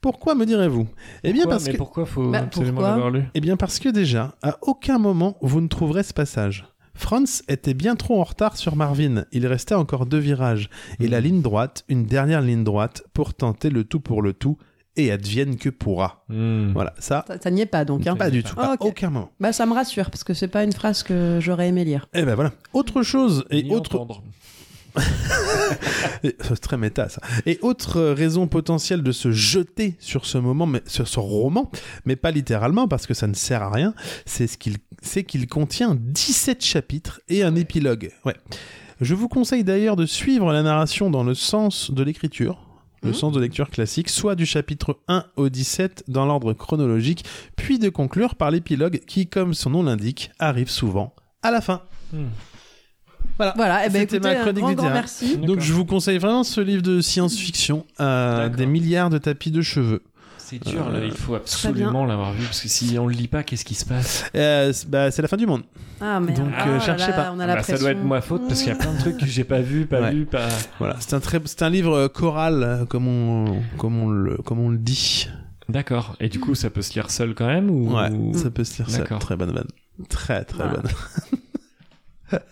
Pourquoi me direz-vous Eh bien
Pourquoi-
parce
mais
que
pourquoi faut
Bah,
absolument
pourquoi
l'avoir lu
eh bien parce que déjà, à aucun moment vous ne trouverez ce passage. Franz était bien trop en retard sur Marvin. Il restait encore deux virages et la ligne droite, une dernière ligne droite pour tenter le tout pour le tout et advienne que pourra.
Hmm.
Voilà, ça,
Ça, ça n'y est pas donc. hein.
pas du tout, à
Ah, ok.
aucun moment.
Bah, ça me rassure parce que c'est pas une phrase que j'aurais aimé lire.
Eh ben voilà. Autre chose et
Ni
autre
entendre.
Et- C'est très méta ça. Et autre euh, raison potentielle de se jeter sur ce moment, mais sur ce roman, mais pas littéralement parce que ça ne sert à rien, c'est ce qu'il, c'est qu'il contient 17 chapitres et un épilogue. Ouais. Je vous conseille d'ailleurs de suivre la narration dans le sens de l'écriture. Le sens de lecture classique, soit du chapitre 1 au 17 dans l'ordre chronologique, puis de conclure par l'épilogue qui, comme son nom l'indique, arrive souvent à la fin.
Hmm.
Voilà.
Voilà, et ben
C'était
écoutez,
ma
un
chronique
grand,
littéraire.
grand merci.
Donc je vous conseille vraiment ce livre de science-fiction à
D'accord.
des milliards de tapis de cheveux.
C'est dur, là, il faut
bien.
absolument l'avoir vu, parce que si on le lit pas, qu'est-ce qui se passe
Euh, c'est- bah, c'est la fin du monde.
Ah merde.
Donc, euh,
Ah là
cherchez
là,
pas.
On a la
Bah, Ça
pression.
doit être ma faute, parce qu'il y a plein de trucs que j'ai pas vu, pas
Ouais.
lu, pas...
Voilà, c'est un très, c'est un livre euh, choral euh, comme on, comme on le, comme on le dit.
D'accord, et du coup, ça peut se lire seul quand même, ou...
Ouais,
ou-
ça peut se lire ça.
D'accord.
Très bonne vanne. Très très
Voilà.
bonne.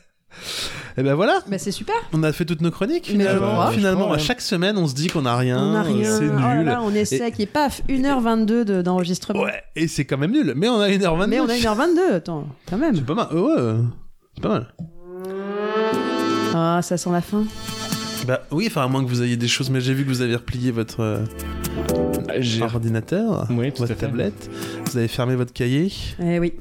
Et ben voilà,
Bah, c'est super.
on a fait toutes nos chroniques
Mais
finalement.
je crois.
Finalement,
Ouais.
à chaque semaine, on se dit qu'on a rien,
hein, on n'a
euh,
rien.
c'est
Oh là
nul.
là, on essaie et... paf, 1h22 de- d'enregistrement.
Ouais, et c'est quand même nul. Mais on a 1h22.
Mais on a 1h22, attends,
C'est
quand même.
pas mal. Ouais, ouais, c'est pas mal.
Ah, ça sent la fin.
Bah oui, enfin à moins que vous ayez des choses, mais j'ai vu que vous avez replié votre. euh,
Ah, J'ai
ordinateur,
Oui, tout
votre
à fait.
tablette. Vous avez fermé votre cahier.
Eh oui.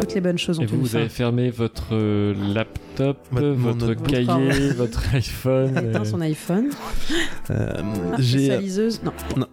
Toutes les bonnes choses ont
Et vous,
une
vous
fin.
avez fermé votre euh, laptop,
Votre-
votre,
mon notebook.
cahier, votre iPhone.
Elle éteint
euh,
son iPhone.
Euh,
Ah, sa
J'ai euh,
liseuse. Non.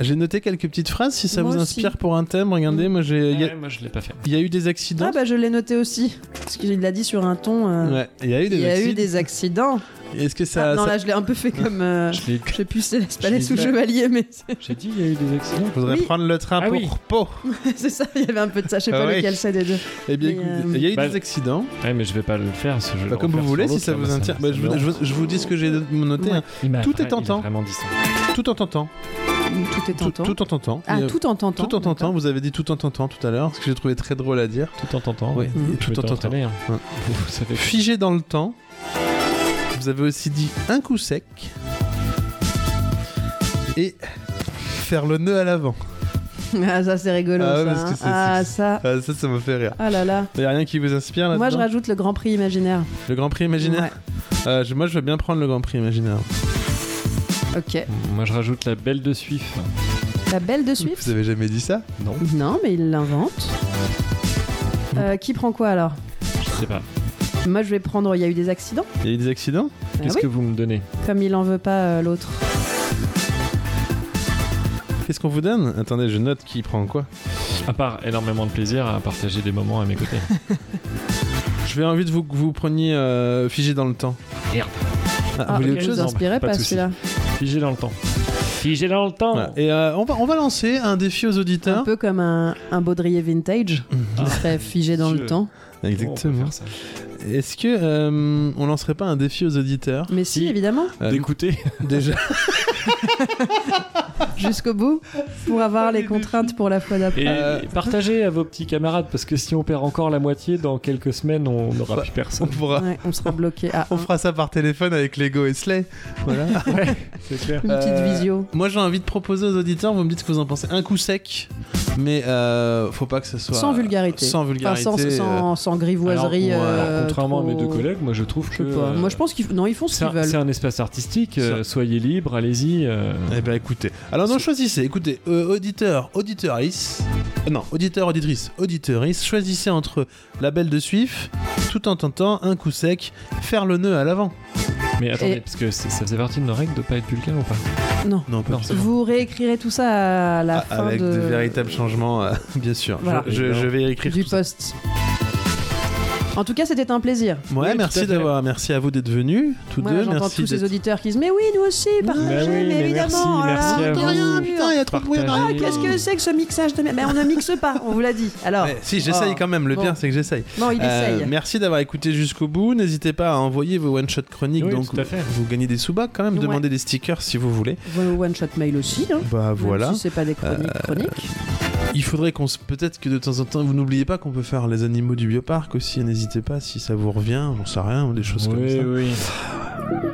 j'ai noté quelques petites phrases si ça
Moi
vous
aussi. Mm.
inspire pour un thème. Regardez, moi j'ai. Il y,
ouais,
a-
moi, je l'ai pas fait.
il y a eu des accidents.
Ah bah je l'ai noté aussi. Parce qu'il l'a dit sur un ton. euh,
Ouais, il y a eu
Il
des
y a eu
accidents.
des accidents.
Est-ce que ça.
Ah, non,
ça-
là je l'ai un peu fait comme. euh,
Je l'ai-
Je sais plus si c'est Las
Je
Palais
l'ai
ou
fait.
Chevalier, mais c'est-
J'ai dit, il y a eu des accidents.
Faudrait
Oui.
prendre le train
Ah
pour
oui.
Pau.
c'est ça, il y avait un peu de ça, je sais
Ah
pas
ouais.
lequel c'est des deux.
Eh bien,
Mais, euh,
écoutez, il y a eu
bah,
des accidents.
Ouais, mais je vais pas le faire, ce jeu.
Bah, comme vous voulez, si ça vous intéresse. Bah, je, vous- je vous- je vous dis ce que j'ai noté. hein. tout est tentant.
Vraiment dit ça.
Tout en tentant.
Tout est
Tout,
tentant.
tout en tentant.
Ah,
Il y a-
tout en tentant.
tout en tentant. Vous avez dit tout en tentant tout à l'heure, ce que j'ai trouvé très drôle à dire.
Tout en tentant.
Oui,
Je
tout
vais
en tentant.
t'entraîner, hein.
Ouais.
Vous savez.
Mm. figé dans le temps. Vous avez aussi dit un coup sec. Et faire le nœud à l'avant.
Ah, ça, c'est rigolo.
Ah ouais,
ça,
parce que
hein.
c'est-
Ah,
c'est-
ça.
Ah, ça, ça me fait rire.
Ah là là.
Il a rien qui vous inspire là
Moi, je rajoute le Grand Prix imaginaire.
Le Grand Prix imaginaire Euh, je- Moi, je veux bien prendre le Grand Prix imaginaire.
Ok.
Moi, je rajoute la belle de Suif.
La belle de Suif
Vous avez jamais dit ça
Non,
Non, mais il l'invente. Euh, qui prend quoi alors
je sais pas.
Moi, je vais prendre. Il y a eu des accidents.
Il y a eu des accidents
Ah
Qu'est-ce
oui.
que vous me donnez
Comme il en veut pas euh, l'autre.
Qu'est-ce qu'on vous donne Attendez, je note qui prend quoi.
À part énormément de plaisir à partager des moments à mes côtés.
Je vais envie de vous que vous preniez euh, figé dans le temps.
Merde.
Ah,
Ah,
vous voulez
il
autre chose
vous inspirait
Pas
pas,
de souci.
celui-là.
Figé dans le temps. Figé dans le temps
Voilà. Et euh, on, va, on va lancer un défi aux
Oh. Un
auditeurs.
peu comme un, un baudrier vintage. Il serait figé dans
Je-
le temps.
Comment Oh, on
Exactement.
peut faire ça
Est-ce que euh, on lancerait pas un défi aux auditeurs
Mais si,
Si.
évidemment.
Euh,
D'écouter
Déjà.
Jusqu'au bout. Pour avoir les contraintes pour la fois d'après.
Et
Euh,
partagez à vos petits camarades parce que si on perd encore la moitié, dans quelques semaines, on n'aura
Bah,
plus
On
personne.
pourra.
Ouais, on sera bloqué à
On
un.
fera ça par téléphone avec Lego et Slay. Voilà.
C'est clair.
une petite
Euh,
visio.
Moi j'ai envie de proposer aux auditeurs, vous me dites ce que vous en pensez. Un coup sec, mais euh, faut pas que ce soit.
Sans vulgarité.
Sans vulgarité.
Enfin, sans,
euh,
sans, sans grivoiserie.
Alors,
euh,
voilà,
Contrairement à mes deux
trop-
collègues, moi je trouve
Je
que.
sais pas.
euh,
Moi, je pense qu'ils f- non, ils font ce
c'est
qu'ils
un, c'est
veulent.
un espace artistique, euh,
Ça-
soyez libre, allez-y. euh,
Eh ben écoutez, alors non choisissez, écoutez, euh, auditeur, auditeuris, euh, non, auditeur, auditrice, auditeuris, choisissez entre la belle de suif, tout en tentant un coup sec, faire le nœud à l'avant.
Mais attendez,
Et-
parce que c'est- ça faisait partie de nos règles de pas être vulgaire ou pas
Non.
Non, pas
Non,
du
c'est
tout.
Vous réécrirez tout ça à la
Ah,
fin
Avec
de-
de véritables changements, euh, bien sûr. Je-
Voilà.
Je, je vais écrire.
du
tout ça.
poste. En tout cas, c'était un plaisir.
Ouais,
Oui, tout à
merci
fait.
d'avoir, merci à vous d'être venus tous
Moi,
deux,
j'entends
merci.
tous ces
d'être-
auditeurs qui disent Mais oui, nous aussi, partagez,
Bah oui,
mais,
mais
évidemment. alors,
merci, merci à
on
vous.
rien,
Putain, il y a trop de bruit.
Partagez.
Marie.
Ah, qu'est-ce que c'est que ce mixage de. Mais on ne mixe pas, on vous l'a dit. Alors,
Mais si j'essaye
Oh.
quand même, le
Bon.
pire c'est que j'essaye.
non, il
Euh,
essaye.
merci d'avoir écouté jusqu'au bout. N'hésitez pas à envoyer vos one-shot chroniques.
Oui,
donc
tout à fait.
vous gagnez des sous-bacs quand même.
Ouais.
Demandez des stickers si vous voulez.
Vos one-shot mail aussi. Hein.
Bah
Même
voilà.
Si c'est pas des chroniques, chroniques.
Il faudrait qu'on se... peut-être que de temps en temps, vous n'oubliez pas qu'on peut faire les animaux du bioparc aussi. N'hésitez pas si ça vous revient, on sait rien, ou des choses comme
Oui,
ça.
oui.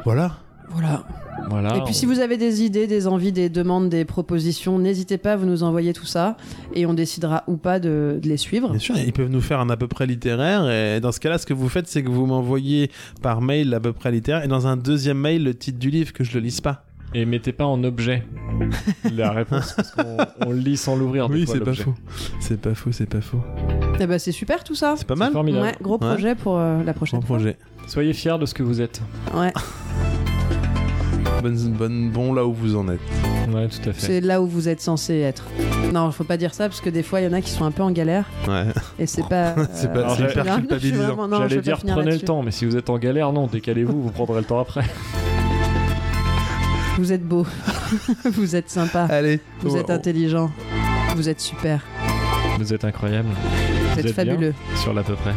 Voilà.
Voilà.
Voilà.
Et puis
ah, on-
si vous avez des idées, des envies, des demandes, des propositions, n'hésitez pas, vous nous envoyez tout ça et on décidera ou pas de, de les suivre.
Bien sûr, ils peuvent nous faire un à peu près littéraire. Et dans ce cas-là, ce que vous faites, c'est que vous m'envoyez par mail l'à peu près littéraire et dans un deuxième mail le titre du livre que je le lise pas.
Et mettez pas en objet la réponse, parce qu'on on le lit sans l'ouvrir. des fois, l'objet.
C'est pas faux, c'est pas faux.
Eh ben, c'est super tout ça.
C'est pas
C'est
mal.
formidable.
Ouais, gros projet pour euh, la
Bon
prochaine. fois.
projet.
Soyez fiers de ce que vous êtes.
Ouais,
Bonne, bonne, bon là où vous en êtes.
Ouais, tout à fait.
c'est là où vous êtes censé être. Non, faut pas dire ça parce que des fois il y en a qui sont un peu en galère
Ouais.
et c'est pas.
C'est pas- hyper
non, je
c'est
suis
culpabilisant.
vraiment- non, je
J'allais
vais
dire
pas finir
prenez le
là-dessus.
temps, mais si vous êtes en galère, non, décalez-vous, vous prendrez le temps après.
Vous êtes beau, vous êtes sympa,
Allez.
vous
on-
êtes
on-
intelligent, vous êtes super,
Vous êtes incroyable
vous êtes
êtes bien.
fabuleux.
sur l'à peu près.